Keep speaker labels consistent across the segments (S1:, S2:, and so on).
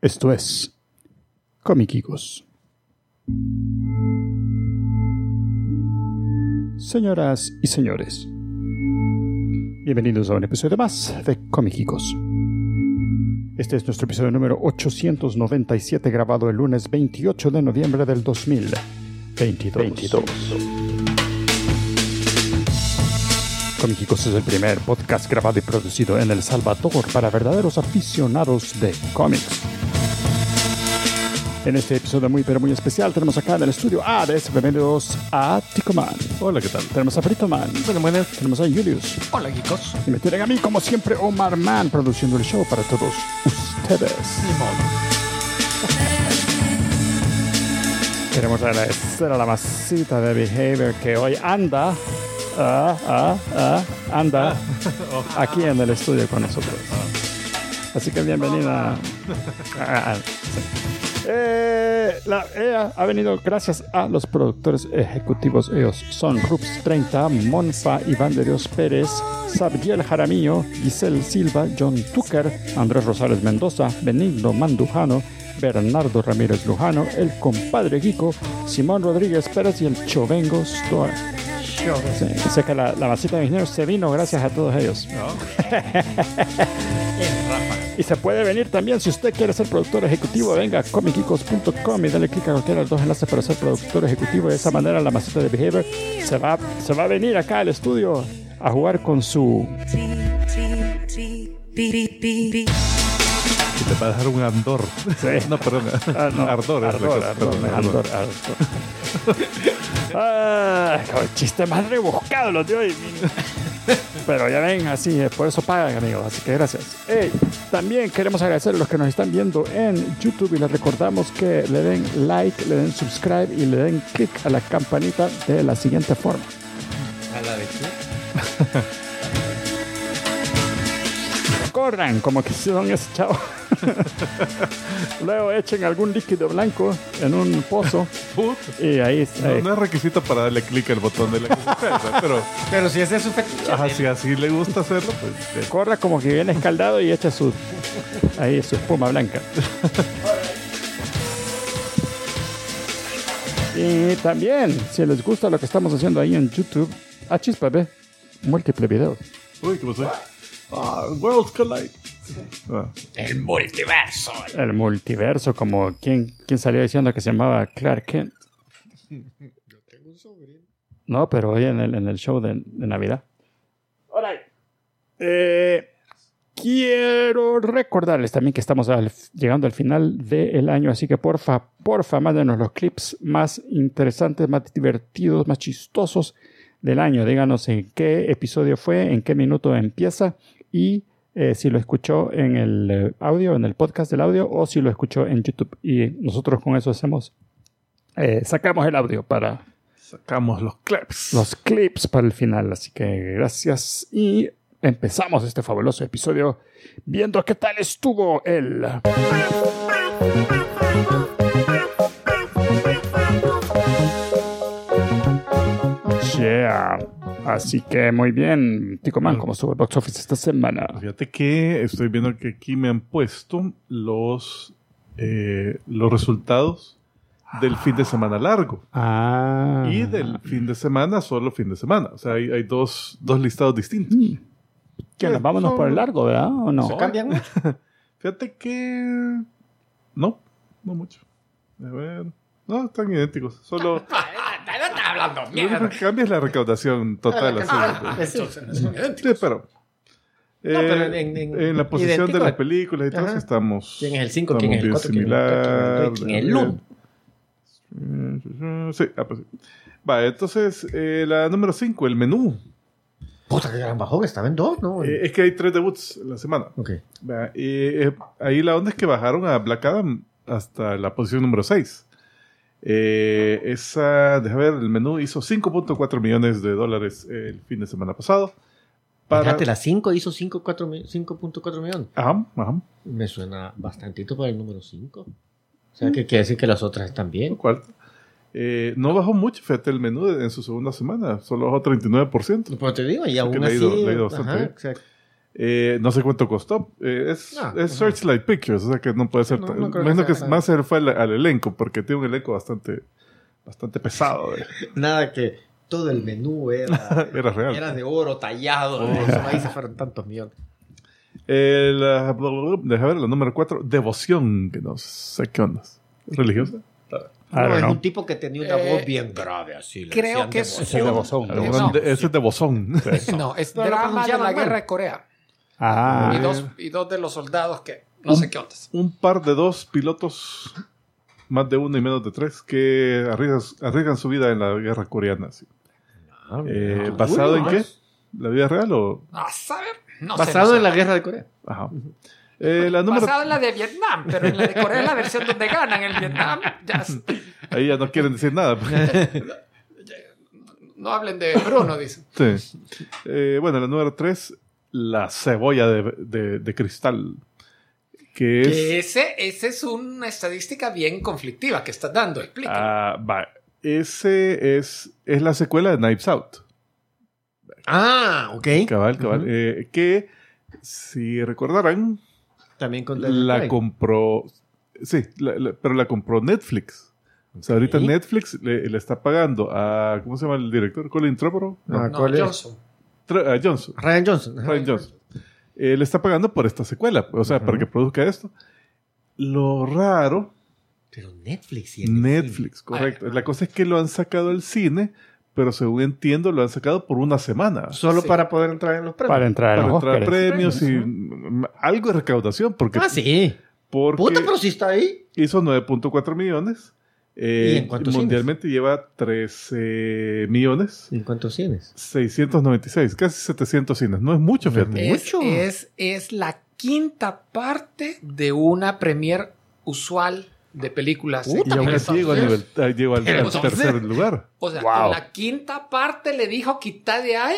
S1: Esto es Comiquicos. Señoras y señores, bienvenidos a un episodio más de Comiquicos. Este es nuestro episodio número 897 grabado el lunes 28 de noviembre del 2022.
S2: 22.
S1: Comicicos este es el primer podcast grabado y producido en El Salvador para verdaderos aficionados de cómics. En este episodio muy pero muy especial tenemos acá en el estudio a bienvenidos a Tico Man.
S2: Hola, ¿qué tal?
S1: Tenemos a Frito Man.
S2: Bueno, buenas.
S1: Tenemos a Julius.
S3: Hola, chicos.
S1: Y me tienen a mí como siempre Omar Man produciendo el show para todos ustedes.
S3: Ni modo.
S1: Queremos agradecer a la masita de Behavior que hoy anda, ah, ah, ah, anda
S3: Ah.
S1: aquí en el estudio con nosotros. Así que bienvenida. Ah, ah, sí. Eh, la, ella ha venido gracias a los productores ejecutivos. Ellos son Rups 30, Monfa, Iván de Dios Pérez, Sabriel Jaramillo, Giselle Silva, John Tucker, Andrés Rosales Mendoza, Benigno Mandujano, Bernardo Ramírez Lujano, el compadre Guico, Simón Rodríguez Pérez y el Chovengo Store. Sí, sé que la, la masita de ingenieros se vino gracias a todos ellos. Y se puede venir también si usted quiere ser productor ejecutivo. Venga a comicicos.com y dale clic a cualquiera de los dos enlaces para ser productor ejecutivo. De esa manera, la masita de Behavior se va, se va a venir acá al estudio a jugar con su.
S2: Que te va a dejar un andor.
S1: Sí.
S2: No, perdón.
S1: Ah, no,
S2: Ardor es la
S1: ardor,
S2: cosa,
S1: ardor,
S2: perdón,
S1: ardor,
S2: ardor.
S1: ardor. Ah, el chiste más rebuscado los de hoy. Pero ya ven, así, eh, por eso pagan, amigos. Así que gracias. Ey, también queremos agradecer a los que nos están viendo en YouTube y les recordamos que le den like, le den subscribe y le den click a la campanita de la siguiente forma.
S3: A la vez.
S1: Corran como que se don ese chavo. Luego echen algún líquido blanco en un pozo
S2: Put.
S1: y ahí,
S2: No,
S1: ahí
S2: no es requisito para darle clic al botón de la recompensa, pero
S3: Pero si ese es su fetiche.
S2: ajá, si así le gusta hacerlo, pues eh,
S1: corra como que viene escaldado y echa su ahí su espuma blanca. Y también, si les gusta lo que estamos haciendo ahí en YouTube, a chispa, ve, múltiple video.
S2: este, Uy, ¿qué pasó? Ah, Worlds Collide. Ah,
S3: El multiverso.
S1: El multiverso, como quien, quien salió diciendo que se llamaba Clark Kent. No, pero hoy en el, en el show de, de Navidad. Eh, quiero recordarles también que estamos al- llegando al final del año, así que porfa, porfa, mándenos los clips más interesantes, más divertidos, más chistosos del año. Díganos en qué episodio fue, en qué minuto empieza y eh, si lo escuchó en el eh, audio, en el podcast del audio o si lo escuchó en YouTube. Y nosotros con eso hacemos, eh, sacamos el audio para
S2: sacamos los claps.
S1: los clips para el final. Así que gracias y empezamos este fabuloso episodio viendo qué tal estuvo el... Yeah. Así que muy bien, Tico Man, ¿cómo estuvo el box office esta semana?
S2: Fíjate que estoy viendo que aquí me han puesto los, eh, los resultados del fin de semana largo.
S1: Ah.
S2: Y del fin de semana, solo fin de semana. O sea, hay, hay dos, dos listados distintos.
S1: Mm. ¿Qué onda? Vámonos por el largo, ¿verdad? ¿O no?
S3: ¿Se cambian? mucho?
S2: Fíjate que. No, no mucho. A ver. No, están idénticos. Solo.
S3: Ay, No está hablando
S2: Lo único
S3: mierda.
S2: que cambia es la recaudación total. así.
S3: Ah, estos son
S2: Sí,
S3: idénticos.
S2: pero.
S3: No,
S2: eh,
S3: pero
S2: en,
S3: en- en-
S2: la posición
S3: idéntico.
S2: de las películas y todo
S3: Ajá.
S2: eso estamos.
S3: ¿Quién es el cinco? ¿Quién es el cuatro?
S2: estamos
S3: ¿Quién es el tres?
S2: bien
S3: ¿Quién es el
S2: similar.
S3: uno?
S2: Sí, ah, pues sí. Va, entonces, eh, la número 5, el menú.
S3: Puta, que gran bajón. Estaba en dos, ¿no?
S2: Eh, es que hay tres debuts en la semana.
S3: Ok.
S2: Vea, eh, eh, ahí la onda es que bajaron a Black Adam hasta la posición número 6. esa, déjame ver, el menú hizo 5.4 millones de dólares el fin de semana pasado. Para...
S3: Fíjate, la 5 hizo 5.4 mi- 5.4 millones.
S2: Ajá, ajá.
S3: Me suena bastantito para el número 5. O sea, que quiere decir que las otras están bien.
S2: Cuarto. Eh, no bajó mucho, fíjate, el menú en su segunda semana. Solo bajó 39%.
S3: Pero te digo, y aún
S2: le ha
S3: así...
S2: ido- le ha ido bastante
S3: ajá,
S2: bien.
S3: exacto.
S2: Eh, no sé cuánto costó. Eh, es
S3: Ah,
S2: es Searchlight Pictures, o sea que no puede ser.
S3: No,
S2: tan-
S3: no creo que
S2: imagino que,
S3: sea nada.
S2: más se fue al, al elenco, porque tiene un elenco bastante, bastante pesado. eh.
S3: Nada que todo el menú era,
S2: Era real.
S3: era de oro tallado.
S2: Oh.
S3: Eso, ahí se fueron tantos millones.
S2: El, ah, bla, bla, bla, deja ver, la número 4, devoción, que no sé qué onda. ¿Religiosa?
S1: I
S3: No,
S1: don't
S3: es
S1: know.
S3: un tipo que tenía una
S4: Eh,
S3: voz bien grave así. le
S4: creo
S3: decían
S4: que es
S3: devoción.
S4: un-
S5: Devozón,
S4: eh,
S2: Devoción
S4: no,
S2: de- ese es devozón.
S4: no, es
S3: No, lo
S4: drama de
S3: pronunciaron
S4: la
S3: mal.
S4: guerra de Corea.
S1: Ah,
S4: y, dos, y dos de los soldados que no sé qué ondas.
S2: un par de dos pilotos, más de uno y menos de tres, que arriesgan, arriesgan su vida en la guerra coreana. sí.
S3: Ah,
S2: Eh,
S3: mira.
S2: ¿Basado
S3: Uy,
S2: en
S3: no,
S2: qué?
S3: es
S2: ¿La vida real o...?
S4: A saber, no sé, no
S3: Basado
S4: sé.
S3: en la guerra de Corea.
S2: Ajá. Eh, la número...
S4: Basado en la de Vietnam, pero en la de Corea es la versión donde ganan el Vietnam. Ya, s-
S2: Ahí ya no quieren decir nada. pues.
S4: no hablen de Bruno, dicen.
S2: Sí. Eh, bueno, la número tres, la cebolla de, de- de cristal. Que es...
S4: Que ese, ese es una estadística bien conflictiva que estás dando, explica.
S2: Ah, va. Ese es, es la secuela de Knives Out.
S3: Ah, ok.
S2: Cabal, cabal.
S3: Ujú.
S2: Eh, que, si recordarán,
S3: También con Daniel
S2: la
S3: Craig.
S2: compró. Sí, la- la- pero la compró Netflix. O sea, ahorita
S3: Ok.
S2: Netflix le, le está pagando a. ¿Cómo se llama el director? Colin Trevorrow. No,
S3: Ah,
S4: no,
S3: ¿cuál es?
S4: Johnson.
S2: Tre- a Johnson.
S3: Ryan Johnson. ajá.
S2: Ryan Johnson. Eh, le está pagando por esta secuela. O sea,
S3: Ujú.
S2: para que produzca esto. Lo raro
S3: Pero Netflix. y en el
S2: Netflix, correcto. La cosa es que lo han sacado al cine, pero según entiendo lo han sacado por una semana.
S3: cine. Solo
S4: Sí.
S3: para poder entrar en los premios.
S1: para entrar a
S2: Para
S1: los
S2: entrar
S1: Óscares.
S2: premios y mm, algo de recaudación, porque,
S3: Ah, sí.
S2: porque
S3: Puta, pero si está ahí.
S2: hizo 9.4 millones. eh,
S3: ¿Y en cuántos
S2: mundialmente lleva 13 millones.
S3: ¿En cuántos cines?
S2: 696, casi 700 cines. No es mucho,
S3: No es
S2: fíjate.
S3: mucho.
S4: Es, es, es la quinta parte de una premier usual de películas.
S3: Puta,
S2: Y aún así llegó al, nivel- ah, llegó al-
S4: Pero
S2: al
S4: entonces-
S2: tercer lugar.
S4: O sea,
S1: Wow.
S4: en la quinta parte le dijo quita de ahí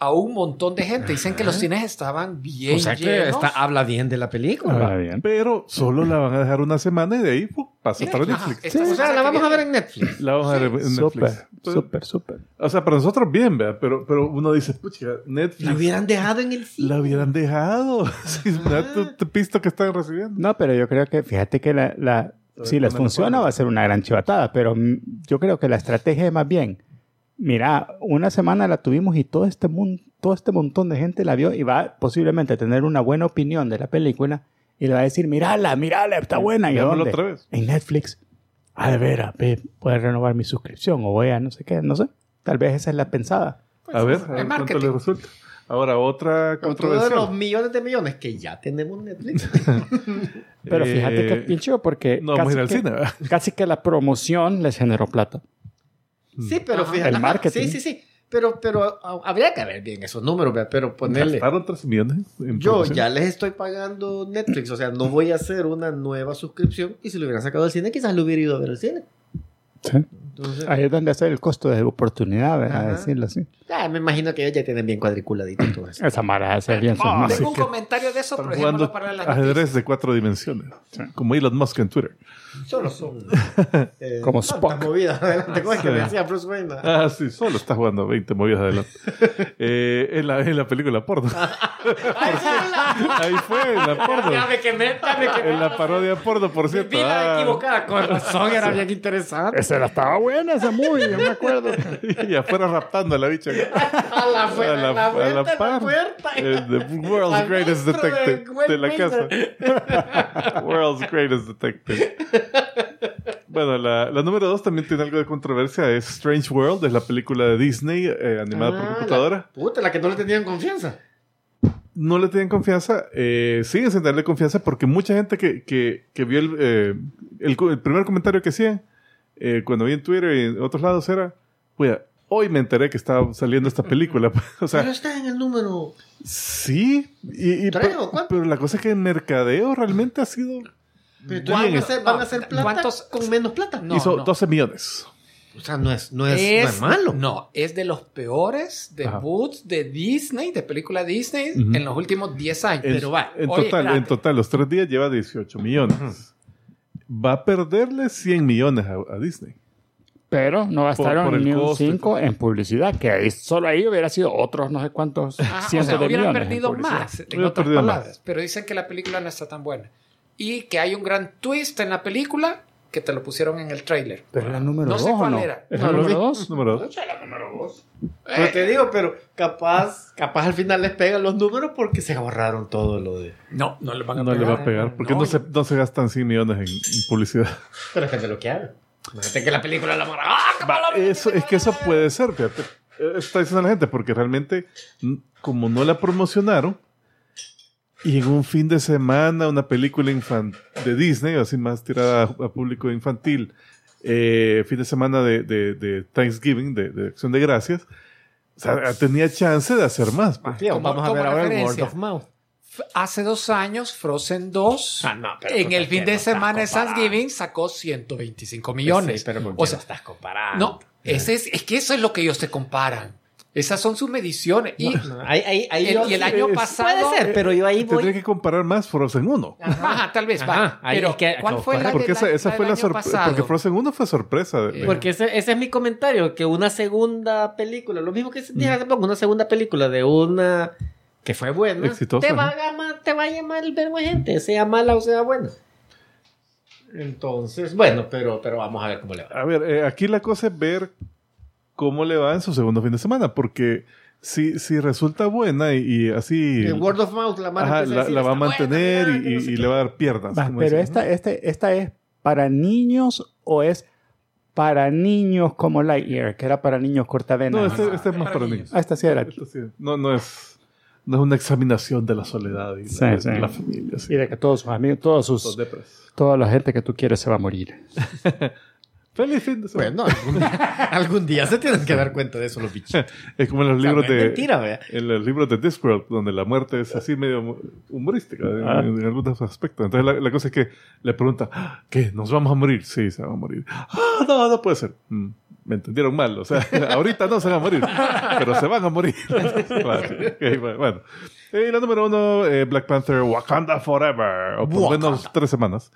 S4: a un montón de gente. Dicen que los cines estaban bien
S3: O sea que
S4: llenos.
S3: está, habla bien de la película.
S1: Ah, bien.
S2: Pero solo la van a dejar una semana y de ahí pu, pasa
S4: Mira,
S2: para
S4: ajá,
S2: Netflix.
S4: esta
S3: o sea,
S4: semana
S3: la
S4: que
S3: vamos a
S4: viene.
S3: ver en Netflix.
S2: La vamos a ver en Netflix.
S1: Súper,
S2: Pero-
S1: súper, súper.
S2: O sea, para nosotros bien, ¿verdad? Pero, pero uno dice, pucha,
S3: La
S2: Netflix
S3: hubieran dejado en el cine.
S2: la hubieran dejado. Si es verdad, tu, tu pisto que están recibiendo.
S1: No, pero yo creo que, fíjate que la, la- si les
S2: Bueno,
S1: funciona
S2: bueno.
S1: va a ser una gran chivatada, pero mm, yo creo que la estrategia es más bien, mira, una semana la tuvimos y todo este, mun- todo este montón de gente la vio y va a posiblemente a tener una buena opinión de la película y le va a decir, mírala, mírala, está buena. ¿Y
S2: Veámoslo
S1: dónde?
S2: otra vez.
S1: En Netflix. A ver, a ver, voy a renovar mi suscripción o voy a no sé qué, no sé. Tal vez esa es la pensada.
S3: Pues
S2: a ver,
S4: el
S2: a ver cuánto
S4: marketing.
S2: le resulta. Ahora, otra
S3: Con todos los
S2: controversia.
S3: millones de millones que ya tenemos Netflix.
S1: Pero fíjate que
S2: Eh,
S1: es bien chido porque
S2: No vamos a
S1: casi,
S2: ir
S1: que,
S2: al cine, ¿verdad?
S1: casi que la promoción les generó plata.
S2: Mm.
S3: Sí, pero
S4: Ajá.
S3: fíjate.
S1: El
S3: ajá,
S1: marketing.
S3: Sí, sí, sí. Pero, pero ah, habría que ver bien esos números, ¿verdad? pero ponerle.
S2: Gastaron 3 millones. en
S3: Yo
S2: promoción.
S3: ya les estoy pagando Netflix, o sea, no voy a hacer una nueva suscripción y si lo hubieran sacado al cine, quizás lo hubiera ido a ver al cine.
S1: Sí.
S3: Entonces,
S1: Ahí es donde está el costo de oportunidad, ¿verdad?
S3: Ajá.
S1: decirlo así.
S3: ah, me imagino que ellos ya tienen bien cuadriculadito todo eso.
S1: Esa mara hace bien sus
S3: Ah,
S4: Oh,
S1: manos.
S4: tengo un comentario de eso,
S2: Están
S4: pero
S2: jugando
S4: dejémoslo para la
S2: ajedrez de cuatro dimensiones. Como Elon Musk en Twitter.
S3: Solo son. eh,
S1: Como
S3: tantas
S1: Spock.
S3: movidas adelante, ¿cómo es que
S2: Sí.
S3: me decía Bruce Wayne?
S2: Ah, sí, solo está jugando 20 movidas adelante. Eh, en, la, en la película porno. Ahí fue, en la porno.
S3: me quemé, ya me
S2: En la parodia porno, por cierto. Ah,
S3: con razón, era bien interesante.
S1: Esa era- estaba buena, esa movie, yo me acuerdo.
S2: y afuera raptando a la bicha.
S3: A la,
S2: A la,
S3: puerta,
S2: a la par.
S3: puerta.
S2: Eh, the world's
S3: Al
S2: greatest
S3: maestro de
S2: detective
S3: Gwen
S2: de la casa.
S3: Wilson.
S2: world's greatest detective. Bueno, la, la número dos también tiene algo de controversia. Es Strange World, es la película de Disney eh, animada
S3: Ah,
S2: por
S3: la-
S2: computadora.
S3: Puta, la que no le tenían confianza.
S2: No le tienen confianza, eh, siguen sin darle confianza porque mucha gente que, que, que vio el, eh, el, co- el primer comentario que hacían eh, cuando vi en Twitter y en otros lados era, "Oye, hoy me enteré que estaba saliendo esta película. o sea,
S3: Pero está en el número.
S2: Sí, y, y-
S3: ¿Tres
S2: pe-
S3: o
S2: pero,
S3: cuatro?
S2: la cosa es que el mercadeo realmente ha sido...
S3: Pero entonces van a
S2: Bien.
S3: hacer,
S4: No,
S3: van a hacer plata
S4: ¿cuántos-
S3: con menos plata.
S4: No,
S2: hizo
S4: no.
S2: 12 millones.
S3: O sea, no es, no es,
S4: Es,
S3: no es malo.
S4: No, es de los peores
S2: Ajá.
S4: debuts de Disney, de película Disney,
S2: Ujú.
S4: en los últimos 10 años.
S2: En,
S4: pero va.
S2: en
S4: oye,
S2: total, en
S4: espérate.
S2: total, los tres días lleva 18 millones. Va a perderle 100 millones a, a Disney.
S1: Pero no gastaron
S2: por el
S1: ni un
S2: costo y
S1: 5 en publicidad, que ahí, solo ahí hubiera sido otros no sé cuántos
S6: Ah, o
S1: cientos
S6: sea,
S1: de
S6: hubieran
S1: millones. en
S6: perdido
S1: publicidad.
S6: más, en
S2: Hubieran
S6: otras
S2: perdido más.
S6: palabras. Pero dicen que la película no está tan buena. Y que hay un gran twist en la película que te lo pusieron en el tráiler.
S1: Pero la número
S6: No
S1: 2
S6: sé
S1: o
S6: cuál
S1: no?
S6: era.
S1: ¿Es
S3: No
S1: la
S3: lo
S1: número
S3: vi.
S1: 2?
S2: Número dos.
S3: Pero te digo, pero capaz, capaz al final les pegan los números porque se borraron todo lo de.
S6: No, no le van a
S2: No
S6: pegar.
S2: le va a pegar, porque no, se, no se gastan 100 millones en, en publicidad.
S3: Pero es que te lo que hagan.
S6: Imagínate que la película la mara. ¡Ah, qué palabra!
S2: Eso, es que eso puede ser, fíjate. Eh, Está diciendo la gente, porque realmente, n- como no la promocionaron, y en un fin de semana, una película infan- de Disney, así más tirada a, a público infantil, eh, fin de semana de, de- de Thanksgiving, de, de Acción de Gracias, o sea, ah, tenía chance de hacer más. pues.
S3: Tío,
S6: Como-
S3: vamos a
S6: como
S3: ver ahora el word
S6: referencia.
S3: of mouth.
S6: F- Hace dos años, Frozen 2,
S3: Ah, no, pero
S6: en
S3: pues
S6: el
S3: es
S6: fin
S3: que
S6: de
S3: no estás
S6: semana de
S3: comparando. Pues
S6: Thanksgiving, sacó 125 millones.
S3: Sí, pero ¿con
S6: o
S3: quién
S6: sea,
S3: lo estás comparando?
S6: no, ese es, es que eso es lo que ellos te comparan. Esas son sus mediciones. Y,
S3: No, ahí- ahí- ahí
S6: el,
S3: yo-
S6: y el año
S2: es-
S6: pasado.
S3: Puede ser, pero yo ahí
S2: Tendría
S3: voy.
S2: que comparar más Frozen 1.
S6: Ajá, tal vez.
S3: Ajá,
S6: va.
S3: ahí
S6: Pero,
S3: es que-
S6: ¿cuál fue la
S2: Porque
S6: del
S2: esa,
S6: año-
S2: esa
S6: la
S2: fue
S6: del
S2: la
S6: año
S2: sorpresa.
S6: pasado?
S2: Porque Frozen 1 fue sorpresa. de-
S6: Eh,
S2: de-
S3: Porque ese, ese es mi comentario, que una segunda película, lo mismo que se
S2: Mm.
S3: dije hace poco, una segunda película de una que fue buena,
S2: Exitosa,
S3: te, va
S2: ¿no?
S3: a, gama- te va a llamar el verbo de gente, sea mala o sea buena. Entonces, bueno, pero, pero vamos a ver cómo le va.
S2: A ver, eh, aquí la cosa es ver cómo le va en su segundo fin de semana, porque si, si resulta buena y, y así
S3: El word of mouth, la mano
S2: ajá,
S3: empieza a
S2: la,
S3: decir,
S2: la va a
S3: "Está
S2: mantener
S3: buena,
S2: y,
S3: mira, que no sé
S2: y
S3: qué".
S2: le va a dar piernas.
S1: Va,
S2: como
S1: Ah, pero
S2: dicen,
S1: esta, este- esta es para niños o es para niños como Lightyear, que era para niños
S2: No,
S1: cortavenas.
S2: No, este, este es más para niños.
S1: Ah, esta sí era.
S2: Esta sí, No, no es, no es una examinación de la soledad y la,
S1: Sí,
S2: de
S1: sí.
S2: la familia. sí.
S1: Y de que todos sus amigos, todos
S2: Los
S1: sus,
S2: depres.
S1: toda la gente que tú quieres se va a morir.
S2: Feliz fin de semana.
S3: Bueno, algún día, algún día se tienen que dar cuenta de eso los bichos.
S2: es como en los
S3: O sea,
S2: libros
S3: no es
S2: de
S3: mentira, vea.
S2: en los libros de Discworld, donde la muerte es así medio humorística en,
S1: Ah.
S2: en algunos aspectos. Entonces la, la cosa es que le pregunta, "Ah, ¿qué? ¿Nos vamos a morir? Sí, se van a morir. Ah, no, no puede ser. Mm, me entendieron mal, o sea, ahorita no se van a morir, pero se van a morir. Vale, ok, bueno, bueno. Eh, la número uno, eh, Black Panther Wakanda Forever, o por lo menos tres semanas.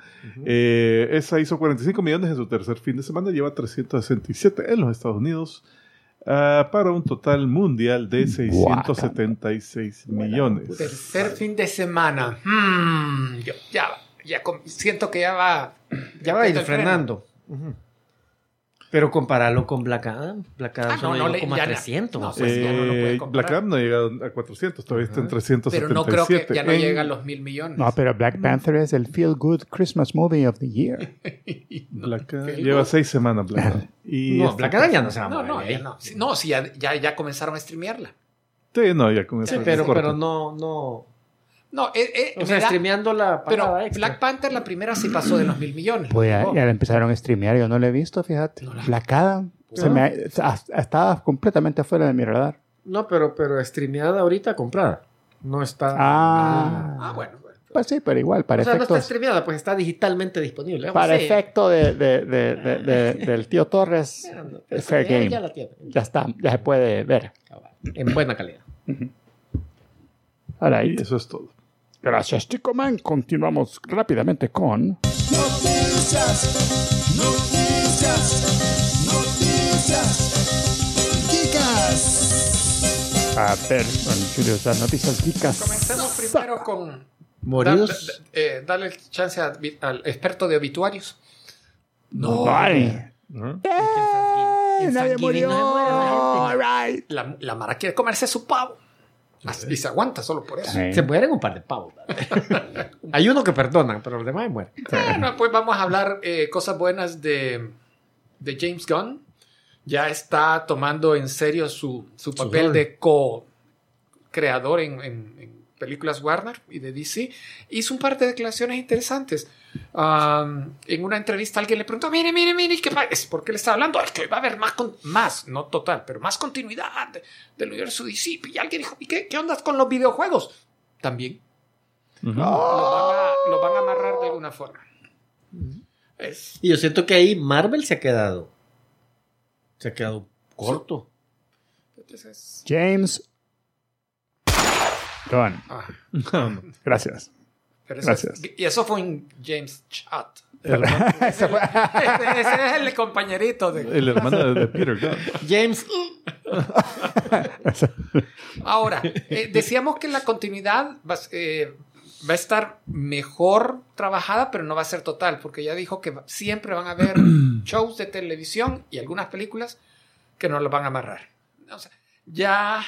S2: Eh, esa hizo 45 millones en su tercer fin de semana, lleva 367 en los Estados Unidos, ah, para un total mundial de 676 millones.
S6: Tercer fin de semana. Hmm, yo- ya, va, ya com- siento que ya va.
S3: Ya va a ir
S6: Quita el freno.
S3: frenando. Ujú. Pero compararlo con Black Adam. Black Adam
S6: Ah,
S3: solo
S6: no, no
S3: llegó
S6: le-
S3: como a
S6: ya no.
S3: 300.
S6: No, pues ya no lo puede
S2: Eh,
S6: comparar.
S2: Black Adam no ha llegado a 400, todavía está en
S6: Pero
S2: 377.
S6: no creo que ya no
S2: en-
S6: llega a los mil millones.
S1: No, pero Black Panther es el Feel Good Christmas Movie of the Year.
S2: Black Adam-
S6: Feel good.
S2: lleva seis semanas Black Adam. Y
S3: no,
S2: esta-
S3: Black Adam ya no se va a
S6: No,
S3: mover. ¿eh?
S6: no,
S3: ahí.
S6: ya no. Sí, No, sí, ya, ya, ya comenzaron a streamearla.
S2: Sí, no, ya con
S3: Sí,
S2: eso-
S3: pero,
S2: corto.
S3: pero no, no.
S6: No, eh, eh,
S3: O sea,
S6: me da-
S3: streameando la
S6: pero
S3: parada extra.
S6: Black Panther la primera sí pasó de los mil millones.
S1: Pues ya,
S3: Oh.
S1: ya la empezaron a streamear, yo no la he visto, fíjate.
S6: No la-
S1: Black Adam
S3: Ah.
S1: se me ha- ha- estaba completamente fuera de mi radar.
S3: No, pero, pero streameada ahorita comprada. No está.
S1: Ah.
S6: Ah, bueno. bueno.
S1: Pues sí, pero igual, para
S3: o sea, no está
S1: efectos.
S3: streameada, pues está digitalmente disponible. Vamos,
S1: para
S3: sí.
S1: efecto de, de- de- de- de- del tío Torres,
S3: Ah, no, pero
S1: es fair
S3: ya-
S1: game.
S3: ya la tiene.
S1: Ya está, ya se puede ver.
S3: Cabal. En buena calidad.
S1: Ahora,
S2: Y eso es todo.
S1: gracias, Chico Man. Continuamos rápidamente con.
S7: Noticias, noticias, noticias. Chicas.
S1: A ver, don Julio, las noticias geekas.
S6: Comencemos primero con.
S3: Moridos.
S6: da- da- eh, darle chance a- al experto de obituarios. No.
S1: Vale.
S2: ¿no?
S1: ¡Eh!
S3: En
S1: ¡Nadie
S3: San Giving
S1: murió!
S3: no se muere la gente.
S1: All right.
S6: La, la Mara quiere comerse su pavo. Así- Y se aguanta solo por eso.
S3: Se mueren un par de pavos. ¿verdad? Hay uno que perdonan, pero los demás mueren.
S6: Bueno, pues vamos a hablar eh, cosas buenas de, de James Gunn. Ya está tomando en serio su, su papel
S3: rol.
S6: de co-creador en, en- en películas Warner y de DC. Hizo un par de declaraciones interesantes. Am, en una entrevista alguien le preguntó, mire, mire, mire, ¿qué pa- es ¿por qué le está hablando? Es que va a haber más, con- más, no total, pero más continuidad de- del universo DC. Y alguien dijo, ¿y qué, qué onda con los videojuegos? También
S2: Ujú.
S6: lo van,
S1: ¡Oh!
S6: a, lo van a amarrar de alguna forma. Es,
S3: Y yo siento que ahí Marvel se ha quedado. Se ha quedado corto.
S6: entonces,
S1: James. Gunn.
S6: ah,
S1: Gracias.
S6: Pero eso
S1: Gracias.
S6: es- y eso fue en James Chat.
S1: Ese fue-
S6: Ese, ese es el compañerito de...
S2: El hermano de, de Peter Gunn.
S3: James.
S6: Ahora, eh, decíamos que la continuidad va, a s- eh, va a estar mejor trabajada, pero no va a ser total, porque ya dijo que va- siempre van a haber shows de televisión y algunas películas que no lo van a amarrar. O sea, ya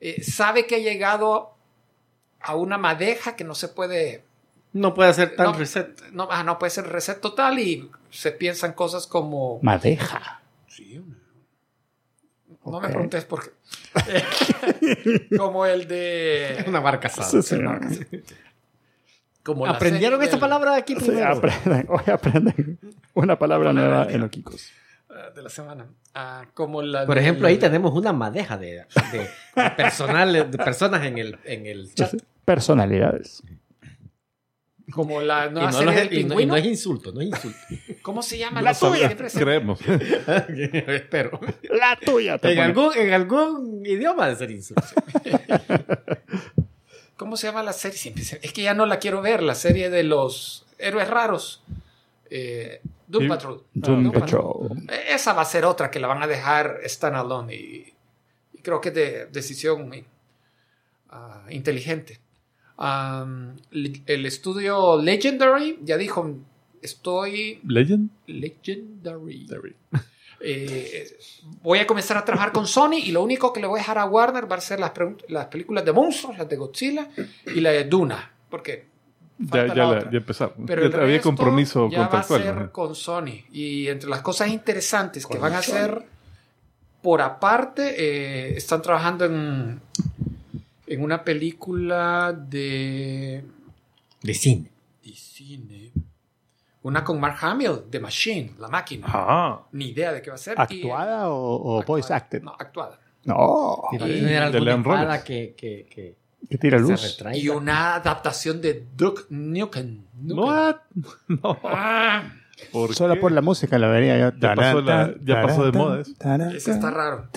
S6: eh, sabe que ha llegado a una madeja que no se puede
S3: No puede hacer tan
S6: No.
S3: reset.
S6: no, ah, no puede ser reset total y se piensan cosas como.
S1: Madeja.
S6: Sí, una- No me
S1: Ok.
S6: preguntes por qué. Eh, como el de.
S3: Una barca asada.
S1: Sí, señor.
S6: como la
S3: Aprendieron
S6: serie
S3: esta
S6: del-
S3: palabra aquí
S1: Sí,
S3: primero.
S1: aprenden, hoy aprenden una palabra nueva en Oquicos.
S6: ah, De la semana. Ah, como la
S3: Por
S6: del-
S3: ejemplo, ahí tenemos una madeja de, de personal, de personas en el, en el chat.
S1: Personalidades.
S6: Como la
S3: Y
S6: nueva
S3: no,
S6: serie
S3: los-
S6: del
S3: y no- y
S6: pingüino.
S3: no es insulto, no es insulto.
S6: ¿Cómo se llama
S1: La
S6: la serie?
S1: tuya.
S6: Siempre se-
S2: Creemos.
S3: Espero.
S1: La tuya te
S3: En
S1: pone-
S3: algún, en algún idioma de ser insulto.
S6: ¿Cómo se llama la serie? Siempre se- Es que ya no la quiero ver, la serie de los héroes raros. Eh, Doom
S2: Sí.
S6: Patrol. Ah,
S1: Doom
S6: Doom Patrol.
S1: Patrol.
S6: Esa va a ser otra que la van a dejar standalone y, y creo que es de decisión eh, ah, inteligente. Am, le- el estudio Legendary ya dijo, estoy
S2: ¿Legend?
S6: Legendary. Eh, voy a comenzar a trabajar con Sony y lo único que le voy a dejar a Warner va a ser las, pregun- las películas de monstruos, las de Godzilla y la de Duna, porque
S2: Ya,
S6: falta
S2: ya,
S6: la
S2: la-
S6: otra.
S2: ya empezaron.
S6: Pero
S2: Ya
S6: el
S2: había
S6: resto
S2: compromiso
S6: ya
S2: contractual.
S6: va a ser
S2: ¿no?
S6: con Sony. Y entre las cosas interesantes que van a hacer por aparte, eh, están trabajando en, en una película de,
S3: De cine.
S6: de cine. Una con Mark Hamill, The Machine, La Máquina.
S2: Ah.
S6: Ni idea de qué va a ser. Y-
S1: ¿Actuada o, o
S6: actuada.
S1: voice acted?
S6: No, actuada.
S1: No.
S3: Tiene
S6: Y
S3: que tener
S2: de
S3: alguna
S2: Leon Roberts.
S3: espada que, que, que
S1: Que tira
S3: se
S1: luz.
S3: retraiga.
S6: Y una adaptación de Duke Nukem. Nukem.
S2: What? No.
S6: Ah,
S2: ¿Por
S1: Solo
S2: qué?
S1: por la música la vería yo.
S2: Ya pasó la- ya pasó de moda eso.
S6: ese está raro.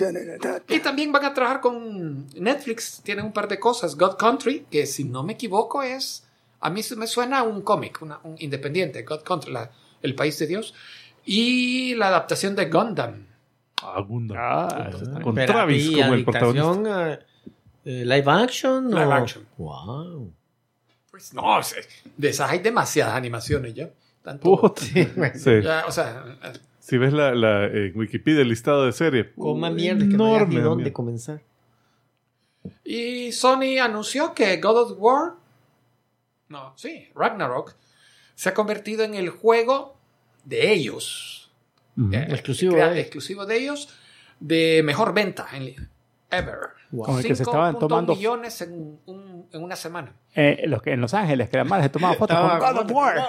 S6: Y también van a trabajar con Netflix. Tienen un par de cosas. God Country, que si no me equivoco es... A mí se me suena a un cómic, una- un independiente. God Country, la- el país de Dios. Y la adaptación de Gundam.
S2: Ah, Gundam.
S1: Ah,
S2: Puta,
S1: eso está-
S2: con
S3: Pero
S2: Travis
S3: aquí,
S2: como el
S3: adaptación
S2: protagonista.
S3: a, eh, live action.
S6: Live
S3: o-
S6: action.
S3: Wow.
S6: Pues no, se- de esas hay demasiadas animaciones ya. Tanto-
S2: Puta. Sí.
S6: ya, o sea,
S2: Si ves la, la, eh, Wikipedia el listado de series,
S3: Coma
S2: uh,
S3: mierda, que no hay ni
S2: enorme,
S3: dónde
S2: mierda.
S3: comenzar.
S6: y Sony anunció que God of War, no, sí, Ragnarok, se ha convertido en el juego de ellos.
S1: Mm.
S2: Ujú.
S6: Eh,
S3: Exclusivo,
S6: crea-
S3: eh.
S6: exclusivo de ellos, de mejor venta en- ever.
S3: Wow.
S1: Con el que se
S6: 5.2
S1: estaban tomando-
S6: millones en, un- en una semana.
S1: Eh, los que en Los Ángeles, que la madre se tomaba fotos
S2: Oh,
S1: con God of War.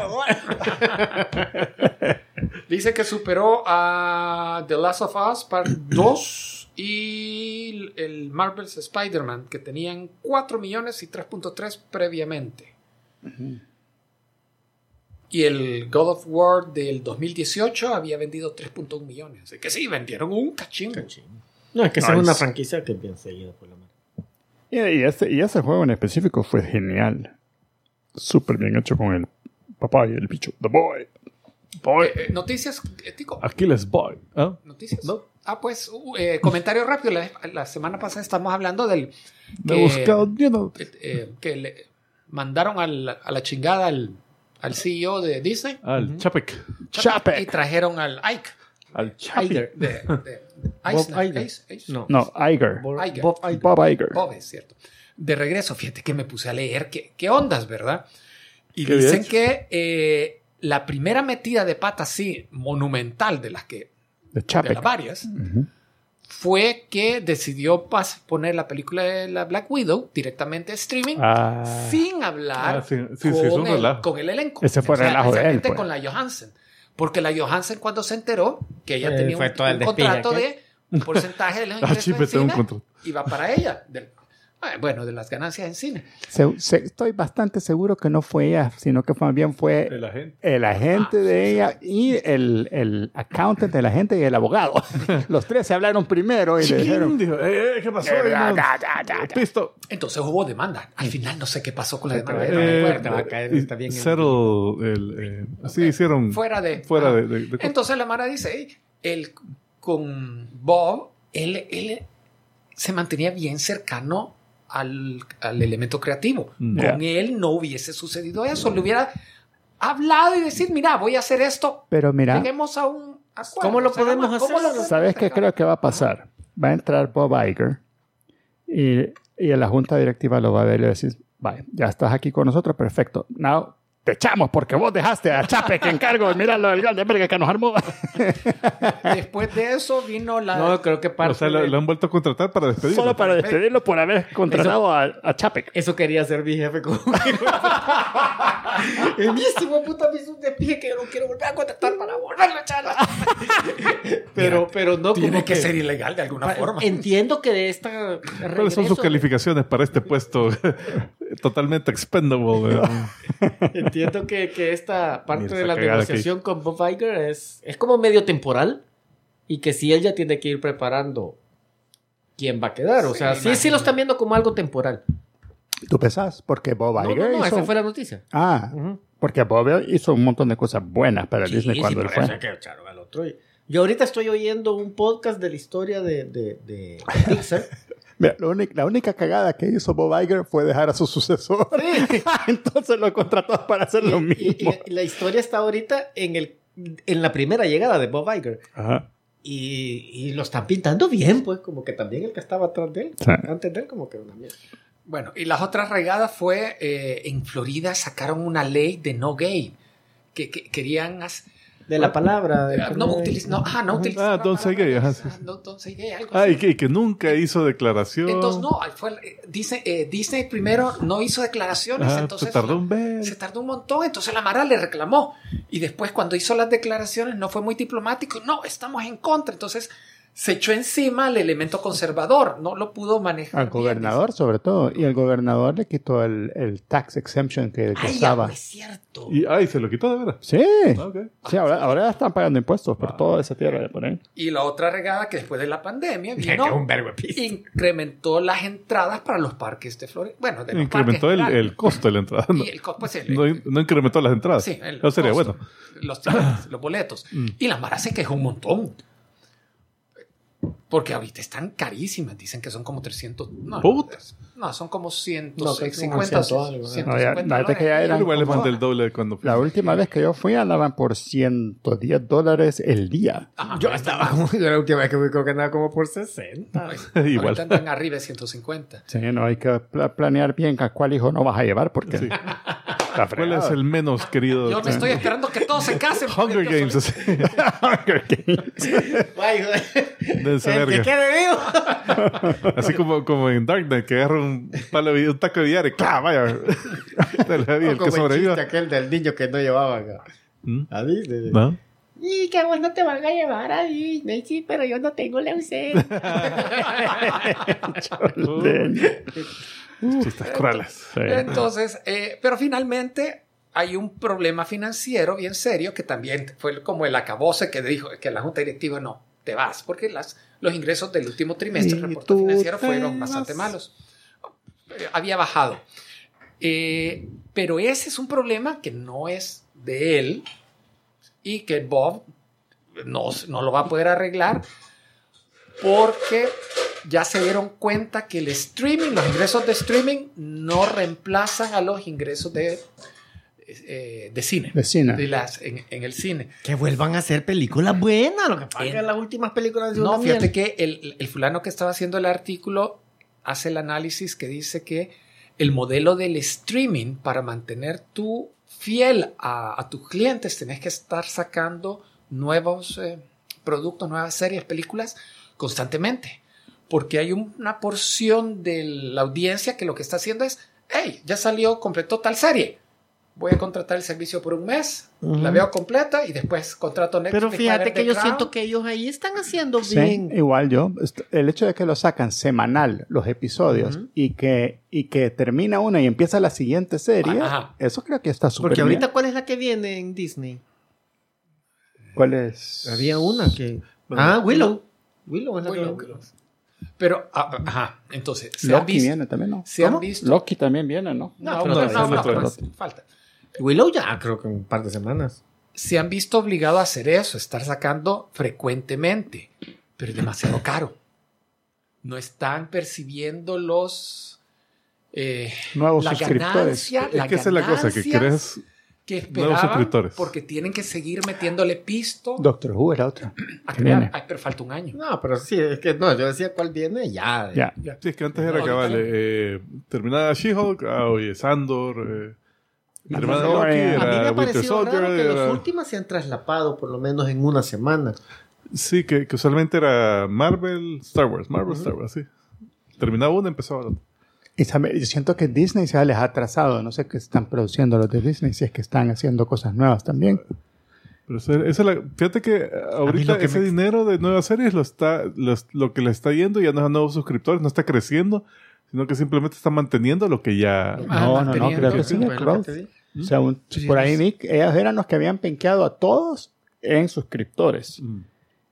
S6: Dice que superó a The Last of Us Part 2 y el Marvel's Spider-Man, que tenían 4 millones y 3.3 previamente. Y el God of War del 2018 había vendido 3.1 millones. Así que sí, vendieron un cachingo.
S3: No, es que esa es
S2: Nice.
S3: una franquicia que bien seguida por la mano.
S1: Y, y ese, y ese juego en específico fue genial. Súper bien hecho con el papá y el bicho. The Boy.
S6: Eh, eh, noticias, eh, Tico.
S2: Aquí les voy. ¿ah?
S6: Noticias. Ah, pues, uh, eh, comentario rápido. La, la semana pasada estamos hablando del
S2: Me
S6: Que-
S2: he buscado miedo.
S6: eh, eh, que le mandaron al- a la chingada al, al CEO de Disney
S2: Al Chapek.
S1: Chapek.
S6: y trajeron al Ike.
S2: Al Chapek.
S6: De, de-
S3: Bob
S6: Eisner,
S3: Iger.
S6: Eis- Eis-
S3: No.
S1: No, Iger.
S3: Bob,
S6: Iger.
S3: Bob Iger.
S1: Bob Iger.
S6: Bob, es cierto. De regreso, fíjate que me puse a leer qué, qué ondas, ¿verdad? Y
S2: Qué
S6: dicen
S2: bien.
S6: que eh, la primera metida de pata así monumental de las que
S1: De
S6: de las
S1: Chapek.
S6: varias,
S1: Ujú.
S6: fue que decidió pas- poner la película de la Black Widow directamente a streaming
S1: Ah,
S6: sin hablar
S2: Ah, sí, sí, sí, es un
S6: con, el,
S2: relajo.
S6: con el elenco.
S1: Ese fue el relajo de él,
S6: exactamente
S1: pues.
S6: con la Johansen. Porque la Johansen cuando se enteró que ella
S3: Eh,
S6: tenía un,
S3: fue todo el
S6: un
S3: despille,
S6: contrato
S3: ¿qué?
S6: de un porcentaje de los
S2: Al
S6: ingresos de
S2: Chapek Ah, tengo un
S6: cine,
S2: contrato.
S6: iba para ella. Del- Ah, Bueno, de las ganancias en cine.
S1: Se- se- estoy bastante seguro que no fue ella, sino que más bien fue
S2: El agente.
S1: el agente de ella y el, el accountant del agente y el abogado. Los tres se hablaron primero y le
S2: Chiquín,
S1: dijeron...
S2: dijo, "Eh, eh, ¿qué pasó?
S1: "Ya,
S2: hermano?
S1: ya, ya, ya, ya".
S2: Pisto.
S6: Entonces hubo demanda. Al final no sé qué pasó con la demanda.
S3: Te va a
S6: Era
S2: Eh,
S1: eh,
S3: caer,
S6: fuera,
S3: te va a caer,
S2: y
S3: está bien.
S2: settle el, eh, sí, hicieron
S6: fuera de.
S2: fuera
S6: Ah.
S2: de, de- de-
S6: Entonces la Mara dice, "Ey, él con Bob, él, él se mantenía bien cercano al, al elemento creativo.
S2: Mm.
S1: Ya.
S6: Con él no hubiese sucedido eso. Le hubiera hablado y decir, mira, voy a hacer esto.
S1: Pero mira,
S6: Lleguemos a un acuerdo.
S3: ¿Cómo lo
S6: O sea,
S3: podemos
S6: ¿cómo- cómo
S3: hacer?
S6: lo-
S1: ¿sabes qué creo que va a pasar? Va a entrar Bob Iger y, y en la junta directiva lo va a ver y le va a decir, vale, ya estás aquí con nosotros, perfecto. Now, te echamos porque vos dejaste a Chape que encargo. Mira lo del gran de verga que nos armó.
S6: Después de eso vino la...
S3: No, creo que parte.
S2: O sea, lo,
S3: de-
S2: lo han vuelto a contratar para despedir.
S1: Solo para despedirlo por haber contratado a, a Chapek.
S3: Eso quería hacer mi jefe conmigo.
S6: Y mi este hijo de puta me hizo un despliegue que yo no quiero volver a contratar para volverlo a echar.
S3: pero, pero no
S6: Tiene
S3: como
S6: que ser ilegal de alguna forma.
S3: Entiendo que de esta.
S2: ¿Cuáles son sus
S3: regreso-
S2: calificaciones para este puesto totalmente expendable?
S3: Entiendo que, que esta parte
S2: Mira,
S3: de
S2: esa
S3: la
S2: cagada que
S3: negociación con Bob Iger es, es como medio temporal y que si él ya tiene que ir preparando quién va a quedar. o
S6: Sí,
S3: sea,
S6: me
S3: sí, sí
S6: imagino.
S3: lo están viendo como algo temporal.
S1: ¿Tú pensás? Porque Bob
S3: No,
S1: Iger
S3: no, no,
S1: hizo...
S3: esa fue la noticia.
S1: Ah,
S3: Ujú.
S1: porque Bob hizo un montón de cosas buenas para
S3: Sí,
S1: Disney
S3: sí,
S1: cuando él
S3: por
S1: fue.
S3: eso es que echaron al otro. Yo ahorita estoy oyendo un podcast de la historia de, de, de Pixar.
S1: Mira, lo único- la única cagada que hizo Bob Iger fue dejar a su sucesor. Entonces lo contrató para hacer lo
S3: Y- y-
S1: mismo.
S3: y la historia está ahorita en, el, en la primera llegada de Bob Iger.
S1: Ajá.
S3: Y, y lo están pintando bien, pues, como que también el que estaba atrás de él,
S1: Sí.
S3: antes de él, como que una mierda.
S6: Bueno, y las otras regadas fue eh, en Florida sacaron una ley de no gay. Que, que querían hacer-
S3: De la palabra. de-
S6: Ah, no utiliz- no, ah, no utilizar
S2: Ah,
S6: la
S2: don't say
S6: palabra-
S2: gay, ajá, sí.
S6: ah, no, don't say gay, algo
S2: Ah,
S6: así.
S2: y que, y que nunca hizo declaración.
S6: Entonces, no, fue, eh, Disney, eh, Disney primero no hizo declaraciones,
S2: Ah,
S6: pues, entonces
S2: se tardó un mes.
S6: se tardó un montón, entonces la Mara le reclamó. Y después cuando hizo las declaraciones no fue muy diplomático, no, estamos en contra. Entonces se echó encima el elemento conservador, no lo pudo manejar.
S1: Al
S6: bien,
S1: gobernador, sobre todo. Y el gobernador le quitó el, el tax exemption que
S6: dice. Ay,
S1: costaba.
S6: ah,
S3: pues.
S6: es cierto.
S2: Y, ah, y se lo quitó de veras.
S1: Sí.
S2: Ah, ok. Ah.
S1: Sí, ahora, ahora están pagando impuestos por toda esa tierra de por ahí.
S6: Y la otra regada que después de la pandemia
S3: Que
S6: vino,
S3: un verbo de pizza.
S6: incrementó las entradas para los parques de Florida. Bueno, de los
S2: Incrementó el,
S6: parques, claro.
S2: el costo de la entrada. No,
S6: Y el co- pues, el-
S2: no- no incrementó las entradas.
S6: Sí, el
S2: no sería
S6: costo,
S2: bueno.
S6: Los, tickets, los boletos.
S2: Mm.
S6: Y la Mara se quejó un montón. Porque ahorita están carísimas. Dicen que son como 300. No,
S2: Puta.
S6: no son como
S3: No, creo que
S6: 150.
S3: como 100 algo, ¿no?
S6: 150
S1: No, ya, la verdad que ya
S6: dólares.
S1: eran
S2: Igual le
S1: como-
S2: mandé el doble de cuando fui.
S1: La última vez que yo fui andaban por 110 dólares el día.
S6: Ajá,
S3: Yo
S6: ahorita-
S3: estaba como, yo la última vez que fui creo que andaba como por 60.
S2: Igual.
S6: Ahorita andan arriba de 150.
S1: Sí, no hay que pla- planear bien a cuál hijo no vas a llevar porque
S2: Sí.
S1: la
S2: ¿Cuál es el menos querido?
S6: Yo me estoy esperando que todos se casen. porque
S2: Hunger
S6: yo
S2: Games.
S6: soy-
S2: así.
S3: Ay, joder.
S2: De esa
S3: El que
S2: verga.
S3: quede vivo.
S2: Así como, como en Dark Knight, que agarra un, palo de- un taco de billar y ¡claro! Vaya. Te la di, el
S3: Como
S2: que
S3: el
S2: sobreviva.
S3: chiste aquel del niño que no llevaba acá.
S2: ¿Mm?
S3: A Disney.
S2: ¿No?
S8: Y que vos no te van a llevar a Disney, sí, pero yo no tengo leucemia.
S3: Uh.
S2: Chistes crueles.
S6: Entonces, eh, pero finalmente hay un problema financiero bien serio que también fue como el acabose que dijo que la junta directiva no, te vas, porque las, los ingresos del último trimestre,
S1: Y
S6: el reporte
S1: tú
S6: financiero,
S1: te
S6: fueron bastante
S1: vas.
S6: malos. Eh, Había bajado. Eh, pero ese es un problema que no es de él y que Bob no, no lo va a poder arreglar porque ya se dieron cuenta que el streaming, los ingresos de streaming no reemplazan a los ingresos de, eh, de cine.
S1: Vecina.
S6: De las, en, en el cine.
S3: Que vuelvan a hacer películas buenas. Lo que pasa es que
S6: En-
S3: las últimas películas han sido
S6: No,
S3: una
S6: fíjate
S3: mierda.
S6: que el, el fulano que estaba haciendo el artículo hace el análisis que dice que el modelo del streaming para mantener tú fiel a, a tus clientes, tenés que estar sacando nuevos eh, productos, nuevas series, películas constantemente. Porque hay un- una porción de la audiencia que lo que está haciendo es, hey, ya salió, completó tal serie. voy a contratar el servicio por un mes,
S3: Ujú.
S6: la veo completa y después contrato Netflix.
S3: Pero fíjate
S6: para
S3: que
S6: ver
S3: yo
S6: The
S3: siento
S6: Crown.
S3: que ellos ahí están haciendo
S1: Sí,
S3: bien.
S1: igual yo. Est- El hecho de que lo sacan semanal los episodios
S3: Ujú.
S1: y, que, y que termina una y empieza la siguiente serie,
S6: Ajá.
S1: eso creo que está súper
S3: Ah, Porque
S1: bien.
S3: ahorita, ¿cuál es la que viene en Disney?
S1: ¿Cuál es?
S3: Había una que.
S2: Bueno,
S3: ah, Willow. Willow es la
S6: Willow,
S3: que.
S6: creo. Pero, ah, ajá, entonces, ¿se han
S1: Loki
S6: visto?
S1: viene también, ¿no?
S6: ¿Se han
S3: ¿Cómo?
S6: visto?
S1: Loki también viene, ¿no?
S6: No,
S3: No,
S6: pero
S3: no,
S6: no,
S3: ese
S6: no,
S2: no
S6: no,
S2: fue
S6: no,
S2: Loki.
S6: falta.
S3: Willow ya, creo que en un par de semanas.
S6: Se han visto obligados a hacer eso, estar sacando frecuentemente, pero es demasiado caro. No están percibiendo los... eh,
S1: Nuevos
S6: la
S1: suscriptores.
S6: ganancia,
S2: Es
S6: la
S2: que esa es la cosa, que
S6: ganancia
S2: querés
S6: que
S2: nuevos
S6: esperaban
S2: suscriptores.
S6: porque tienen que seguir metiéndole pisto
S1: Doctor Who era otra.
S6: a
S1: que
S6: crear.
S1: viene.
S6: Ay, pero falta un año.
S3: No, pero sí, es que no, yo decía cuál viene ya.
S1: Ya.
S2: Sí, es que antes era
S6: No,
S2: que vale. Eh, terminada She-Hulk, ah, oye, Sandor. Eh, terminada Loki,
S1: Mandalorian.
S3: A
S2: era
S3: mí me ha
S2: Winter
S3: parecido
S2: Soldier.
S3: raro que
S2: era-
S3: las últimas se han traslapado por lo menos en una semana.
S2: Sí, que, que usualmente era Marvel, Star Wars, Marvel, Star Wars, sí. Terminaba una, empezaba la otra.
S1: Y sabe- yo siento que Disney se les ha atrasado. No sé qué están produciendo los de Disney, si es que están haciendo cosas nuevas también.
S2: Pero eso era- esa es la- fíjate que eh, ahorita
S3: lo que
S2: ese
S3: me-
S2: dinero de nuevas series lo está lo, lo que le está yendo ya no es a nuevos suscriptores, no está creciendo, sino que simplemente está manteniendo lo que ya...
S6: Ah,
S1: no, no, no,
S6: manteniendo.
S1: creo que
S6: Pues
S1: sí.
S6: sí,
S1: es
S3: Fue lo que
S1: growth.
S3: te di.
S1: O sea, un-
S6: Sí,
S1: por
S6: sí.
S1: ahí vi que ellas eran los que habían penqueado a todos en suscriptores.
S2: Mm.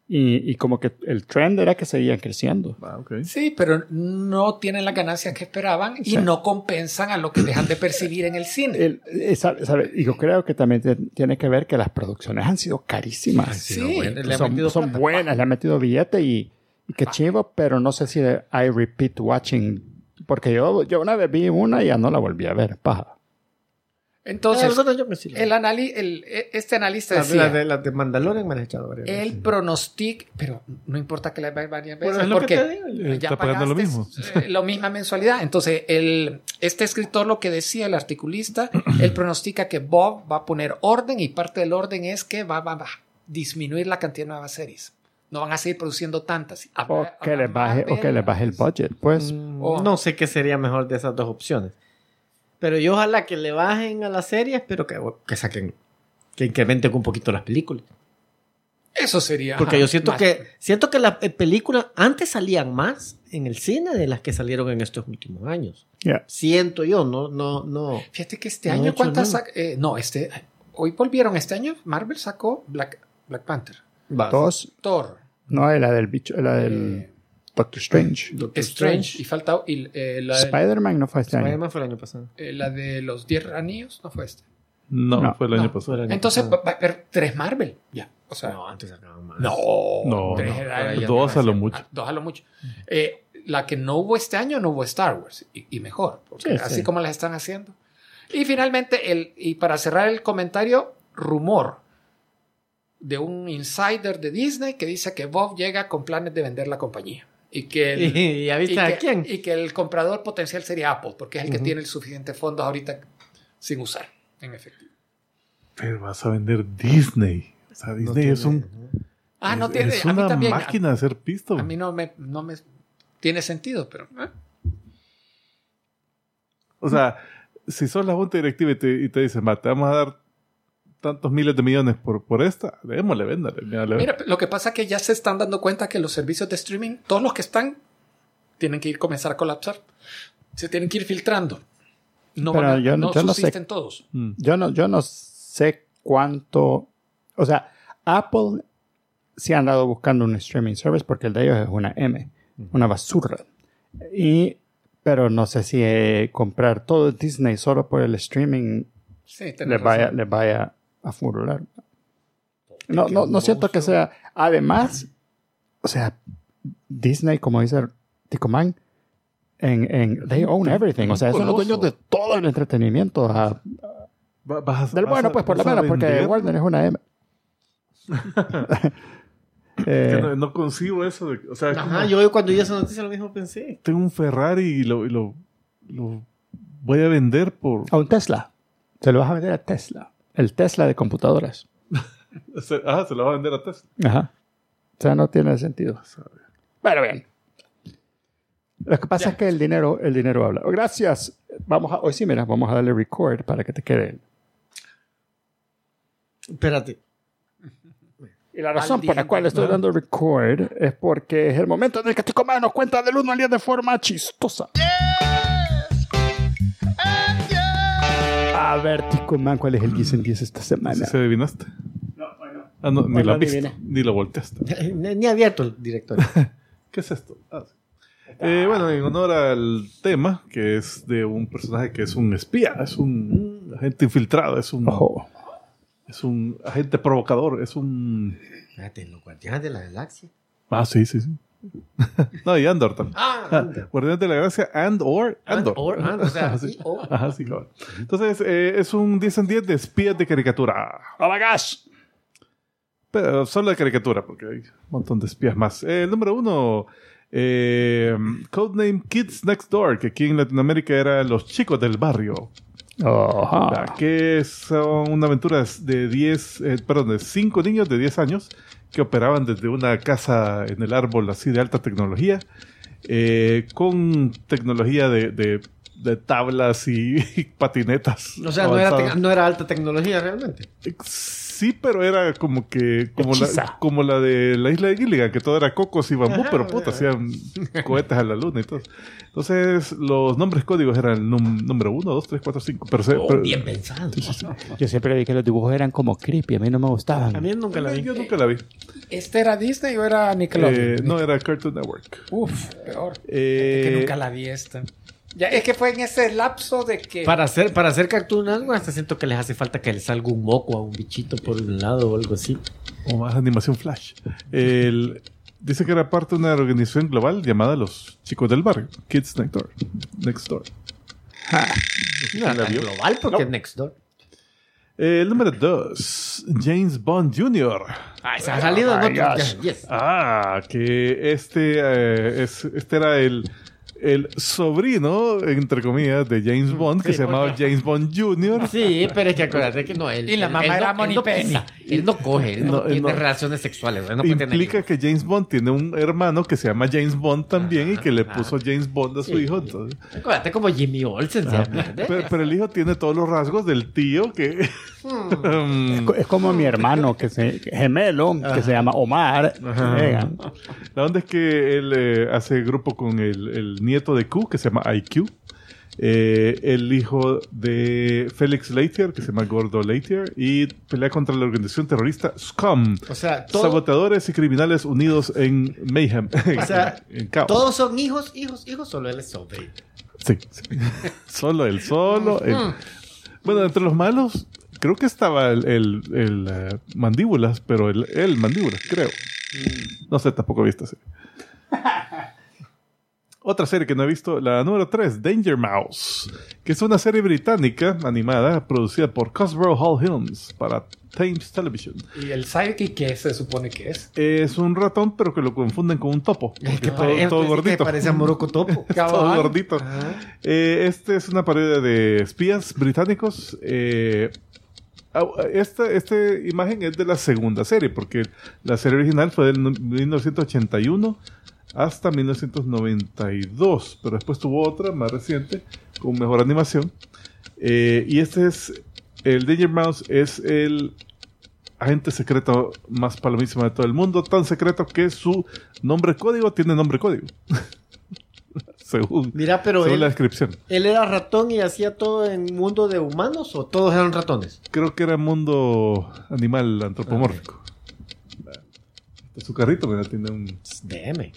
S1: Y, y como que el trend era que seguían creciendo.
S2: Ah, ok.
S6: Sí, pero no tienen las ganancias que esperaban y
S1: Sí.
S6: no compensan a lo que dejan de percibir en el cine.
S1: El- eh, sabe- sabe, y yo creo que también te- tiene que ver que las producciones han sido carísimas.
S6: Sí,
S3: no, bueno, le ha
S1: son
S3: metido
S1: son
S3: plata.
S1: buenas, le han metido billete y, y qué chivo, pero no sé si de I repeat watching. Porque yo, yo una vez vi una y ya no la volví a ver, paja.
S6: Entonces,
S3: Algunas Ah, yo me sí las-
S6: el anali- el- e- este analista
S3: las de, las
S6: decía,
S3: de, las de Mandalorian me las he echado varias veces.
S6: el pronostic, pero no importa que la vean varias
S3: Bueno,
S6: veces
S3: es lo que
S6: porque
S3: te digo.
S2: Eh, está pagando lo mismo.
S6: eh, lo misma mensualidad. Entonces, el, este escritor lo que decía, el articulista, él pronostica que Bob va a poner orden y parte del orden es que va, va- va a disminuir la cantidad de nuevas series. No van a seguir produciendo tantas. Habrá-
S1: O que
S6: habrá
S1: les baje, o
S6: Marvel,
S1: que les baje el budget, pues.
S3: Mm,
S6: o-
S3: No sé qué sería mejor de esas dos opciones. Pero yo ojalá que le bajen a las series, pero que, que saquen, que incrementen un poquito las películas.
S6: Eso sería.
S3: Porque
S6: ajá,
S3: yo siento
S6: más-
S3: que siento que las eh, películas antes salían más en el cine de las que salieron en estos últimos años.
S1: Yeah.
S3: Siento yo, no, no, no.
S6: Fíjate que este
S3: No he
S6: año,
S3: hecho
S6: ¿cuántas
S3: nada.
S6: sac- eh, no, este. Hoy volvieron este año. Marvel sacó Black, Black Panther,
S3: Va.
S1: Dos,
S6: Thor,
S1: no, la del bicho, la del
S6: eh,
S1: Doctor Strange.
S3: Doctor
S6: Strange y falta y, eh, la,
S1: Spider-Man no fue este año.
S3: Spider-Man fue el año pasado.
S6: eh, la de los 10 anillos, no fue este.
S2: No,
S1: No.
S2: fue el año
S6: No.
S2: pasado.
S3: Fue el año
S6: Entonces,
S3: pasado.
S6: va- va a haber tres Marvel. Ya. O sea,
S3: no, antes sacaban más.
S6: No,
S2: No,
S6: tres
S2: no.
S6: era-
S2: Dos a lo mucho.
S6: Ah, Dos a lo mucho. Eh, la que no hubo este año no hubo Star Wars y, y mejor, porque
S3: Sí,
S6: así
S3: sí.
S6: como las están haciendo. Y finalmente, el, y para cerrar el comentario, rumor de un insider de Disney que dice que Bob llega con planes de vender la compañía y que el,
S3: ¿Y ya
S6: y
S3: viste
S6: que-
S3: a quién?
S6: y que el comprador potencial sería Apple, porque es el que
S3: Ujú.
S6: tiene el suficiente fondos ahorita sin usar, en efectivo.
S2: Pero vas a vender Disney. O sea, Disney
S3: No tiene-
S2: es un...
S6: Ah, no
S2: es-
S6: tiene.
S2: es
S6: a mí
S2: una
S6: también. a-
S2: máquina de hacer pisto.
S6: A mí no me, no me tiene sentido, pero ¿eh?
S2: O sea, si sos la junta directiva y te, y te dicen, va, te vamos a dar tantos miles de millones por, por esta, démosle, véndale. véndale.
S6: mira, lo que pasa es que ya se están dando cuenta que los servicios de streaming, todos los que están, tienen que ir comenzar a colapsar. Se tienen que ir filtrando. No,
S1: Pero
S6: van a-
S1: yo no-
S6: no
S1: yo no sé.
S6: subsisten todos.
S2: Mm.
S1: Yo no, yo no sé cuánto. O sea, Apple sí ha andado buscando un streaming service porque el de ellos es una M, una basura. Y, pero no sé si eh, comprar todo Disney solo por el streaming
S6: Sí, tenés
S1: les vaya,
S6: razón.
S1: les vaya a furular. No, no, no siento que sea. Además, o sea, Disney, como dice Tico Man, en, en, they own everything. O sea, son los dueños de todo el entretenimiento. a-
S2: Va- vas a-
S1: del
S2: vas
S1: bueno,
S2: a-
S1: pues por lo
S2: vas a
S1: menos, porque
S2: vender.
S1: Warner es una M.
S2: Que
S1: Eh,
S2: no, no concibo eso. de- o sea, es como,
S3: Ajá, yo cuando vi esa noticia lo mismo pensé.
S2: tengo un Ferrari y lo, y lo, lo voy a vender por...
S1: a un Tesla. Se lo vas a vender a Tesla. El Tesla de computadoras.
S2: se- ah, se lo va a vender a Tesla.
S1: Ajá. O sea, no tiene sentido. Pero bien. Lo que pasa
S6: Ya.
S1: es que el dinero, el dinero habla. Gracias. Vamos a, hoy sí, mira, vamos a darle record para que te quede
S3: Espérate.
S1: Y la razón por la
S4: Maldita.
S1: cual estoy
S4: Ajá.
S1: dando record es porque es el momento en el que Tico Mae nos cuenta del 1 al 10 de forma chistosa. A ver, Tico Man, ¿cuál es el 10 en 10 esta semana?
S2: ¿Sí se adivinaste? Ah, no, ni
S1: Hoy
S2: la
S1: lo
S2: viste,
S1: adiviné.
S2: ni la volteaste.
S3: Ni, ni abierto el director.
S2: ¿Qué es esto? Ah, sí. Eh, bueno, en honor al tema, que es de un personaje que es un espía, es un agente infiltrado, es un,
S1: Ojo.
S2: es un agente provocador, es un...
S3: Espérate, los guardianes de la galaxia.
S2: Ah, sí, sí, sí. no, y Andor también.
S3: Ah,
S2: Ah, Guardianes de la Gracia and or Andor.
S3: or, and, o sea,
S2: Así.
S3: y, o.
S2: Ajá, sí, claro. Entonces, eh, es un 10 en 10 de espías de caricatura.
S1: ¡Oh, my gosh!
S2: Pero solo de caricatura, porque hay un montón de espías más. Eh, el número uno, eh, Codename Kids Next Door, que aquí en Latinoamérica era Los Chicos del Barrio.
S1: Ajá.
S2: Ah, Que son una aventura de 10, eh, perdón, de 5 niños de 10 años que operaban desde una casa en el árbol así de alta tecnología, eh, con tecnología de, de- de tablas y, y patinetas.
S3: O sea, no era,
S2: avanzadas.
S3: tec- no era alta tecnología realmente.
S2: Sí, pero era como que. Como
S1: Hechiza.
S2: la, como la de la isla de Gilligan, que todo era cocos y bambú,
S3: Ajá,
S2: pero puta,
S3: o sea.
S2: hacían cohetes a la luna y todo. Entonces, los nombres códigos eran el num- número 1, 2, 3, 4, 5. Pero, se- pero-
S3: Bien pensado.
S1: Yo siempre vi que los dibujos eran como creepy, a mí no me gustaban.
S3: A mí nunca la vi.
S2: Yo nunca la vi.
S4: ¿Este era Disney o era Nickelodeon?
S2: Eh, no, era Cartoon Network.
S4: Uf, peor.
S2: Eh,
S4: que nunca la vi esta. Ya, es que fue en ese lapso de que.
S3: Para hacer, para hacer Cartoon Network, hasta siento que les hace falta que les salga un moco a un bichito por un lado o algo así.
S2: O más animación flash. El- dice que era parte de una organización global llamada Los Chicos del Barrio, Kids Next Door. Next Door.
S3: No,
S2: la
S3: tan
S2: vio?
S3: global porque es Next Door.
S2: Eh, el número 2, James Bond Jr.
S3: Ah, se ha salido en
S1: my
S3: otros
S1: gosh.
S3: 10.
S2: Ah, que este, eh, es, este era el, el sobrino, entre comillas, de James Bond, que
S3: Mm, Sí,
S2: se llamaba
S3: porque-
S2: James Bond Jr.
S3: Sí, pero es que acuérdate que no él.
S4: Y la
S3: él-
S4: mamá
S3: él no-
S4: era
S3: él no
S4: Moni Penny.
S3: pisa, Él no coge, él no,
S2: No, él
S3: tiene
S2: no-
S3: relaciones sexuales. Él no puede tener
S2: Implica
S3: hijos.
S2: que James Bond tiene un hermano que se llama James Bond también y que le
S3: Ajá.
S2: puso James Bond a su
S3: Sí.
S2: hijo. entonces-
S3: Acuérdate como Jimmy Olsen. ¿se acuerda?
S2: Ah, pero, pero el hijo tiene todos los rasgos del tío que...
S3: Hmm.
S2: Um,
S1: Es, co- es como mi hermano, que se, gemelo, que se llama Omar. Venga.
S2: La onda es que él eh, hace grupo con el, el nieto de Q, que se llama IQ. eh, el hijo de Félix Leitier, que se llama Gordo Leitier. Y pelea contra la organización terrorista SCUM.
S3: O sea, todo-
S2: Saboteadores y criminales unidos en mayhem.
S3: O sea,
S2: en caos.
S3: todos son hijos, hijos, hijos, solo él es sobrino.
S2: Sí, sí. solo él, solo él. Bueno, entre los malos, creo que estaba el, el, el, eh, mandíbulas, pero el, el mandíbulas, creo. No sé, tampoco he visto esa serie. Otra serie que no he visto, la número 3, Danger Mouse, que es una serie británica animada producida por Cosgrove Hall Films para Thames Television.
S4: ¿Y el sidekick qué se supone que es?
S2: Es un ratón, pero que lo confunden con un topo. porque todo, todo gordito.
S3: parece a Moroco Topo.
S2: Todo gordito.
S3: Ah.
S2: Eh, este es una parodia de espías británicos. Eh, au- esta, esta imagen es de la segunda serie, porque la serie original fue del nu- 1981 hasta 1992, pero después tuvo otra más reciente con mejor animación. Eh, y este es, el Danger Mouse es el agente secreto más palomísimo de todo el mundo, tan secreto que su nombre código tiene nombre código. Según
S3: Mira, pero
S2: según la
S3: él,
S2: descripción.
S3: él era ratón y hacía todo en mundo de humanos o todos eran ratones.
S2: Creo que era mundo animal antropomórfico. Este es Su carrito, mira, tiene un
S3: DM.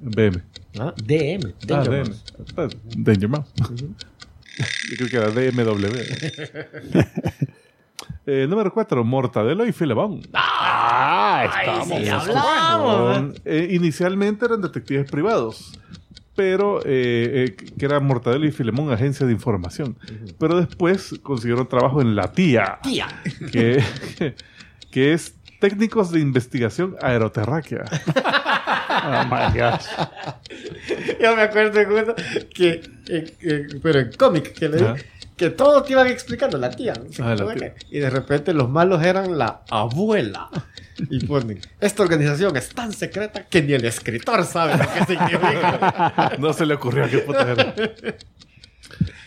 S2: BM.
S3: ¿no? DM.
S2: Ah,
S3: Danger
S2: DM.
S3: Mouse.
S2: Ah, Danger Mouse. Yo creo que era DMW. Eh, número 4, Mortadelo y Filemón.
S1: Ah, estamos.
S3: sí, hablamos.
S2: Con- eh, inicialmente eran detectives privados, pero eh, eh, que eran Mortadelo y Filemón, agencia de información. Pero después consiguieron trabajo en La Tía.
S3: Tía.
S2: que, que es técnicos de investigación aeroterráquea.
S1: Oh, my gosh.
S3: Yo me acuerdo justo que, eh, eh, pero en cómic, que, le-
S2: Ajá.
S3: que todo te iban explicando, la tía. ¿no?
S2: Ah, la tía.
S3: Y de repente los malos eran la abuela. Y ponen, esta organización es tan secreta que ni el
S2: Ah,
S3: escritor sabe lo que significa.
S2: No se le ocurrió a qué puta era.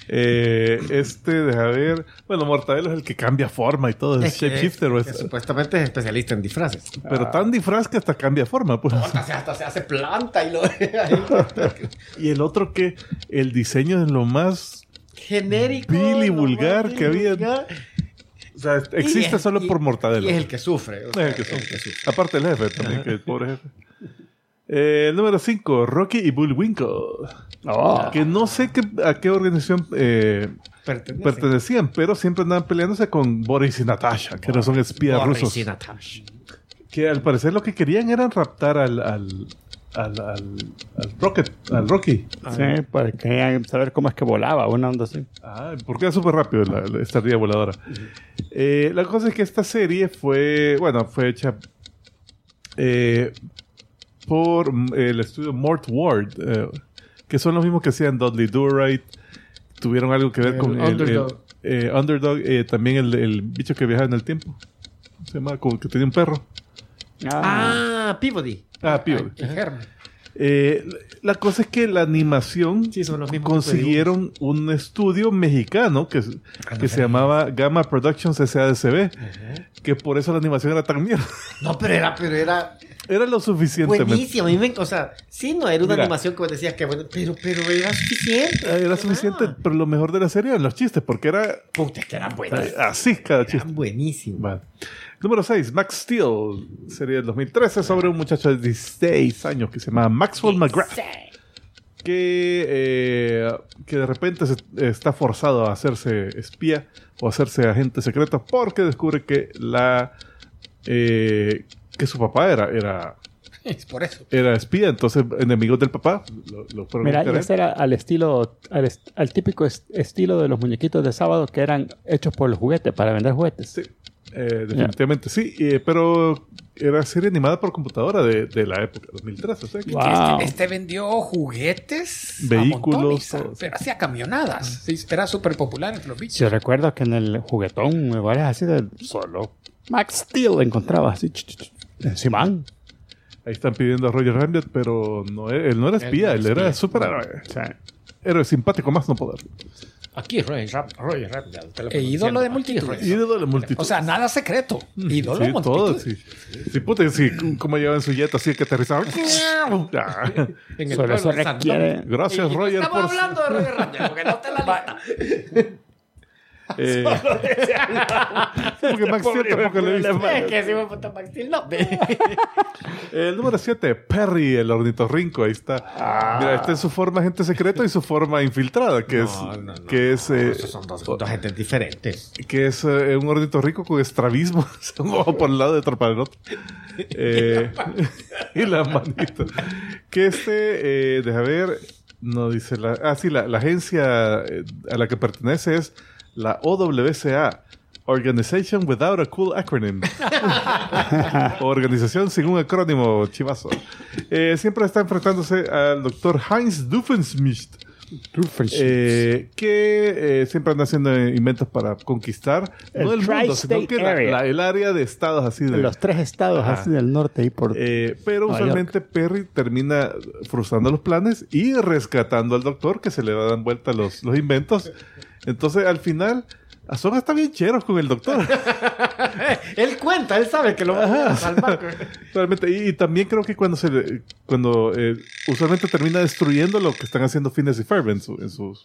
S2: Eh, este, deja ver. Bueno, Mortadelo es el que cambia forma y todo. Es, shapeshifter.
S3: Que-
S2: pues.
S3: que supuestamente es especialista en disfraces.
S2: Pero tan disfraz que hasta cambia forma. Pues.
S3: Hasta se, hasta se hace planta y lo
S2: Y el otro que el diseño es lo más...
S3: genérico.
S2: Vil y
S3: lo más
S2: vulgar que había.
S3: vulgar.
S2: O sea, existe
S3: Y-
S2: solo
S3: y-
S2: por Mortadelo.
S3: Y es el que sufre. o
S2: Es
S3: sea,
S2: el que
S3: es
S2: son.
S3: el que sufre.
S2: Aparte el jefe también, que pobre jefe. Eh, número 5, Rocky y Bullwinkle.
S1: Oh.
S2: Que no sé qué- a qué organización eh,
S3: Pertenece.
S2: pertenecían, pero siempre andaban peleándose con Boris y Natasha, que eran son espías
S3: Boris
S2: rusos.
S3: y Natasha.
S2: Que al parecer lo que querían era raptar al, al, al, al- al Rocket, al Rocky.
S1: Sí, para que querían saber cómo es que volaba, una onda así.
S2: Ah, porque era súper rápido la, la- esta ardilla voladora. Eh, la cosa es que esta serie fue, bueno, fue hecha eh, por mm, el estudio Mort Ward, eh, que son los mismos que hacían Dudley Do Right. Tuvieron algo que ver
S4: El
S2: con el- el,
S4: Underdog.
S2: eh, Underdog, eh, también el, el bicho que viajaba en el tiempo. Se llama como que tenía un perro.
S3: Ah, Peabody.
S2: Ah, Pío.
S4: El germen.
S2: Eh, la cosa es que la animación
S3: Sí, son los mismos.
S2: consiguieron un estudio mexicano que, que se llamaba Gamma Productions SADCB, que por eso la animación era tan mierda.
S3: ¿eh? No, pero era, pero era
S2: Era lo suficientemente.
S3: buenísimo. A mí me, o sea, sí, no, era una
S2: Mira. Ah,
S3: animación que vos decías que bueno, pero, pero era suficiente. Ah.
S2: Era suficiente, pero lo mejor de la serie eran los chistes, porque era
S3: Puta, es que eran buenas.
S2: eh, así cada chiste.
S3: Eran buenísimas.
S2: Vale. Número 6, Max Steel, serie del 2013, sobre un muchacho de 16 años que se llama Maxwell McGrath. que, eh, que de repente se- está forzado a hacerse espía o hacerse agente secreto porque descubre que la eh, que su papá era era
S4: Es por eso.
S2: era espía entonces enemigos del papá lo, lo fueron a
S1: Mira, y este?
S2: internet.
S1: ese era al estilo, al, est- al típico est- estilo de los muñequitos de sábado que eran hechos por los juguetes, para vender juguetes.
S2: Sí, eh, definitivamente sí eh, pero era serie animada por computadora de, de la época 2013 o sea que-
S1: Wow.
S4: Que
S1: Ah.
S4: Este, este vendió juguetes, a
S2: Vehículos,
S4: montones,
S2: todo.
S4: pero hacía
S1: Ah.
S4: camionadas. Sí, era súper popular entre los bichos.
S1: Yo recuerdo que en el juguetón, me varias así de solo. Max Steel encontraba así. ch, ch, ch, Encima.
S2: ahí están pidiendo a Roger Rambert pero no e- él no era espía él,
S4: no era
S2: era
S4: espía.
S2: súper héroe simpático más no poder
S3: Aquí Roger Rap, Roger Rap, ya, te lo
S4: E ídolo de multitudes.
S2: ídolo de la multitud
S4: O sea, nada secreto.
S2: Y
S4: Ídolo de
S2: sí, todo,
S4: multitudes.
S2: sí. Sí, puta, sí, c- cómo llevan su jet así que aterrizaban. Ah,
S3: En el
S1: Solo eso
S3: pueblo de San Antonio.
S1: requiere.
S2: Gracias, Roger,
S4: Estamos
S2: por...
S4: hablando de Roger Rabbit, porque no te la lista.
S2: eh, porque Max Steel tampoco lo he visto.
S9: Es que si me puto Max Steel, no.
S2: El número 7, Perry, el ornitorrinco, ahí está.
S4: Ah.
S2: Mira, esta es su forma agente secreto y su forma infiltrada, que es...
S3: No, no, no.
S2: Que es, eh,
S3: Esos son dos, dos gentes diferentes.
S2: que es eh, un ornitorrinco con estrabismo, un ojo por un lado y otro para el otro. Eh, y la manito. Que este, eh, deja ver, no dice la. Ah, sí, la, la agencia eh, a la que pertenece es la OWCA. Organization Without a Cool Acronym. O Organización sin un acrónimo, chivazo. Eh, siempre está enfrentándose al doctor Heinz Doofenshmirtz, eh, que eh, siempre anda haciendo eh, inventos para conquistar
S1: El
S2: no el mundo,
S1: tri-state
S2: sino que la-
S1: area.
S2: la- el área de estados así de.
S1: Los tres estados
S2: Ajá.
S1: así del norte y por.
S2: Eh, pero
S1: Nueva
S2: usualmente Perry termina frustrando los planes y rescatando al doctor que se le dan vuelta los, los inventos. Entonces, al final, Azoka está bien cheros con el doctor.
S3: Él cuenta, él sabe que lo va a salvar.
S2: Realmente, y, y también creo que cuando se le- cuando eh, usualmente termina destruyendo lo que están haciendo Phineas y Ferb en su, en su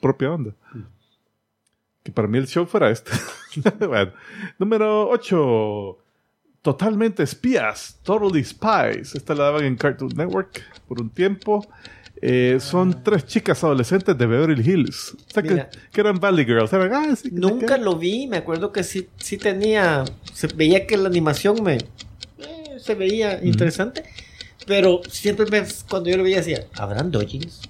S2: propia onda. Que para mí el show fuera este. Bueno. Número 8. Totalmente espías. Totally Spies. Esta la daban en Cartoon Network por un tiempo. Eh, son tres chicas adolescentes de Beverly Hills. O sea, que,
S3: Mira.
S2: que eran Valley Girls. Eran, ah, sí, que sé
S3: Nunca
S2: qué.
S3: lo vi, me acuerdo que sí, sí tenía, se veía que la animación me eh, se veía interesante, pero siempre me- cuando yo lo veía decía, ¿habrán dojins?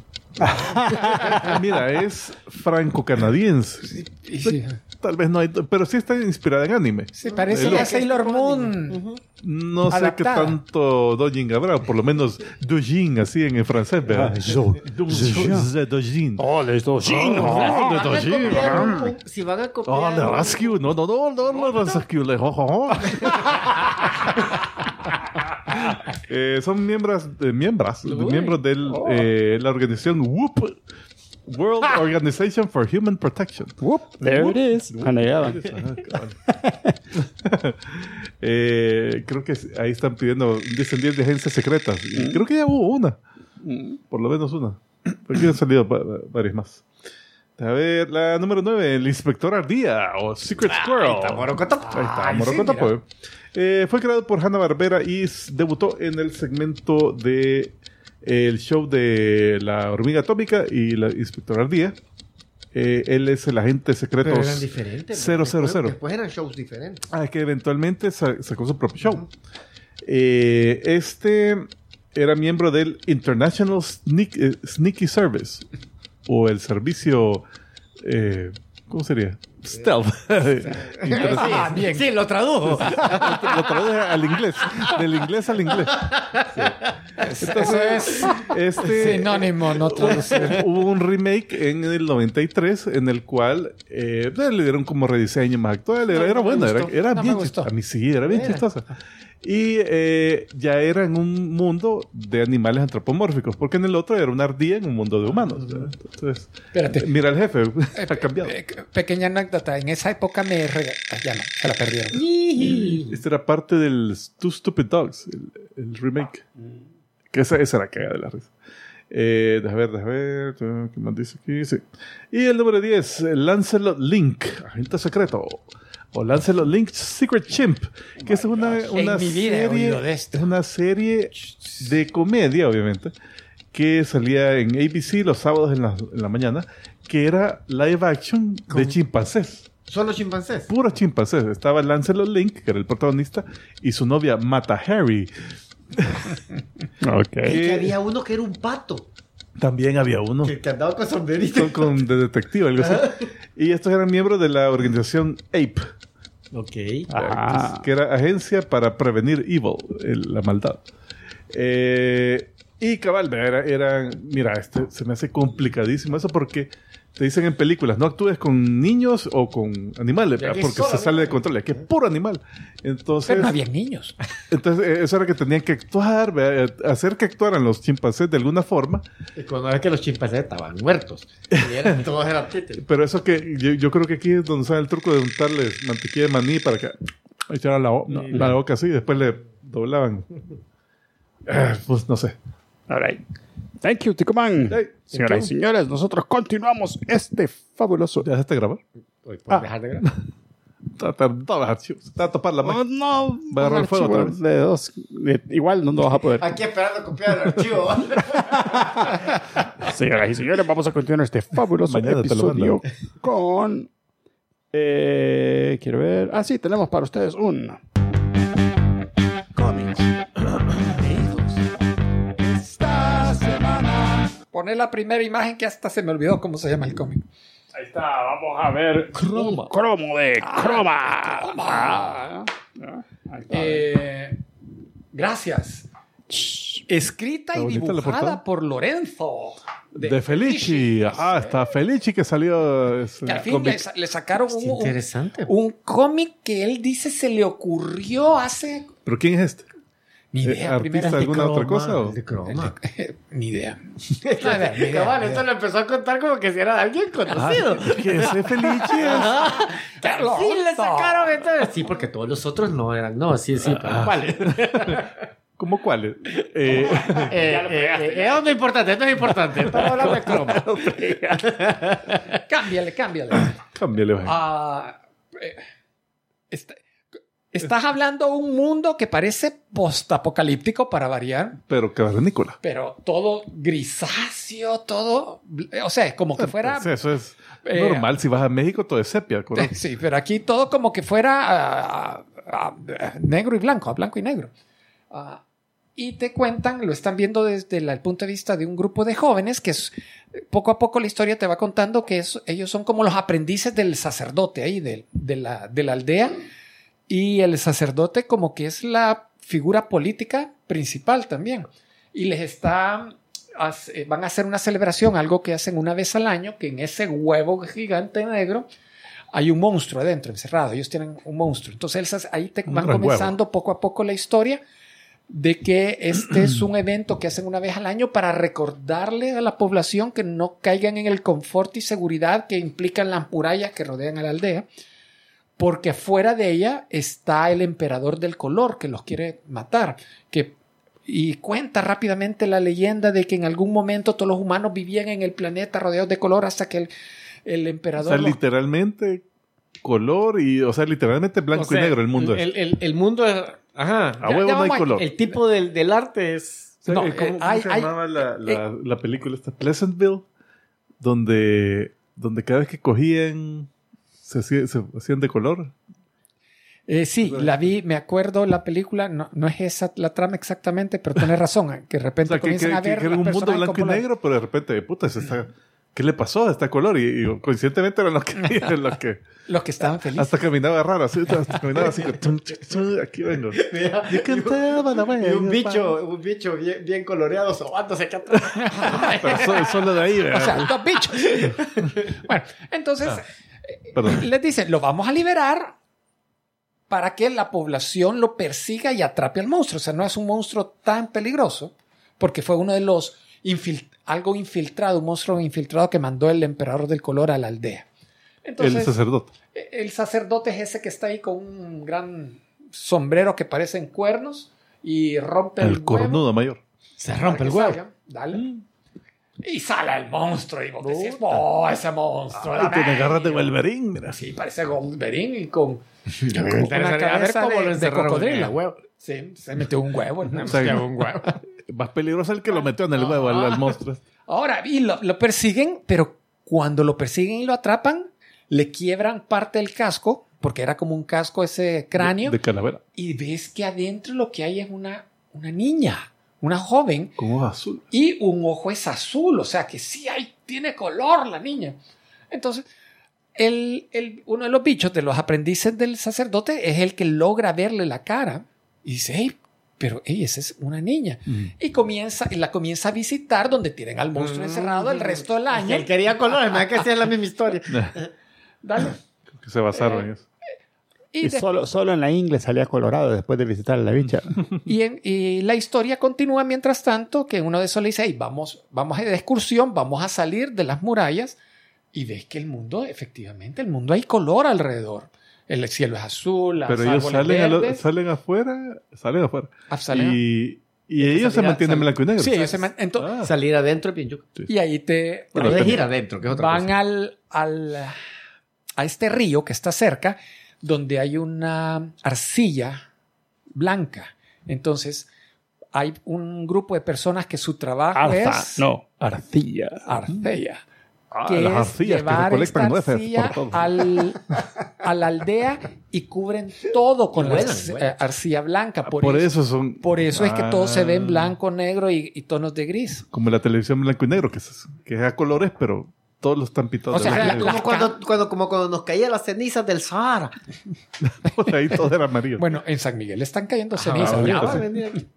S2: Ah, Mira, es franco-canadiense.
S4: Y sí.
S2: Tal vez no hay, pero sí está inspirada en anime.
S4: Sí, parece
S2: Lo-
S4: a Sailor Moon.
S3: Ujú.
S2: No sé qué
S4: Adaptada.
S2: tanto Dojin habrá, o por lo menos Dojin, así en el francés, ¿verdad? Dojin. Dojin.
S1: Oh, les dos.
S10: Ah,
S2: Oh, le
S3: Van a
S2: Dojin.
S3: copiar un-
S2: ah,
S3: un- Si van a copiar...
S2: Oh, le rescue. No, no, no, no, le rescue. Le ho, ho, ho.
S4: Oh.
S2: Eh, son miembros, de, miembros, de- miembros de la organización eh, Whoop. World Organization for Human Protection.
S1: Whoop, there
S2: Whoop.
S1: it is. Anegada.
S2: Ajá, cabal. Eh, creo que ahí están pidiendo, dicen 10 de agencias secretas. Y creo que ya hubo una. Por lo menos una. Porque han salido va- va- varias más. A ver, la número 9, el inspector Ardía o Secret Squirrel.
S4: Ah, está Morocotopo.
S2: Ahí está,
S4: Ay, sí,
S2: Morocotopo,
S4: mira.
S2: eh. Eh, fue creado por Hanna Barbera y s- debutó en el segmento de eh, el show de la hormiga atómica y la inspector Ardía. Eh, él es el agente secreto.
S10: Pero eran diferentes.
S2: Cero,
S10: después-
S2: cero, cero.
S10: Después eran shows diferentes.
S2: Ah, que eventualmente sa- sacó su propio show. Eh, este era miembro del International Sneak- eh, Sneaky Service. O el servicio. eh, ¿Cómo sería? Stealth. Inter-
S10: Ah, bien. Sí, lo tradujo.
S2: Lo traduje al inglés. Del inglés al inglés. Sí. Entonces, este,
S6: Sinónimo, no traducir.
S2: Hubo un remake en el 93 en el cual eh, le dieron como rediseño más actual. Era,
S6: No,
S2: era
S6: no me
S2: bueno, era,
S6: gustó.
S2: era
S6: No me
S2: bien
S6: gustó.
S2: chistosa. A mí sí, era bien chistosa. Y eh, ya era en un mundo de animales antropomórficos, porque en el otro era una ardilla en un mundo de humanos. ¿verdad? Entonces,
S6: Espérate.
S2: mira el jefe,
S6: Eh,
S2: ha cambiado.
S6: eh, pequeña anécdota. En esa época me rega- ah, ya no, se la perdieron.
S2: Este era parte del Two Stupid Dogs, el, el remake.
S6: Mm.
S2: Que esa, esa era cagada de la risa. Eh, déjame ver, déjame ver. eh, ¿Qué más dice aquí? Sí. Y el número 10, eh, Lancelot Link, agente secreto. O Lancelot Link Secret Chimp. Que es una, una
S6: En mi vida
S2: serie.
S6: he oído de esto.
S2: Es una serie de comedia, obviamente. Que salía en ABC los sábados en la, en la mañana. Que era live action de chimpancés
S10: Solo chimpancés.
S2: puros chimpancés. Estaba Lancelot Link, que era el protagonista, y su novia Mata Harry.
S1: Ok.
S10: Y
S2: Eh.
S10: que había uno que era un pato.
S2: También había uno
S10: Que, que andaba con sombrerito.
S2: con, con de detective, algo así. Y estos eran miembros de la organización APE,
S3: Ok.
S1: Ah.
S2: que era agencia para prevenir evil, el- la maldad. Eh, y cabal, era, eran- mira, este, se me hace complicadísimo eso porque te dicen en películas, no actúes con niños o con animales,
S4: Y aquí
S2: porque
S4: solo
S2: se sale de control, aquí es puro animal. Entonces,
S6: Pero no había niños.
S2: Entonces, eh, eso era que tenían que actuar, ¿verdad? Eh, hacer que actuaran los chimpancés de alguna forma.
S10: Y Cuando es que los chimpancés estaban muertos. Y eran todos eran títeres.
S2: Pero eso que yo, yo creo que aquí es donde sale el truco de untarles mantequilla de maní para que echaran la, o- no, la boca así y después le doblaban. Eh, pues no sé.
S1: All right. Thank you, Ticomán.
S2: Hey,
S1: Señoras y señores, nosotros continuamos este fabuloso.
S2: ¿Ya dejaste grabar?
S10: Hoy por
S1: Ah.
S10: dejar de grabar.
S2: Te va a tar- te va a- te va a tapar la
S1: Oh,
S2: máquina.
S1: no,
S2: Va a agarrar
S1: un
S2: fuego otra
S1: archivo de dos. de- Igual no, no vas a poder.
S10: Aquí esperando copiar el archivo.
S1: Señoras y señores, vamos a continuar este fabuloso
S2: Mañana te lo
S1: episodio con. eh, quiero ver. Ah, sí, tenemos para ustedes un.
S6: Poné la primera imagen que hasta se me olvidó cómo se llama el cómic.
S1: Ahí está, vamos a ver. Croma. cromo de
S10: este
S1: croma. Ah, ahí está.
S6: Eh, gracias. Escrita
S2: Está
S6: y
S2: bonita la portada.
S6: dibujada por Lorenzo.
S2: De, Felici. Ah, está Felici que salió. es,
S6: Que al fin
S2: cómic.
S6: le, sa- le sacaron un, un,
S3: Interesante.
S6: un cómic que él dice se le ocurrió hace...
S2: ¿Pero quién es este?
S6: Ni
S2: Eh,
S6: idea,
S2: ¿Artista
S6: primera.
S2: alguna otra cosa? o?
S10: De croma.
S6: Ni idea. No, no, ni idea,
S3: Cabal,
S6: ni idea.
S3: esto lo empezó a contar como que si era de alguien conocido.
S2: Ah, Que ese Felici es.
S3: Ah, Sí, le sacaron entonces. Sí, porque todos los otros no eran. No, sí, sí. pero- Vale.
S2: ¿Cómo cuál? Eh,
S3: Eh, eh, eh, Eso no es importante, no es importante. Estamos hablando de croma.
S6: Cámbiale, cámbiale.
S2: cámbiale, vaya.
S6: Ah, eh, está- estás hablando un mundo que parece postapocalíptico para variar.
S2: Pero cavernícola.
S6: pero todo grisáceo, todo, bl- o sea, es como que fuera,
S2: Pues eso es
S6: eh,
S2: normal. Si vas a México, todo es sepia. correcto.
S6: sí, pero aquí todo como que fuera ah, ah, ah, negro y blanco, a blanco y negro. Ah, y te cuentan, lo están viendo desde la- el punto de vista de un grupo de jóvenes que es- poco a poco la historia te va contando que es- ellos son como los aprendices del sacerdote ahí, de, de la, de la aldea, y el sacerdote como que es la figura política principal también. Y les está, haz- eh, van a hacer una celebración, algo que hacen una vez al año, que en ese huevo gigante negro hay un monstruo adentro, encerrado. Ellos tienen un monstruo. Entonces el sac- ahí te
S2: Un
S6: van
S2: gran
S6: comenzando poco a poco la historia de que este es un evento que hacen una vez al año para recordarle a la población que no caigan en el confort y seguridad que implican las murallas que rodean a la aldea, porque afuera de ella está el emperador del color que los quiere matar, que y cuenta rápidamente la leyenda de que en algún momento todos los humanos vivían en el planeta rodeados de color hasta que el, el
S2: O
S6: emperador
S2: sea,
S6: los-
S2: literalmente color y, o sea, literalmente blanco
S3: O sea,
S2: y negro el mundo. es.
S3: El, el- el mundo es. Ajá.
S2: a
S6: ya-
S2: huevo
S6: ya
S2: no hay
S6: vamos a-
S2: color.
S3: El tipo del, del arte es.
S2: O sea,
S6: no,
S2: eh, ¿Cómo,
S6: eh,
S2: cómo
S6: hay-
S2: se
S6: hay-
S2: llamaba la, la- la película esta? Pleasantville, donde, donde cada vez que cogían se, hacía- se hacían de color.
S6: Eh, sí, la vi, me acuerdo la película, no, no es esa la trama exactamente, pero tienes razón, eh, que de
S2: O
S6: repente
S2: sea, que, que,
S6: comienzan a
S2: que-
S6: ver
S2: que era
S6: las
S2: un mundo
S6: personas
S2: blanco y
S6: como la-
S2: negro, pero de repente, puta, se está, ¿qué le pasó? Está color. Y, y coincidentemente eran los que, eran los que
S6: los que estaban felices.
S2: hasta caminaba raro, Ah, así, hasta caminaba así. tum, tum, tum, aquí vengo. Yo cantaba la
S3: Y un
S2: buena
S3: bicho, un bicho bien, bien coloreado sobándose acá atrás.
S2: pa- Pero solo, solo de ahí,
S6: o
S2: ¿verdad?
S6: sea, dos bichos. bueno,
S2: Ah.
S6: entonces
S2: Perdón.
S6: les dicen, lo vamos a liberar para que la población lo persiga y atrape al monstruo. O sea, no es un monstruo tan peligroso, porque fue uno de los infil- algo infiltrado, un monstruo infiltrado que mandó el emperador del color a la aldea.
S2: el
S6: Entonces, e-,
S2: sacerdote.
S6: El sacerdote es ese que está ahí con un gran sombrero que parecen cuernos y rompe el,
S2: El
S6: huevo
S2: cornudo mayor.
S10: Se
S6: para
S10: rompe
S6: que
S10: el huevo.
S6: salga. Dale. Y sale el monstruo y vos decís,
S10: Puta.
S6: "Oh, ese monstruo!
S2: Y te
S6: dame".
S2: agarras de Wolverine, mira.
S6: Sí, parece Wolverine y con, con
S10: A
S6: una
S10: ver
S6: cabeza
S10: cómo lo
S6: de, de
S10: encerraron en
S6: cocodrilo.
S10: el huevo.
S6: Sí, se metió un huevo. ¿no?
S2: O sea,
S10: Un huevo.
S2: más peligroso el que lo metió en el huevo al, al monstruo. este
S6: Ahora, y lo, lo persiguen, pero cuando lo persiguen y lo atrapan, le quiebran parte del casco, porque era como un casco ese cráneo.
S2: De, de calavera.
S6: y ves que adentro lo que hay es una, una niña, una joven,
S2: Con ojos azul.
S6: y un ojo es azul, o sea que sí hay, tiene color la niña. Entonces, el, el- uno de los bichos, de los aprendices del sacerdote, es el que logra verle la cara y dice, hey, pero hey, esa es una niña. Y comienza, y la comienza a visitar donde tienen al monstruo encerrado el resto del año.
S3: Él quería colores, me da Mm, que hacía la misma historia.
S6: Dale.
S2: Que se
S6: Eh,
S2: basaron en eso.
S6: Y
S1: Y
S6: de-
S1: solo, solo en la ingle salía colorado después de visitar a la bicha.
S6: Y, en- y la historia continúa mientras tanto, que uno de esos le dice, "Ey, vamos, vamos a ir de excursión, vamos a salir de las murallas, y ves que el mundo, efectivamente, el mundo hay color alrededor. El cielo es azul, las
S2: Pero ellos
S6: árboles
S2: salen, a lo-
S6: verdes,
S2: salen afuera. Salen afuera.
S6: ah, salen-
S2: Y, y ellos se
S6: salir a-
S2: mantienen en
S6: sal-
S2: blanco y negro.
S6: Sí, ellos se man- ento-
S2: Ah.
S3: Salir adentro es bien yuca.
S6: Y ahí te
S2: Bueno,
S10: Puedes
S2: pero-
S10: ir adentro, que es otra
S6: van
S10: cosa.
S6: al, al, a este río que está cerca, donde hay una arcilla blanca. Entonces, hay un grupo de personas que su trabajo es...
S1: no, arcilla.
S6: Arcilla.
S2: Ah,
S6: que
S2: las
S6: es
S2: arcillas que
S6: llevar esta
S2: recolectan nueces
S6: arcilla
S2: por todo.
S6: al, a la aldea y cubren todo con
S10: Y
S6: la
S10: vuelan,
S6: arci-
S10: vuelan.
S6: eh, arcilla blanca.
S2: Ah,
S6: Por,
S2: Por
S6: eso,
S2: eso son.
S6: por eso es que todo se ve en
S2: Ah.
S6: blanco, negro y, y tonos de gris.
S2: Como la televisión en blanco y negro, que es, que es a colores, pero todos los están pintados
S6: O sea,
S2: de blanco y
S6: la-
S2: negro.
S6: las
S3: Como cuando, cuando, como cuando nos caían las cenizas del Sahara.
S2: Puta, ahí todo era amarillo.
S6: Bueno, en San Miguel están cayendo
S2: Ah,
S6: cenizas.
S2: ahorita
S6: ahorita.
S2: sí.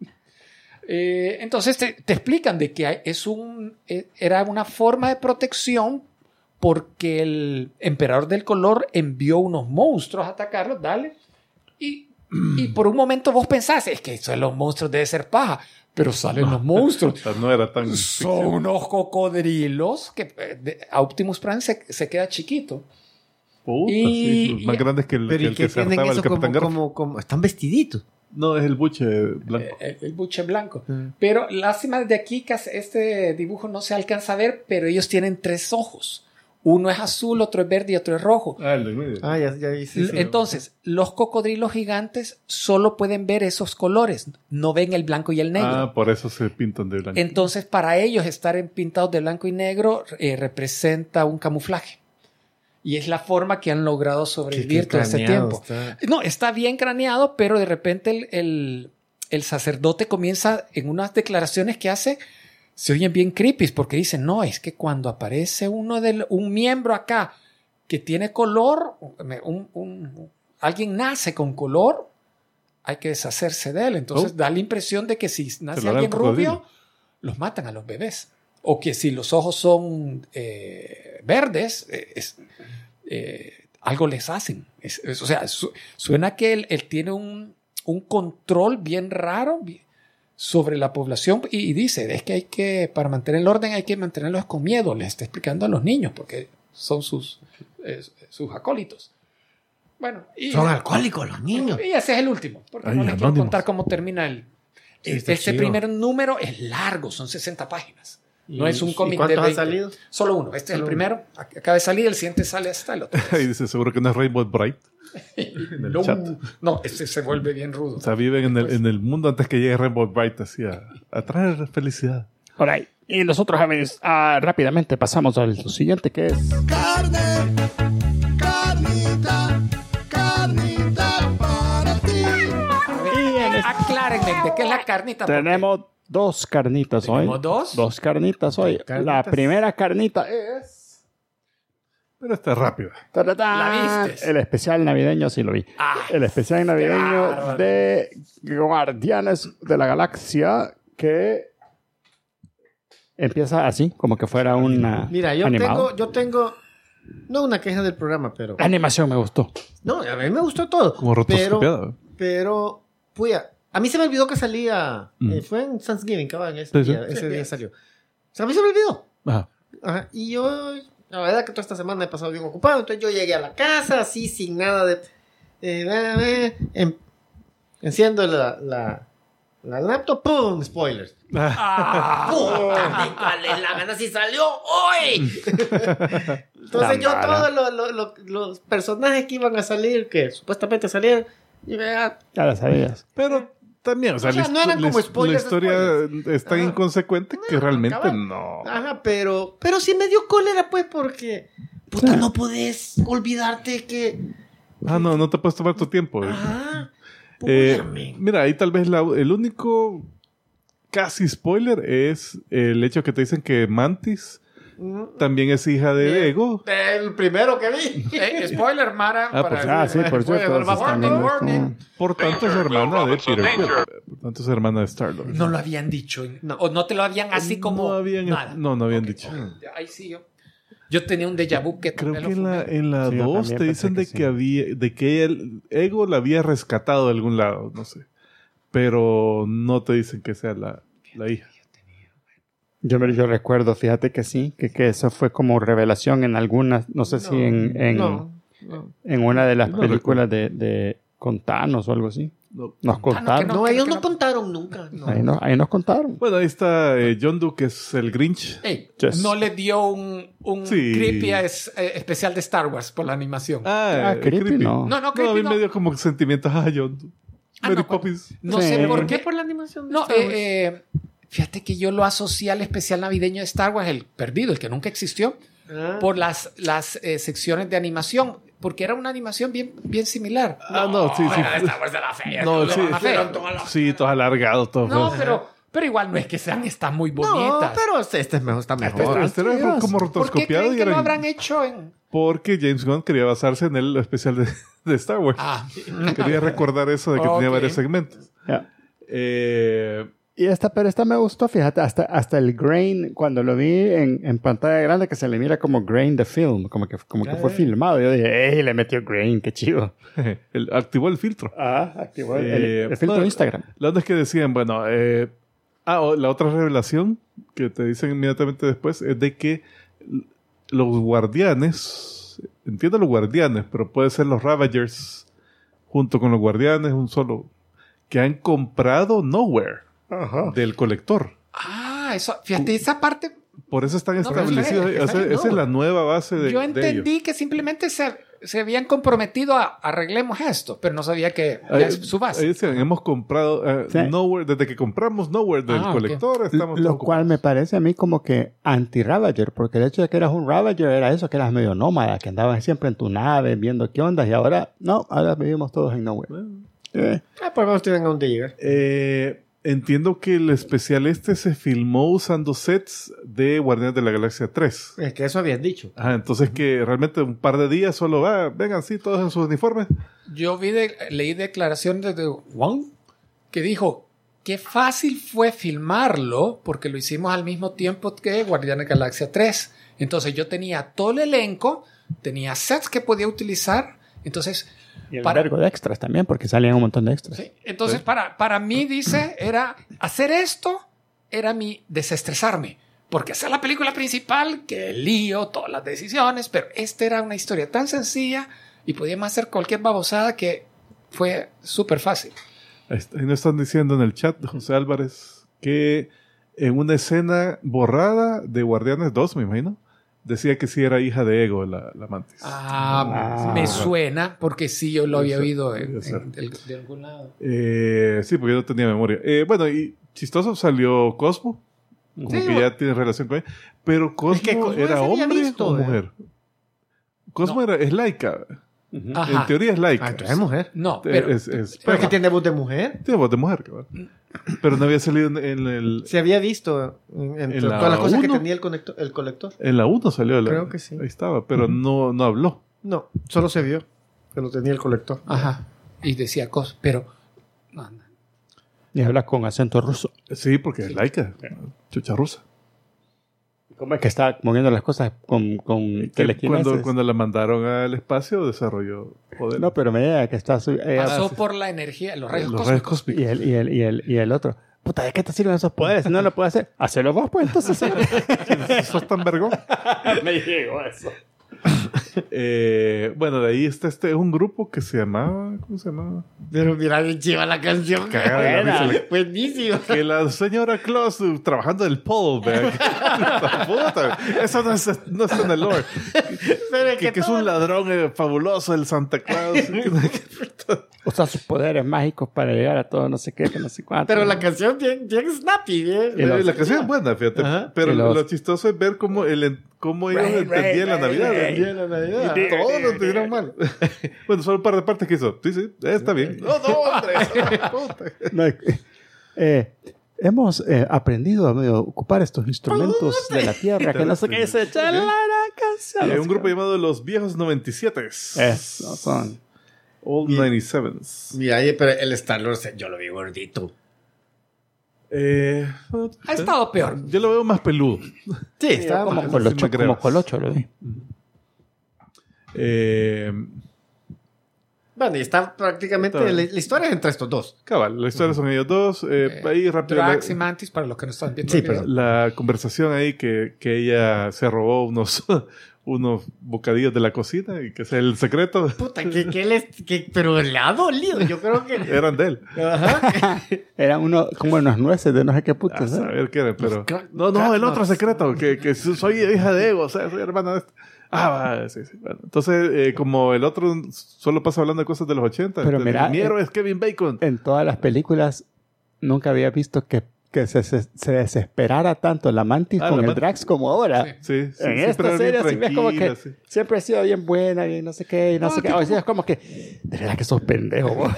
S6: Eh, entonces te, te explican de que hay- es un, eh, era una forma de protección porque el emperador del color envió unos monstruos a atacarlos, dale. Y, y por un momento vos pensás, es que eso de los monstruos debe ser paja, pero salen los monstruos.
S2: O sea, no era tan.
S6: Son unos cocodrilos que eh, de- a Optimus Prime se, se queda chiquito.
S2: Puta, sí,
S6: Y-
S2: más
S6: y-
S2: grandes que el,
S3: Pero
S2: que
S3: ¿y
S2: el
S3: qué
S2: que se
S3: tienen
S2: hartaba el
S3: eso como,
S2: Capitán Garfio.
S3: como, como- Están vestiditos.
S2: No, es el buche blanco.
S6: Eh, el buche blanco.
S3: Mm.
S6: Pero lástima de aquí que este dibujo no se alcanza a ver, pero ellos tienen tres ojos. Uno es azul, otro es verde y otro es rojo.
S2: Ah, el de en medio.
S3: Ah, ya, ya vi, sí, sí.
S6: Entonces, los cocodrilos gigantes solo pueden ver esos colores, no ven el blanco y el negro.
S2: Ah, por eso se pintan de blanco.
S6: Entonces, para ellos estar en- pintados de blanco y negro eh, representa un camuflaje. Y es la forma que han logrado
S3: Qué- qué
S6: sobrevivir todo este
S3: craneado
S6: tiempo.
S3: está.
S6: No, está bien craneado, pero de repente el, el- el sacerdote comienza en unas declaraciones que hace, se oyen bien creepy, porque dicen, no, es que cuando aparece uno del, un miembro acá que tiene color, un- un- alguien nace con color, hay que deshacerse de él. Entonces
S2: Oh.
S6: da la impresión de que si nace
S2: lo dan
S6: alguien
S2: por cocodrilo.
S6: rubio, los matan a los bebés. O que si los ojos son eh, verdes, eh, es- eh, algo les hacen. Es- es- o sea, su- suena que él, él tiene un, un control bien raro bi- sobre la población y, y dice, es que hay que, para mantener el orden hay que mantenerlos con miedo, les está explicando a los niños porque son sus, eh, sus acólitos. Bueno, y,
S10: Son alcohólicos los niños.
S6: y ese es el último, porque
S2: Ay,
S6: no les quiero
S2: Anonymous.
S6: contar cómo termina el...
S10: Sí, está
S6: este
S10: chido.
S6: primer número es largo, son 60 páginas. No es un cómic
S3: ¿Y cuántos
S6: de
S3: han
S6: 20?
S3: salido?
S6: Solo uno. Este es el primero. ac- Acaba de salir, el siguiente sale hasta el otro.
S2: Y dice, seguro que no es Rainbow Bright. el
S6: no,
S2: chat.
S6: no, este se vuelve bien rudo.
S2: O sea, viven en el, en el mundo antes que llegue Rainbow Bright, así a, a traer felicidad.
S1: Alright. Y los otros jóvenes, ah, rápidamente pasamos al siguiente que es.
S5: Carne, carnita, carnita para ti.
S1: Y en este-
S6: Aclárenme de qué es la carnita. porque
S1: tenemos dos carnitas hoy.
S6: ¿Tenemos dos?
S1: Dos carnitas hoy. La primera carnita eh, es.
S2: Pero está rápido.
S1: ¡Taratán!
S6: ¿La vistes?
S1: El especial navideño, sí lo vi.
S6: Ah.
S1: el especial navideño
S6: bárbaro.
S1: de Guardianes de la Galaxia que empieza así, como que fuera una.
S3: Mira, yo
S1: animado.
S3: tengo, yo tengo, no una queja del programa, pero...
S1: La animación me gustó.
S3: No, a mí me gustó todo.
S2: Como
S3: pero,
S2: rotoscopiado.
S3: pero, puya, a mí se me olvidó que salía,
S2: Mm.
S3: eh, fue en Thanksgiving, cabrón, ese,
S2: Sí, sí.
S3: día, ese día salió. O sea, a mí se me olvidó.
S2: Ajá.
S3: Ajá, y yo, la verdad que toda esta semana he pasado bien ocupado, entonces yo llegué a la casa así, sin nada de... eh, eh, eh, em- enciendo la, la, la laptop, ¡pum! Spoilers. Ah.
S2: Ah,
S3: ¡Puta, me vale la gana si salió hoy! Entonces
S1: La
S3: yo
S1: mala.
S3: todos los, los- los- los personajes que iban a salir, que supuestamente salían, ah, y vea,
S1: Ya la sabías.
S2: Pero también, o sea,
S3: O sea,
S2: la, his-
S3: no eran
S2: la-
S3: como spoilers,
S2: la historia es tan
S3: Ajá.
S2: inconsecuente que
S3: No,
S2: realmente
S3: cabrón.
S2: no.
S3: Ajá, pero, pero sí me dio cólera, pues, porque. Puta, no podés olvidarte que.
S2: Ah, no, no te puedes tomar tu tiempo.
S3: Ajá.
S2: Pues, Eh,
S3: puta, men.
S2: mira, ahí tal vez la- el único casi spoiler es el hecho que te dicen que Mantis también es hija de
S3: Bien.
S2: Ego.
S3: El primero que vi.
S4: Eh, spoiler, Mara.
S1: Ah,
S2: pues,
S1: por, ah, sí, por cierto. sí, también
S4: warning,
S1: gustó.
S4: warning.
S2: Por tanto, es hermana de Peter Quill. Por tanto, es hermana de Star-Lord.
S6: No lo habían dicho. en-
S3: No.
S6: O no te lo habían así como.
S2: No habían,
S6: nada.
S2: no, no habían
S6: Ok.
S2: dicho.
S6: Ahí sí yo. Yo tenía un déjà vu que
S2: Creo
S6: también
S2: que
S6: lo
S2: en la,
S6: fumé.
S2: en la
S1: Sí, yo
S2: 2
S1: también
S2: te
S1: pensé
S2: dicen de
S1: que
S2: que,
S1: sí.
S2: había, de que el Ego la había rescatado de algún lado, no sé. Pero no te dicen que sea la, la hija.
S1: Yo, me- yo recuerdo, fíjate que sí, que, que eso fue como revelación en algunas, no sé si en, en,
S3: No, no.
S1: en una de las
S2: No
S1: películas de, de Contanos o algo así.
S2: Ah, No.
S1: Nos contaron.
S6: No,
S3: No,
S6: creo
S3: ellos
S6: que
S3: no
S6: no.
S3: contaron nunca. no.
S1: ahí, nos, ahí nos contaron.
S2: Bueno, ahí está eh, John Doe, que es el Grinch.
S6: Ey,
S1: Yes.
S6: No le dio un, un
S2: Sí.
S6: creepy es- eh, especial de Star Wars por la animación.
S2: Ah,
S1: Ah, creepy, no.
S6: No, no,
S2: No, a
S6: creepy
S2: mí
S6: no.
S2: me dio como sentimientos a John Doe.
S6: Ah,
S2: Mary
S6: no,
S2: Poppins.
S6: No
S1: Sí.
S6: sé por
S1: ¿Por
S6: qué.
S3: ¿Qué por la animación? de
S6: Eh, No,
S3: Star Wars?
S6: eh, eh, fíjate que yo lo asocié al especial navideño de Star Wars, el perdido, el que nunca existió,
S3: Ah.
S6: por las, las eh, secciones de animación, porque era una animación bien, bien similar.
S2: Ah, no, sí, sí. No, sí,
S6: la fea.
S2: sí, todos alargados, todos
S6: No,
S2: feos.
S6: pero, pero igual no es que sean estas muy
S3: No,
S6: bonitas.
S3: pero este este es mejor, está mejor.
S2: Pero este era
S1: Dios.
S2: como
S6: ¿Por qué
S2: rotoscopiado
S6: creen
S2: y
S6: que lo
S2: eran-
S6: habrán hecho en...?
S2: porque James Gunn quería basarse en el especial de, de Star Wars.
S6: Ah,
S2: Quería recordar eso de que tenía
S6: Ok.
S2: varios segmentos.
S1: Ya.
S2: Eh,
S1: Y esta, pero esta me gustó, fíjate, hasta, hasta el grain, cuando lo vi en, en pantalla grande, que se le mira como grain de film, como que, como que fue filmado. Yo dije, ¡ey! Le metió grain, qué chido.
S2: el- activó el filtro.
S1: Ah, activó el,
S2: Eh,
S1: el filtro
S2: no,
S1: de Instagram.
S2: La onda es que decían, bueno, eh, ah, o- la otra revelación que te dicen inmediatamente después es de que l- los guardianes, entiendo los guardianes, pero puede ser los Ravagers junto con los guardianes, un solo, que han comprado Nowhere del colector.
S6: ah, eso,
S2: Uh,
S6: fíjate, esa parte
S2: Por eso están
S6: No, pero
S2: establecidos.
S6: espera,
S2: o sea,
S6: espera,
S2: esa es
S6: no.
S2: la nueva base de.
S6: yo
S2: de
S6: entendí
S2: ellos.
S6: que simplemente se, se habían comprometido a arreglemos esto, pero no sabía que
S2: Ahí-
S6: era su base.
S2: ahí decían, hemos comprado eh,
S1: Sí.
S2: Nowhere, desde que compramos Nowhere del
S6: Ah, ok.
S2: colector, estamos.
S1: Lo
S2: todos
S1: cual me parece a mí como que anti-Ravager, porque el hecho de que eras un Ravager era eso, que eras medio nómada, que andabas siempre en tu nave viendo qué onda, y ahora, no, ahora vivimos todos en Nowhere. Eh,
S3: Ah, pues vamos, tienen a dónde llegar.
S2: Eh, entiendo que el especial este se filmó usando sets de Guardianes de la Galaxia 3.
S3: Es que eso habían dicho.
S2: Ah, entonces que realmente un par de días solo va, vengan, sí, todos en sus uniformes.
S6: Yo vi de- leí declaraciones de Wong que dijo qué fácil fue filmarlo porque lo hicimos al mismo tiempo que Guardianes de la Galaxia 3. Entonces yo tenía todo el elenco, tenía sets que podía utilizar Entonces,
S1: Y el
S6: Para-
S1: embargo de extras también, porque salían un montón de extras.
S6: Sí, Entonces, para, para mí, dice, era hacer esto, era mi desestresarme. Porque hacer la película principal, que lío, todas las decisiones, pero esta era una historia tan sencilla y podíamos hacer cualquier babosada que fue súper fácil.
S2: Ahí está- ahí nos están diciendo en el chat, José Álvarez, que en una escena borrada de Guardianes 2, me imagino, decía que sí era hija de Ego, la, la mantis.
S6: Ah,
S1: Ah.
S6: me suena, porque sí, yo lo había
S2: Puede ser,
S6: oído en-
S2: puede ser.
S6: en- del- de algún lado.
S2: Eh, sí, porque yo no tenía memoria. Eh, bueno, y chistoso salió Cosmo. Como
S6: Sí,
S2: que
S6: bueno.
S2: ya tiene relación con él. Pero Cosmo,
S3: que Cosmo ya se
S2: era
S3: había
S2: hombre
S3: visto,
S2: o
S3: eh.
S2: mujer. Cosmo era, es laica.
S6: Ajá.
S2: En teoría es laica.
S3: Ah, entonces es mujer.
S6: No,
S2: Eh,
S6: pero,
S2: es, es
S3: ¿Pero que
S2: perra.
S3: tiene voz de mujer?
S2: Tiene voz de mujer, cabrón. Pero no había salido en, en el.
S3: Se había visto en, entre
S2: En la
S3: todas las cosas que
S2: uno.
S3: tenía el, conecto- el colector.
S2: En la 1 salió. la-
S3: Creo que sí.
S2: Ahí estaba, pero no, no habló.
S3: No, solo se vio que lo tenía el colector.
S6: ajá, y decía cosas, pero... no, no.
S1: Y habla con acento ruso.
S2: Sí, porque es laica. Chucha rusa.
S1: ¿Cómo es que está moviendo las cosas con, con
S2: Que
S1: telequinesis?
S2: Cuando, cuando la mandaron al espacio, desarrolló poder.
S1: No, pero me llega que está... su-
S2: Eh,
S1: ella-
S6: Pasó por la energía, los rayos
S2: ah, Los rayos
S6: cósmicos.
S2: cósmicos.
S1: y, el, y, el, y, el, y el otro. Puta, ¿de qué te sirven esos poderes? Si no lo puedes hacer, hacelo vos, pues entonces.
S2: Sos tan vergón.
S1: me llegó eso.
S2: Eh, bueno, de ahí está este un grupo que se llamaba. ¿Cómo se llamaba?
S3: Pero mira, bien chiva la canción.
S2: Cagada de la risa.
S3: Buenísimo.
S2: Que la señora Claus eh, trabajando en el Pollback. puta, eso no, es, no está en el lore.
S3: Pero
S2: Que, que es un ladrón eh, fabuloso el Santa Claus.
S1: Usa sus poderes mágicos para llegar a todo no sé qué, que no sé cuánto.
S3: Pero la canción bien, bien snappy, bien.
S1: Y los-
S2: Eh, la canción es buena, fíjate.
S3: Ajá.
S2: Pero
S1: Y los-
S2: lo chistoso es ver cómo, el, en- cómo ellos
S1: Ray,
S2: entendían la
S1: Ray,
S2: Navidad.
S1: Ray.
S2: entendían la Navidad. Todos lo entendieron mal. bueno, solo un par de partes que hizo. Sí, sí, está bien. No, no, hombre. Puta.
S1: No, eh, eh, hemos eh, aprendido a medio ocupar estos instrumentos de la tierra que no sé qué se echa la canción.
S2: Y hay Eh, un grupo llamado Los Viejos 97.
S1: Eso son.
S2: Old 97s.
S11: Mira, ahí, pero el Star-Lord, se- yo lo vi gordito.
S2: Eh,
S6: Ha estado peor.
S2: yo lo veo más peludo.
S3: Sí, estaba
S1: Como
S2: Ah, sí
S1: colocho,
S2: me creo.
S1: como colocho lo vi.
S2: Eh,
S3: Bueno, y está prácticamente.
S2: Está
S3: La,
S2: bien.
S3: la historia es entre estos dos.
S2: cabal, la historia son ellos dos. eh,
S6: Eh,
S2: ahí rápido. la-
S6: Drax y Mantis, para los que no están viendo. el video.
S2: la conversación ahí que, que ella se robó unos, unos bocadillos de la cocina y que es el secreto,
S3: Puta, que, que él es- que- pero le ha dolido. Yo creo que.
S2: eran de él.
S3: Ajá.
S1: Eran uno, como unas nueces de no sé qué
S2: A
S1: putas. ¿eh?
S2: saber qué era, pero...
S6: crack-
S2: No, no, el otro
S6: cracknuts.
S2: secreto, que, que soy hija de Ego, o sea, soy hermana de este. Ah, va, sí, sí. bueno. entonces, eh, como el otro solo pasa hablando de cosas de los 80,
S1: Pero
S2: entonces,
S1: mira, eh,
S2: mi héroe es Kevin Bacon.
S1: En todas las películas nunca había visto que, que se, se- se desesperara tanto la mantis
S2: Ah,
S1: con
S2: la
S1: el
S2: Mantis.
S1: Drax como ahora.
S6: Sí.
S2: Sí, sí,
S1: en
S2: siempre
S1: esta
S2: era bien
S1: serie, si ves como
S2: tranquila,
S1: que
S2: sí.
S1: siempre ha sido bien buena, bien no sé qué, y no,
S6: No,
S1: sé qué.
S6: que
S1: O sea, es como que, de verdad que sos pendejo, vos.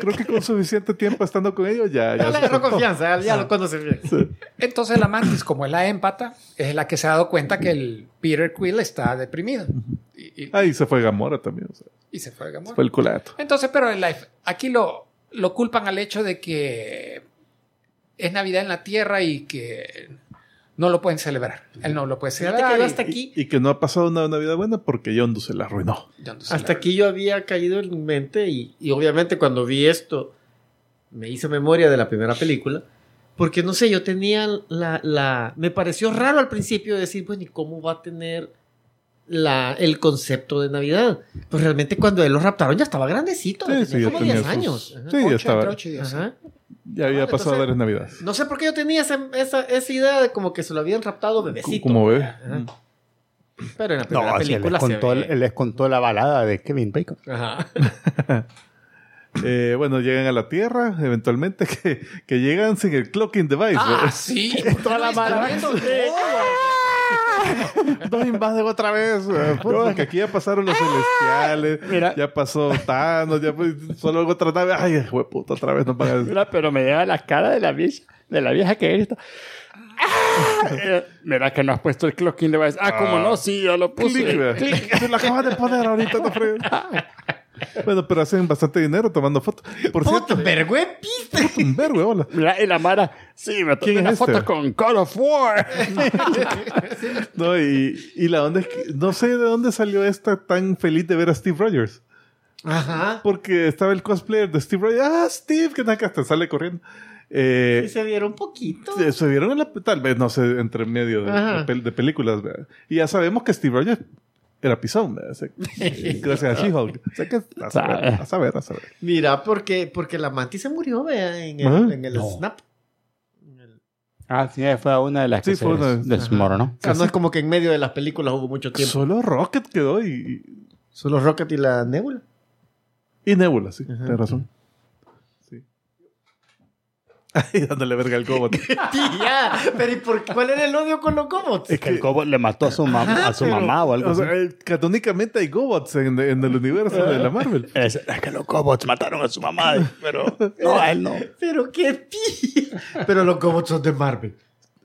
S2: Creo que con suficiente tiempo estando con ellos ya... ya
S3: Ya le
S2: se
S3: agarró
S2: soltó.
S3: confianza. Ya lo conoce bien.
S6: Entonces la mantis, como es la empata, es la que se ha dado cuenta que el Peter Quill está deprimido. Y, y-
S2: Ahí se fue Gamora también, o sea,
S6: y se fue a Gamora.
S2: Ah. fue el culato.
S6: Entonces, pero el life, aquí lo, lo culpan al hecho de que es Navidad en la Tierra y que no lo pueden celebrar. Él no lo puede
S3: Fíjate que
S6: celebrar.
S3: yo
S6: y-
S3: hasta aquí.
S2: Y que no ha pasado una Navidad buena porque Yondu se la arruinó.
S6: y- y no se
S3: Hasta
S6: celebra.
S3: aquí yo había caído en mente y, y obviamente cuando vi esto me hice memoria de la primera película porque no sé, yo tenía la... la me pareció raro al principio decir, bueno, ¿y cómo va a tener la, el concepto de Navidad? Pues realmente cuando él lo raptaron ya estaba grandecito,
S2: Sí,
S3: tenía
S2: sí, ya
S3: como
S2: tenía
S3: 10
S2: sus-
S3: años. Ajá.
S2: Sí, ya
S6: Ocho, entre
S2: estaba.
S6: ocho y diez.
S3: Ajá.
S2: Ya había
S3: Vale,
S2: pasado
S3: Ah,
S2: varias
S3: entonces-
S2: Navidades.
S3: No sé por qué yo tenía esa, esa, esa idea de como que se lo habían raptado bebecito.
S2: Como bebé.
S3: Ajá. Pero en la primera
S1: No, si él
S3: película
S1: les, contó,
S3: se ve.
S1: él les contó la balada de Kevin Bacon.
S3: Ajá.
S2: Eh, bueno, llegan a la Tierra, eventualmente, que, que llegan sin el clocking device.
S6: Ah,
S2: ¿verdad?
S6: sí.
S3: Toda la
S6: Está viendo-
S2: Nos invaden otra vez. ¿verdad? Puta, Porque aquí ya pasaron los celestiales,
S1: Mira.
S2: ya pasó Thanos, ya pues, solo otra nave. Ay, puta, otra vez nos van a
S1: Mira, pero me lleva la cara de la vieja, de la vieja que grita. ¡Ah! Eh, Mira que no has puesto el clocking device. Ah, como
S2: Ah.
S1: no, sí, yo lo puse.
S2: Click, ¿verdad? Se lo acabas de poner ahorita, no fregues. Bueno, pero hacen bastante dinero tomando fotos. Por
S3: Puta,
S2: cierto,
S3: vergüenza.
S2: un vergo, hola.
S1: Mira, y la Mara, sí, me tomé
S2: ¿Quién
S1: una
S2: es
S1: foto
S2: este?
S1: con God of War.
S2: No, y, y la onda es que no sé de dónde salió esta tan feliz de ver a Steve Rogers.
S3: Ajá.
S2: Porque estaba el cosplayer de Steve Rogers. ¡Ah, Steve! Que nada, que hasta sale corriendo. Eh,
S3: Y se vieron poquito.
S2: se- se vieron en la, tal vez, no sé, entre medio de,
S3: Ajá.
S2: de pel- de películas. ¿verdad? Y ya sabemos que Steve Rogers era pisón, ¿verdad? O sea, gracias a She-Hulk. O sea que, a saber, a saber, a saber.
S3: Mira, porque, porque la Manti se murió, vea, en el,
S2: Ajá.
S3: en el snap. En el-
S1: Ah, sí, fue una de las
S2: Sí,
S1: que
S2: fue
S1: se
S2: una de-
S1: des- desmoronó.
S3: O sea, no es como que en medio de las películas hubo mucho tiempo.
S2: Solo Rocket quedó y,
S3: Solo Rocket y la Nebula.
S2: y Nebula, sí,
S3: Ajá.
S2: tienes razón. Sí. Ay, dándole verga al Cobot.
S3: Tía, pero ¿y por cuál era el odio con los cobots?
S1: Es que el cobo le mató a su, mam- a su mamá o algo
S2: O
S1: así.
S2: sea, eh, canónicamente hay Gobots en, en el universo de la Marvel.
S1: Es, es que los cobots mataron a su mamá, pero no, a él no.
S3: Pero qué tía. Pero los cobots son de Marvel.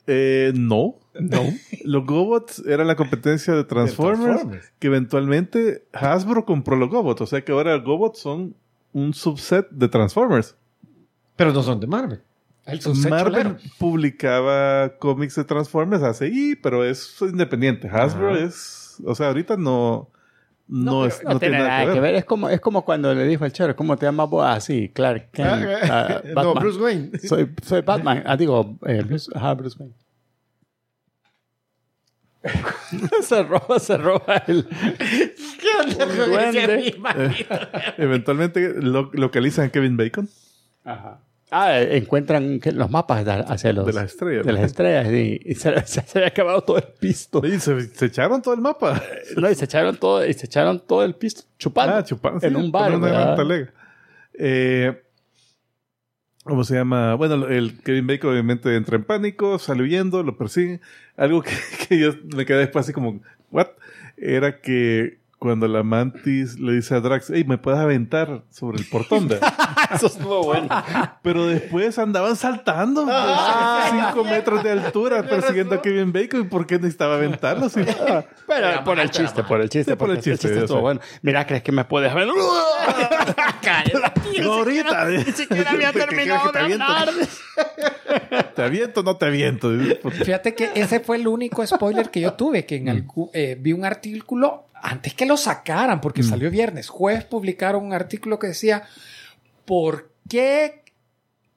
S2: Eh, no, no. Los Gobots eran la competencia de Transformers,
S10: Transformers.
S2: que eventualmente Hasbro compró los Gobots. O sea que ahora Gobots son un subset de Transformers.
S10: Pero no son de Marvel.
S6: El subset
S2: Marvel
S6: chulero.
S2: publicaba cómics de Transformers hace y, pero es independiente. Hasbro es, o sea, ahorita no, no, es- no tiene nada que ver.
S1: Es como, es como cuando le dijo al chero, ¿cómo te llamas vos? Ah, sí, Clark Kent.
S2: eh,
S1: ah,
S3: eh, no,
S1: Batman.
S3: Bruce Wayne.
S1: Soy, soy Batman. Ah, digo, eh, Bruce, ajá, Bruce Wayne. se roba, se roba el...
S3: ¿Qué onda con ese
S1: duende.
S3: animal?
S2: Eventualmente lo- localizan a Kevin Bacon
S1: Ah, eh, encuentran que- los mapas de- hacia los...
S2: de las estrellas.
S1: de las estrellas y, y se, se- se había acabado todo el pisto.
S2: Oye, se, se echaron todo el mapa.
S1: No, y se echaron todo, y se echaron todo el pisto chupando.
S2: Ah, chupando.
S1: En un bar,
S2: en una
S1: ¿verdad?
S2: gran talega. Eh, ¿Cómo se llama? Bueno, el Kevin Bacon obviamente entra en pánico, sale huyendo, lo persiguen. Algo que, que yo me quedé después así como, ¿what? Era que cuando la mantis le dice a Drax, hey, me puedes aventar sobre el portón. de-?"
S1: Eso estuvo bueno.
S2: Pero después andaban saltando
S3: Ah,
S2: pues, cinco metros de altura persiguiendo a Kevin Bacon. ¿Y por qué necesitaba aventarlo? Si- "Ah,
S1: Pero por el chiste, por el chiste,
S2: Sí, por el
S1: porque
S2: chiste, yo
S1: estuvo
S2: sé.
S1: bueno. Mira, ¿crees que me puedes ver?
S2: No, ahorita. Ni siquiera había terminado de hablar. ¿Te aviento o no te aviento?
S6: Fíjate que ese fue el único spoiler que yo tuve,
S2: Mm.
S6: que en algú- eh, vi un artículo antes que lo sacaran, porque
S2: Mm.
S6: salió viernes, jueves publicaron un artículo que decía, ¿por qué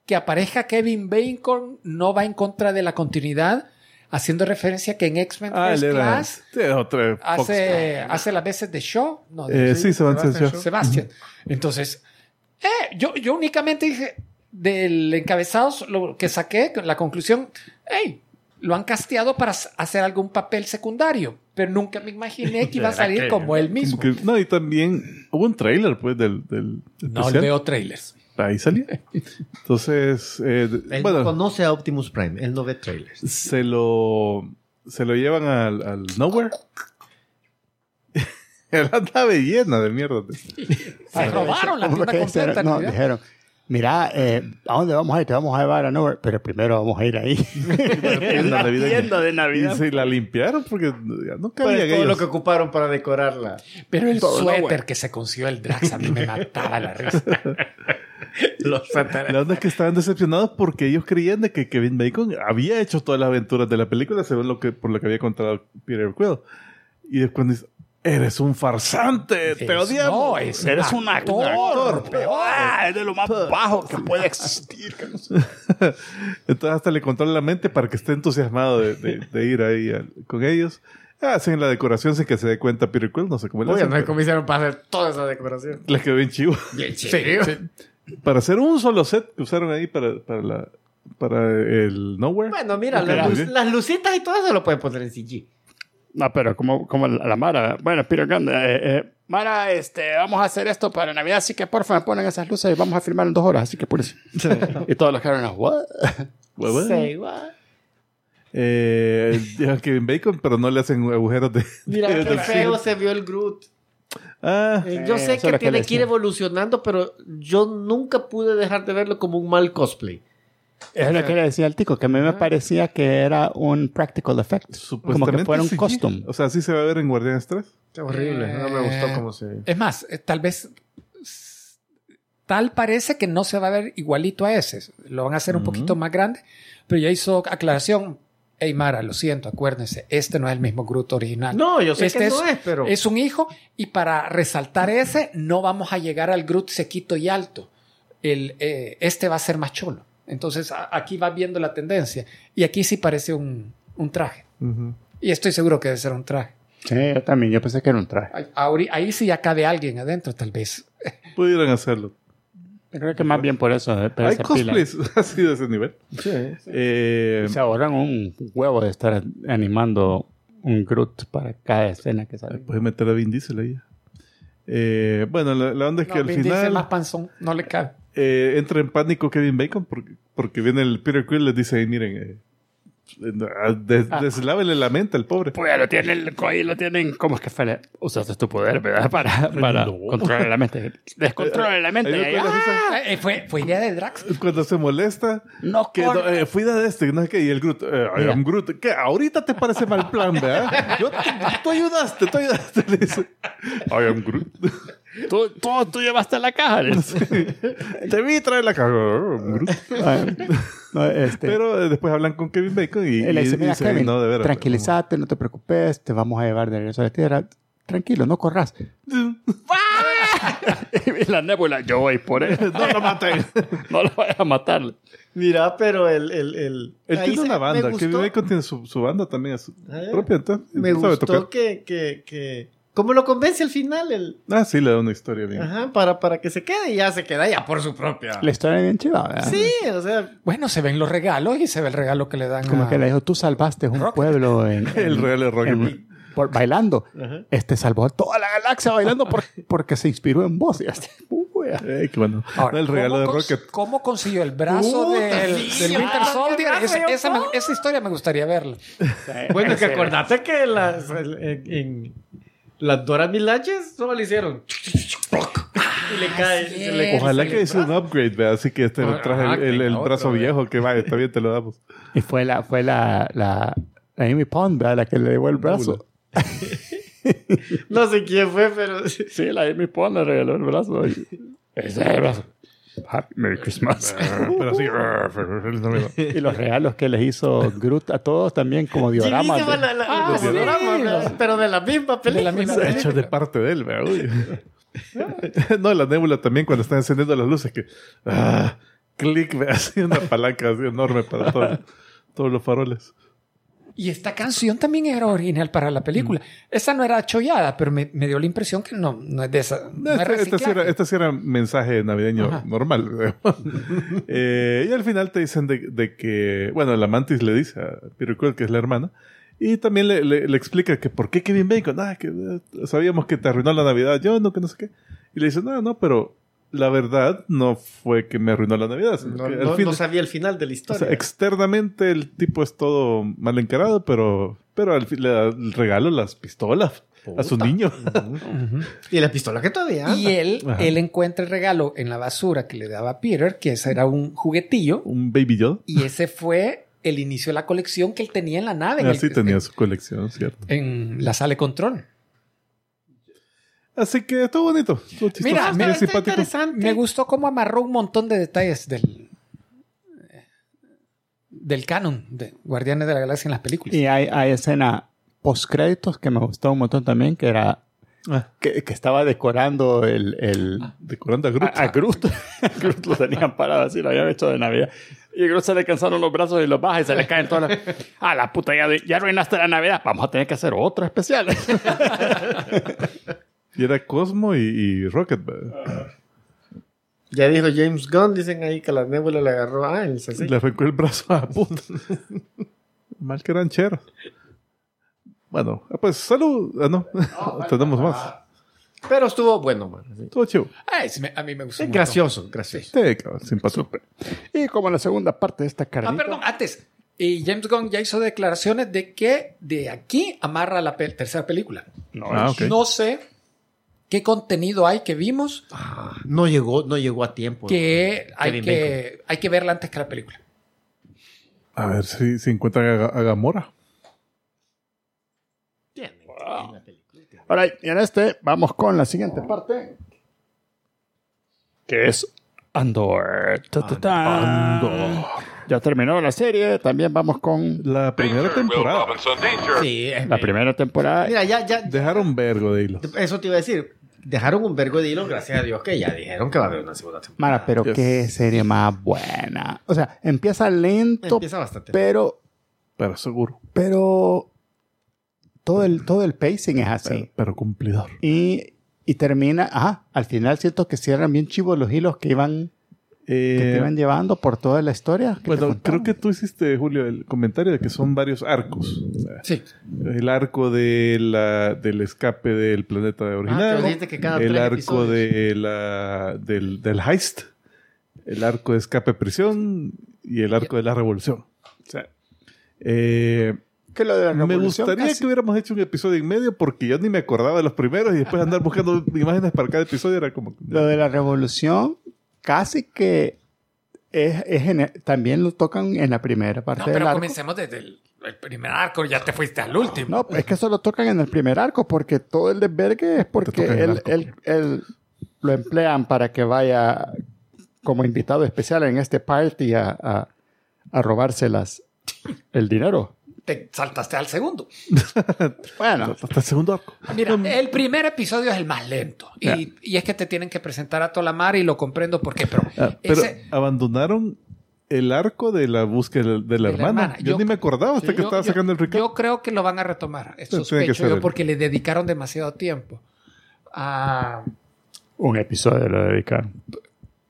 S6: que aparezca Kevin Bacon no va en contra de la continuidad? Haciendo referencia que en X-Men
S2: Ah, él
S6: First
S2: era.
S6: Class
S2: Sí, otra Fox.
S6: hace, hace las veces de show. No, de-
S2: Eh, sí, Sebastián.
S6: Sebastián.
S2: Shaw.
S6: Sebastián. Entonces, eh, yo, yo únicamente dije del encabezado lo que saqué, la conclusión, hey, lo han casteado para s- hacer algún papel secundario, pero nunca me imaginé que iba a salir como él mismo.
S2: Como que- no, y también hubo un trailer, pues, del. del
S6: No
S2: especial.
S6: veo trailers.
S2: Ahí salía. Entonces, eh,
S3: Él no
S2: bueno, Pues,
S3: conoce a Optimus Prime, él no ve trailers.
S2: se lo. Se lo llevan al, al Nowhere. A la nave llena de mierda.
S6: Se robaron la
S1: ¿Cómo
S6: tienda
S1: que dijeron?
S6: completa.
S1: No,
S6: ¿no?
S1: dijeron, mira, eh, ¿a dónde vamos a ir? Te vamos a llevar a Nowhere, pero primero vamos a ir ahí.
S2: tienda navideña.
S1: de
S2: Y se la limpiaron porque ya no cabía
S3: Pues, todo
S2: ellos.
S3: lo que ocuparon para decorarla.
S6: Pero el
S1: Todo,
S6: suéter
S1: güey.
S6: que se consiguió el Drax a mí me mataba la risa.
S3: Los
S2: La onda es que estaban decepcionados porque ellos creían de que Kevin Bacon había hecho todas las aventuras de la película según lo que por lo que había contado Peter Quill. Y después dice, eres un farsante, te
S6: Es-
S2: odiamos.
S6: No, es
S1: Eres un actor,
S6: actor,
S1: Ah, es de lo más bajo que puede existir. que no sé.
S2: Entonces hasta le controlan la mente para que esté entusiasmado de, de- de ir ahí al- con ellos. Ah, Hacen la decoración sin que se dé cuenta Peter Quill, no sé cómo le
S3: Oye,
S2: hacen.
S3: no hay
S2: pero
S3: cómo hicieron para hacer toda esa decoración.
S2: Les quedó bien chivo.
S3: Bien sí,
S2: Para hacer un solo set que usaron ahí para, para, la, para el Nowhere.
S3: Bueno, mira,
S2: Ok.
S3: las, lu- las lucitas y todo eso lo pueden poner en CG.
S1: No, pero como, como la, la Mara. Bueno, Peter Gunn, eh, eh, Mara, este, vamos a hacer esto para Navidad, así que porfa me ponen esas luces y vamos a filmar en dos horas, así que por y todos los caras, ¿what?
S2: Huevón.
S3: Say what?
S2: Eh, llevan Kevin Bacon, pero no le hacen agujeros de.
S3: Mira
S2: de-
S3: qué
S2: del
S3: feo
S2: cine.
S3: se vio el Groot.
S2: Ah,
S3: Eh,
S1: Eh,
S3: yo
S1: eso
S3: sé
S1: es
S3: que
S1: lo que
S3: tiene
S1: le
S3: que ir
S1: decía.
S3: evolucionando, pero yo nunca pude dejar de verlo como un mal cosplay.
S1: Es lo que le decía al tico, que a mí me parecía que era un practical effect. Como
S2: supuestamente.
S1: que fuera un
S2: sí.
S1: custom.
S2: O sea, sí se va a ver en Guardianes 3.
S3: Qué horrible, no me gustó como se.
S6: Es más, eh, tal vez s- tal parece que no se va a ver igualito a ese. Lo van a hacer un
S2: Ujú.
S6: poquito más grande, pero ya hizo aclaración. Hey Mara, lo siento, acuérdense, este no es el mismo Groot original.
S3: Eh, No, yo sé
S6: Este
S3: que
S6: es-
S3: no es, pero.
S6: Es un hijo y para resaltar ese no vamos a llegar al Groot sequito y alto. El, eh, este va a ser más cholo. Entonces a- aquí va viendo la tendencia. Y aquí sí parece un, un traje.
S2: Ujú.
S6: Y estoy seguro que debe ser un traje.
S1: Sí, yo también. Yo pensé que era un traje.
S6: Ay, ahori- Ahí, sí ya cabe alguien adentro, tal vez.
S2: Pudieran hacerlo.
S1: Yo creo que más bien por eso. eh, pero
S2: Hay
S1: se apilan.
S2: cosplays así de ese nivel. Eh,
S1: Se ahorran un huevo de estar animando un Groot para cada escena que sale.
S2: Puedes meter a Vin Diesel ahí. Eh, bueno, la, la onda es
S6: No,
S2: que al
S6: Vin Diesel
S2: final
S6: más panzón, no le cabe.
S2: eh, entra en pánico Kevin Bacon porque, porque viene el Peter Quill y les dice, "Ey, miren, eh, eh, des-
S6: Ah.
S2: deslávele la mente al pobre.
S1: Pues lo tienen, ahí lo tienen. ¿Cómo es que fue? Usaste tu poder, ¿verdad? Para, para controlar la mente. Descontrola la mente.
S2: Ahí me
S1: ahí,
S2: acuerdo,
S1: ¡ah!
S6: Ah, eh, fue, fue idea de Drax.
S2: Cuando se molesta,
S1: No,
S2: que
S1: corre.
S2: no, eh, fui de este, no sé qué, y el Groot, eh, I am Groot, que ahorita te parece mal plan, ¿verdad? Yo te- tú ayudaste, tú ayudaste, le dice, I am Groot.
S1: Tú, tú, tú llevaste la caja. le-
S2: Te vi traer la caja, I am Groot.
S1: No, este,
S2: Pero eh, después hablan con Kevin Bacon y,
S1: él le
S2: y
S1: dice, mira,
S2: dice,
S1: Kevin,
S2: no, de veras.
S1: tranquilízate, no te preocupes, te vamos a llevar de regreso a la tierra. Tranquilo, no corras. y la nébula, yo voy por él.
S2: No lo maten.
S1: No lo vayas a matar.
S3: Mira, pero el. el, el
S2: Él
S3: ahí
S2: tiene
S3: se-
S2: una banda.
S3: me
S2: Kevin
S3: gustó,
S2: Bacon tiene su, su banda también. es Su
S3: Ah,
S2: propia, entonces.
S3: me
S2: sabe
S3: gustó
S2: tocar.
S3: que, que, que. ¿Cómo lo convence al final? El,
S2: Ah, sí, le da una historia bien.
S3: ajá, para, para que se quede y ya se queda ya por su propia.
S1: La historia es bien chiva,
S2: Ah.
S1: ¿verdad?
S3: Sí, o sea.
S6: Bueno, se ven los regalos y se ve el regalo que le dan.
S1: Como
S6: a-
S1: que le dijo, tú salvaste un pueblo en, en-
S2: El real de Rocky.
S1: en- por- bailando.
S3: Ajá.
S1: Este salvó a toda la galaxia bailando por- porque se inspiró en vos. Y así, uy, ah.
S2: Ey, Eh, qué bueno.
S6: Ahora,
S2: el regalo de
S6: ¿cómo cons-
S2: Rocket.
S6: ¿Cómo consiguió el brazo
S3: Puta,
S6: del,
S3: sí,
S6: del
S3: ah,
S6: Winter Soldier?
S3: el brazo
S6: Esa-
S3: de
S6: esa, me- esa historia me gustaría verla.
S3: Bueno, que acordate que las. el- en, en- las Dora Milaches, ¿cómo le hicieron? Y
S6: Ah,
S3: le cae. se le-
S2: Ojalá que es un upgrade, ¿verdad? Así que este
S4: Ajá,
S2: traje el,
S4: que
S2: el- el
S4: otro,
S2: brazo
S4: ¿verdad?
S2: viejo que va, está bien, te lo damos.
S1: Y fue la, fue la, la, la Amy Pond, ¿verdad? La que le dio el brazo.
S3: No sé quién fue, pero.
S1: Sí, la Amy Pond le regaló el brazo. Y, ese es el brazo. Happy Merry Christmas.
S2: Eh, Pero sí.
S1: y los regalos que les hizo Groot a todos también como dioramas.
S3: Chivísima
S1: de-
S3: la- la-
S6: Ah,
S3: los
S2: sí,
S3: dioramas,
S6: los-
S3: ¿verdad? pero de la misma
S6: De
S3: película.
S6: la misma
S2: Hecho de parte de él, ¿verdad? Uy. no, la nébula también cuando están encendiendo las luces que... ah, clic, ¿verdad? Así una palanca así enorme para todo- todos los faroles.
S6: Y esta canción también era original para la película.
S2: Mm.
S6: Esa no era chollada, pero me, me dio la impresión que no, no es de esa. No,
S2: No,
S6: es
S2: esta, esta sí
S6: reciclaje.
S2: era, esta sí era mensaje navideño
S6: Ajá.
S2: normal. Eh, y al final te dicen de, de que, bueno, la mantis le dice a Peter Quill, que es la hermana, y también le, le- le explica que por qué Kevin Bacon, ah, que eh, sabíamos que te arruinó la Navidad, yo no, que no sé qué. Y le dice, no, no, pero la verdad no fue que me arruinó la Navidad. sino
S3: No,
S2: que
S3: no-
S2: al fin-
S3: no sabía el final de la
S2: o
S3: historia.
S2: sea, externamente el tipo es todo mal encarado, pero, pero al fin le da el regalo, las pistolas a su niño.
S6: Ujú.
S3: y la pistola que todavía. anda.
S6: Y él,
S2: Ajá.
S6: él encuentra el regalo en la basura que le daba Peter, que ese era un juguetillo.
S2: Un baby Yoda.
S6: Y ese fue el inicio de la colección que él tenía en la nave. en el-
S2: Así tenía su colección, cierto.
S6: En la sala de control.
S2: Así que estuvo bonito. Estuvo chistoso,
S6: Mira,
S2: bien
S6: mira, está
S2: simpático.
S6: Me gustó cómo amarró un montón de detalles del del canon de Guardianes de la Galaxia en las películas.
S1: Y hay, hay escena post créditos que me gustó un montón también, que era
S2: Ah,
S1: que, que estaba decorando el, el
S2: decorando a Groot.
S1: a, a Groot. Groot lo tenían parado así, lo habían hecho de Navidad. Y Groot se le cansaron los brazos y los baja y se le caen todas las... Ah, la puta, ya, ya arruinaste la Navidad. Vamos a tener que hacer otro especial.
S2: Y era Cosmo y, y Rocket. ¿verdad?
S3: Ya dijo James Gunn, dicen ahí que la nébula le agarró. Ah, el
S2: Le arrancó el brazo a puta. Mal que eran cheros. Bueno, ah, pues salud. Ah, no. Tenemos más.
S3: Ah. Pero estuvo bueno, man. Sí.
S2: Todo chido.
S6: Ay, sí, me- a mí me gustó. un montón.
S3: Gracioso, gracioso.
S2: Sí, cabrón, simpático.
S1: y como la segunda parte de esta carnita...
S6: Ah, perdón, antes. Y James Gunn ya hizo declaraciones de que de aquí amarra la pe- tercera película.
S1: No,
S2: Ah, ok.
S6: No sé qué contenido hay que vimos
S2: Ah,
S10: No llegó, no llegó a tiempo.
S6: que, hay,
S10: Kevin
S6: que hay que verla antes que la película.
S2: A ver si, si encuentran a, Ga- a Gamora.
S1: All right, y en este vamos con la siguiente parte. Que es Andor. Ta, ta, ta.
S2: Andor.
S1: Ya terminó la serie, también vamos con
S2: La primera temporada.
S10: Sí, es
S1: la primera temporada.
S3: Mira, ya, ya,
S2: Dejaron vergo de hilo.
S3: eso te iba a decir. Dejaron un vergo de hilo, gracias a Dios que ya dijeron que va a haber una segunda temporada.
S1: Mara, pero
S2: Dios.
S1: qué serie más buena. O sea, empieza lento,
S3: Empieza bastante.
S1: pero
S2: Pero seguro.
S1: pero todo el todo el pacing es así.
S2: Pero, pero cumplidor.
S1: Y, y termina, ajá, al final siento que cierran bien chivos los hilos que iban, que te
S2: Eh,
S1: iban llevando por toda la historia. que te
S2: bueno,
S1: contaban.
S2: creo que tú hiciste, Julio, el comentario de que son varios arcos. O sea,
S6: Sí.
S2: El arco de la, del escape del planeta
S3: Ah,
S2: original.
S3: pero dijiste que cada
S2: el
S3: tres
S2: arco
S3: episodios.
S2: de la, del, del heist. El arco de escape prisión. Y el arco de la revolución. O sea, eh,
S1: Que lo de la
S2: me
S1: revolución
S2: gustaría
S1: casi-
S2: que hubiéramos hecho un episodio en medio porque yo ni me acordaba de los primeros y después andar buscando imágenes para cada episodio era como...
S1: Lo de la revolución casi que es, es en- e, también lo tocan en la primera parte
S6: No,
S1: del
S6: pero
S1: arco.
S6: comencemos desde el, el primer arco, ya te fuiste al último.
S1: No, es que eso lo tocan en el primer arco porque todo el desvergue es porque
S2: tocan el
S1: él,
S2: arco.
S1: él- él- lo emplean para que vaya como invitado especial en este party a, a, a robárselas el dinero.
S6: Te saltaste al segundo.
S1: Bueno,
S2: Hasta el segundo arco. Em,
S6: Mira,
S3: eh,
S6: el primer episodio es el más lento. Y,
S1: Ya.
S6: y es que te tienen que presentar a Tolamar y lo comprendo por qué, pero,
S2: Ah, pero
S6: ese-
S2: abandonaron el arco de la búsqueda de la,
S6: De la
S2: hermana.
S6: hermana.
S2: Yo,
S6: Yo-
S2: ni me acordaba hasta que
S6: yo-
S2: estaba
S6: yo-
S2: sacando el recado.
S6: Yo creo que lo van a retomar. Es
S2: Tiene que
S6: sospecho
S2: ser
S6: yo
S2: el-
S6: porque le dedicaron demasiado tiempo. Ah,
S1: un episodio lo dedicaron.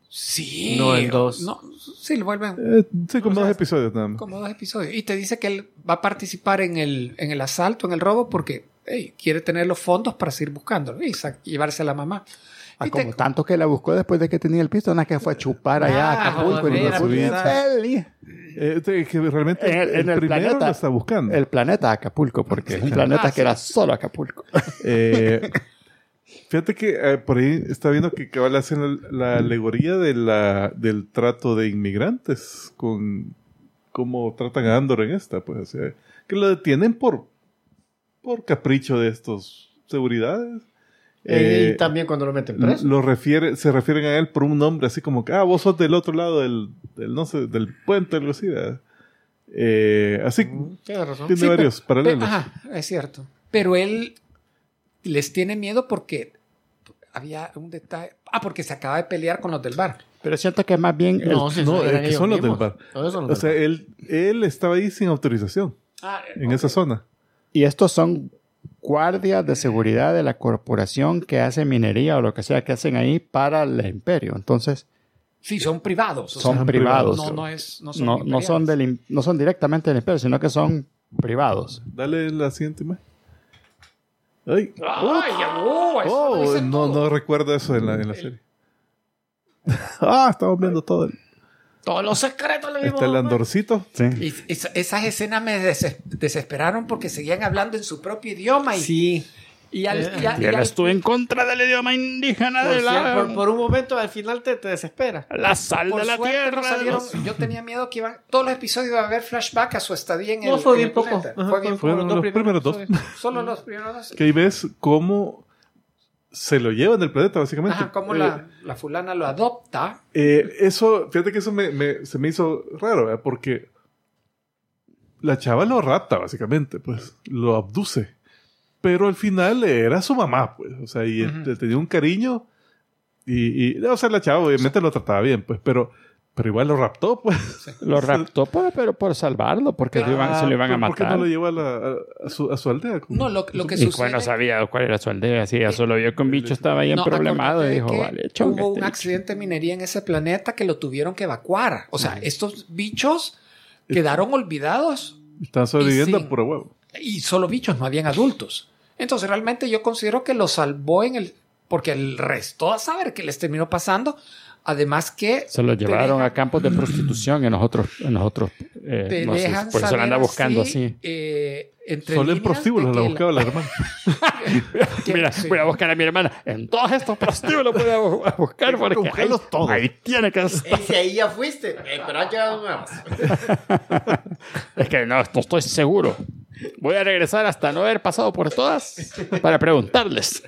S6: sí.
S10: No, en dos.
S6: No, sí, lo vuelven
S2: Eh, sí, con
S6: O
S2: dos
S6: sea,
S2: episodios nada más.
S6: como dos episodios. Y te dice que él va a participar en el, en el asalto, en el robo, porque hey, quiere tener los fondos para seguir buscándolo y sa- llevarse a la mamá.
S1: Ah,
S6: Y
S1: como
S6: te-
S1: tanto que la buscó después de que tenía el pisto, nada que fue a chupar allá a
S6: Ah,
S1: Acapulco.
S6: joder,
S1: y fue bien
S2: puta.
S1: feliz.
S2: Eh, te- que realmente
S1: En el-
S2: el,
S1: en el
S2: primero
S1: planeta.
S2: lo está buscando.
S1: El planeta Acapulco, porque es un
S6: Ah,
S1: planeta que era solo Acapulco.
S2: Eh, fíjate que eh, por ahí está viendo que cabal hacen la, la alegoría de la, del trato de inmigrantes con cómo tratan a Andor en esta, pues, o sea, que lo detienen por, por capricho de estos seguridades.
S3: Eh,
S2: Eh,
S3: y también cuando lo meten
S2: L-
S3: preso.
S2: lo refiere, se refieren a él por un nombre así como que, ah, vos sos del otro lado del, del no sé, del puente, algo así. ¿verdad? Eh, así
S3: Tienes razón.
S2: tiene
S6: Mm, Sí,
S2: varios
S6: Pe-
S2: paralelos.
S6: Ajá, es cierto. Pero él les tiene miedo porque había un detalle. Ah, porque se acaba de pelear con los del bar.
S1: Pero siento que más bien el-
S3: No, sí,
S2: no,
S3: eran
S2: eh, que
S3: ellos
S2: son los del
S3: mismos.
S2: bar.
S3: No, esos son los
S2: O
S3: del
S2: sea,
S3: bar.
S2: él, él estaba ahí sin autorización
S6: Ah,
S2: en esa zona.
S1: Y estos son guardias de seguridad de la corporación que hace minería o lo que sea que hacen ahí para el imperio. Entonces,
S6: Sí, son privados. o
S1: Son
S6: sea,
S1: privados.
S6: No, no, es, no son
S1: no, no son
S6: imperiales.
S1: del, im- no son directamente del imperio, sino que son privados.
S2: Dale la siguiente imagen. Ay,
S6: ¡Ay, ya, oh, eso
S2: oh,
S6: lo dicen
S2: no,
S6: todo.
S2: no recuerdo eso en la, en la
S6: El-
S2: serie. ah, estamos viendo todo. el-
S6: Todos los secretos le vimos.
S2: Está el andorcito.
S1: Sí.
S6: Y es- esas escenas me des- desesperaron porque seguían hablando en su propio idioma. Y,
S3: Sí. Eh,
S6: y al, y al- y al-
S1: Tienes tú en contra del idioma indígena
S3: Por,
S1: de la,
S3: cier- por- por un momento al final te, te desespera.
S1: la sal
S6: por
S1: de la
S6: suerte no
S1: tierra.
S6: salieron- yo tenía miedo que iban todos los episodios iba a haber flashback a su estadía en el
S3: No, fue
S6: en
S3: bien
S6: el
S3: poco.
S6: planeta.
S3: Ajá,
S6: Fue bien
S2: Fueron
S3: Los dos
S2: los primeros dos.
S3: primeros
S6: poco. Solo los primeros dos.
S2: Que ahí ves cómo se lo llevan del planeta, básicamente.
S6: Ajá, como
S2: Eh,
S6: la, la fulana lo adopta.
S2: Eh, eso, fíjate que eso me, me- se me hizo raro, ¿verdad? porque la chava lo rapta, básicamente, pues, lo abduce. Pero al final era su mamá, pues, o sea, y
S6: Ujú.
S2: le tenía un cariño. Y, y, o sea, la chava obviamente lo trataba bien, pues, pero, pero igual lo raptó, pues.
S1: Lo raptó, por- pero por salvarlo, porque lo iban- se lo iban a
S2: Ah, ¿Por qué
S1: matar.
S2: no lo llevó a, la- a- a su, a su aldea? Como-
S6: No, lo, lo que
S1: Y
S6: sucede.
S1: bueno, sabía cuál era su aldea, sí, ya solo vio que un bicho estaba ahí
S6: Eh, No,
S1: problemado y
S6: acuérdate
S1: dijo,
S6: que
S1: vale, chonga este
S6: Hubo un
S1: bicho".
S6: accidente de minería en ese planeta que lo tuvieron que evacuar. O sea, estos bichos quedaron olvidados
S2: Estaba sobreviviendo
S6: Y sí.
S2: a puro huevo.
S6: y solo bichos, no habían adultos. Entonces, realmente yo considero que lo salvó en el. Porque el resto a saber qué les terminó pasando. Además, que
S1: Se lo
S6: te
S1: llevaron
S6: dejan-
S1: a campos de prostitución en nosotros. En nosotros
S6: te dejan
S1: por eso la
S6: saber
S1: anda buscando
S6: así,
S1: así.
S6: eh, entre
S2: Solo en
S6: líneas de
S2: prostíbulos la
S6: que
S2: buscaba la hermana.
S6: que-
S1: Mira,
S6: sí.
S1: voy a buscar a mi hermana. En todos estos prostíbulos voy a bu- a buscar porque ahí,
S2: buscarlos todos.
S1: ahí tiene que estar.
S3: Y si ahí ya fuiste, eh, pero ha llegado más.
S1: Es que no, no estoy seguro. Voy a regresar hasta no haber pasado por todas para preguntarles.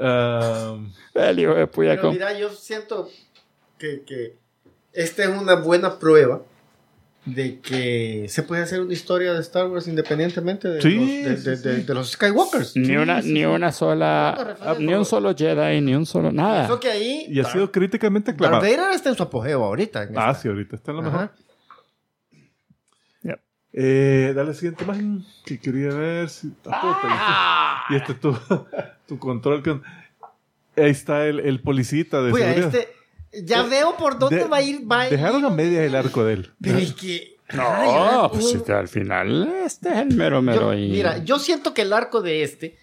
S2: Ah,
S1: El hijo de puya
S3: Pero
S1: con-
S3: mira, yo siento que, que esta es una buena prueba de que se puede hacer una historia de Star Wars independientemente de,
S2: Sí,
S3: los, de- de-
S2: sí,
S3: de-
S2: sí.
S3: de los Skywalkers.
S1: Ni una, ni una
S3: No,
S1: sola, ah,
S3: referencia,
S1: ni un
S3: no.
S1: solo Jedi, ni un solo nada.
S3: Eso que ahí
S2: Y ha
S3: Darth-
S2: sido críticamente
S3: Darth
S2: aclamado.
S3: Vader está en su apogeo ahorita. en
S2: Ah,
S3: esta.
S2: sí, ahorita está en lo
S3: Ajá.
S2: mejor.
S1: Yep.
S2: Eh, dale siguiente imagen que quería ver. Si... Ah, puta, y este es tu, tu control. Con... Ahí está el, el policita de
S3: Uy, a
S2: seguridad.
S3: este, ya veo por dónde
S2: De-
S3: va a ir. Va a ir-
S2: Dejaron a medias el arco de él.
S3: Pero es que. Ay,
S1: No,
S3: era
S1: pues
S3: un-
S1: este, al final este es el mero
S3: yo-
S1: mero. y-
S3: mira, yo siento que el arco de este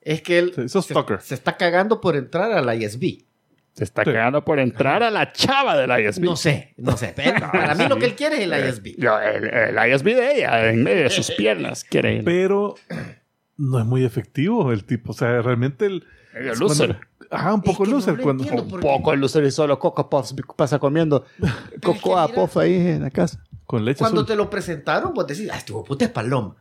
S3: es que él
S2: Sí, sos
S3: se,
S2: stalker.
S3: se está cagando por entrar a la ISB.
S1: se está
S2: sí.
S1: quedando por entrar a la chava del ISB.
S3: No sé, no sé. pero
S2: Ah,
S3: para mí lo que él quiere
S2: Eh,
S3: es el ISB.
S1: No, el, el ISB de ella, en medio de sus piernas, quiere ir.
S2: Pero no es muy efectivo el tipo. O sea, realmente el.
S1: Medio loser.
S2: cuando- Ajá, un poco
S3: que no
S2: loser.
S3: lo
S2: cuando...
S3: entiendo.
S1: Un
S3: porque-
S1: poco el loser y solo Coco Puffs pasa comiendo Cocoa
S3: mira-
S1: Puff ahí en la casa.
S2: Con leche
S3: Cuando
S2: azul.
S3: te lo presentaron, vos decís, ah, este hijo de puta es paloma.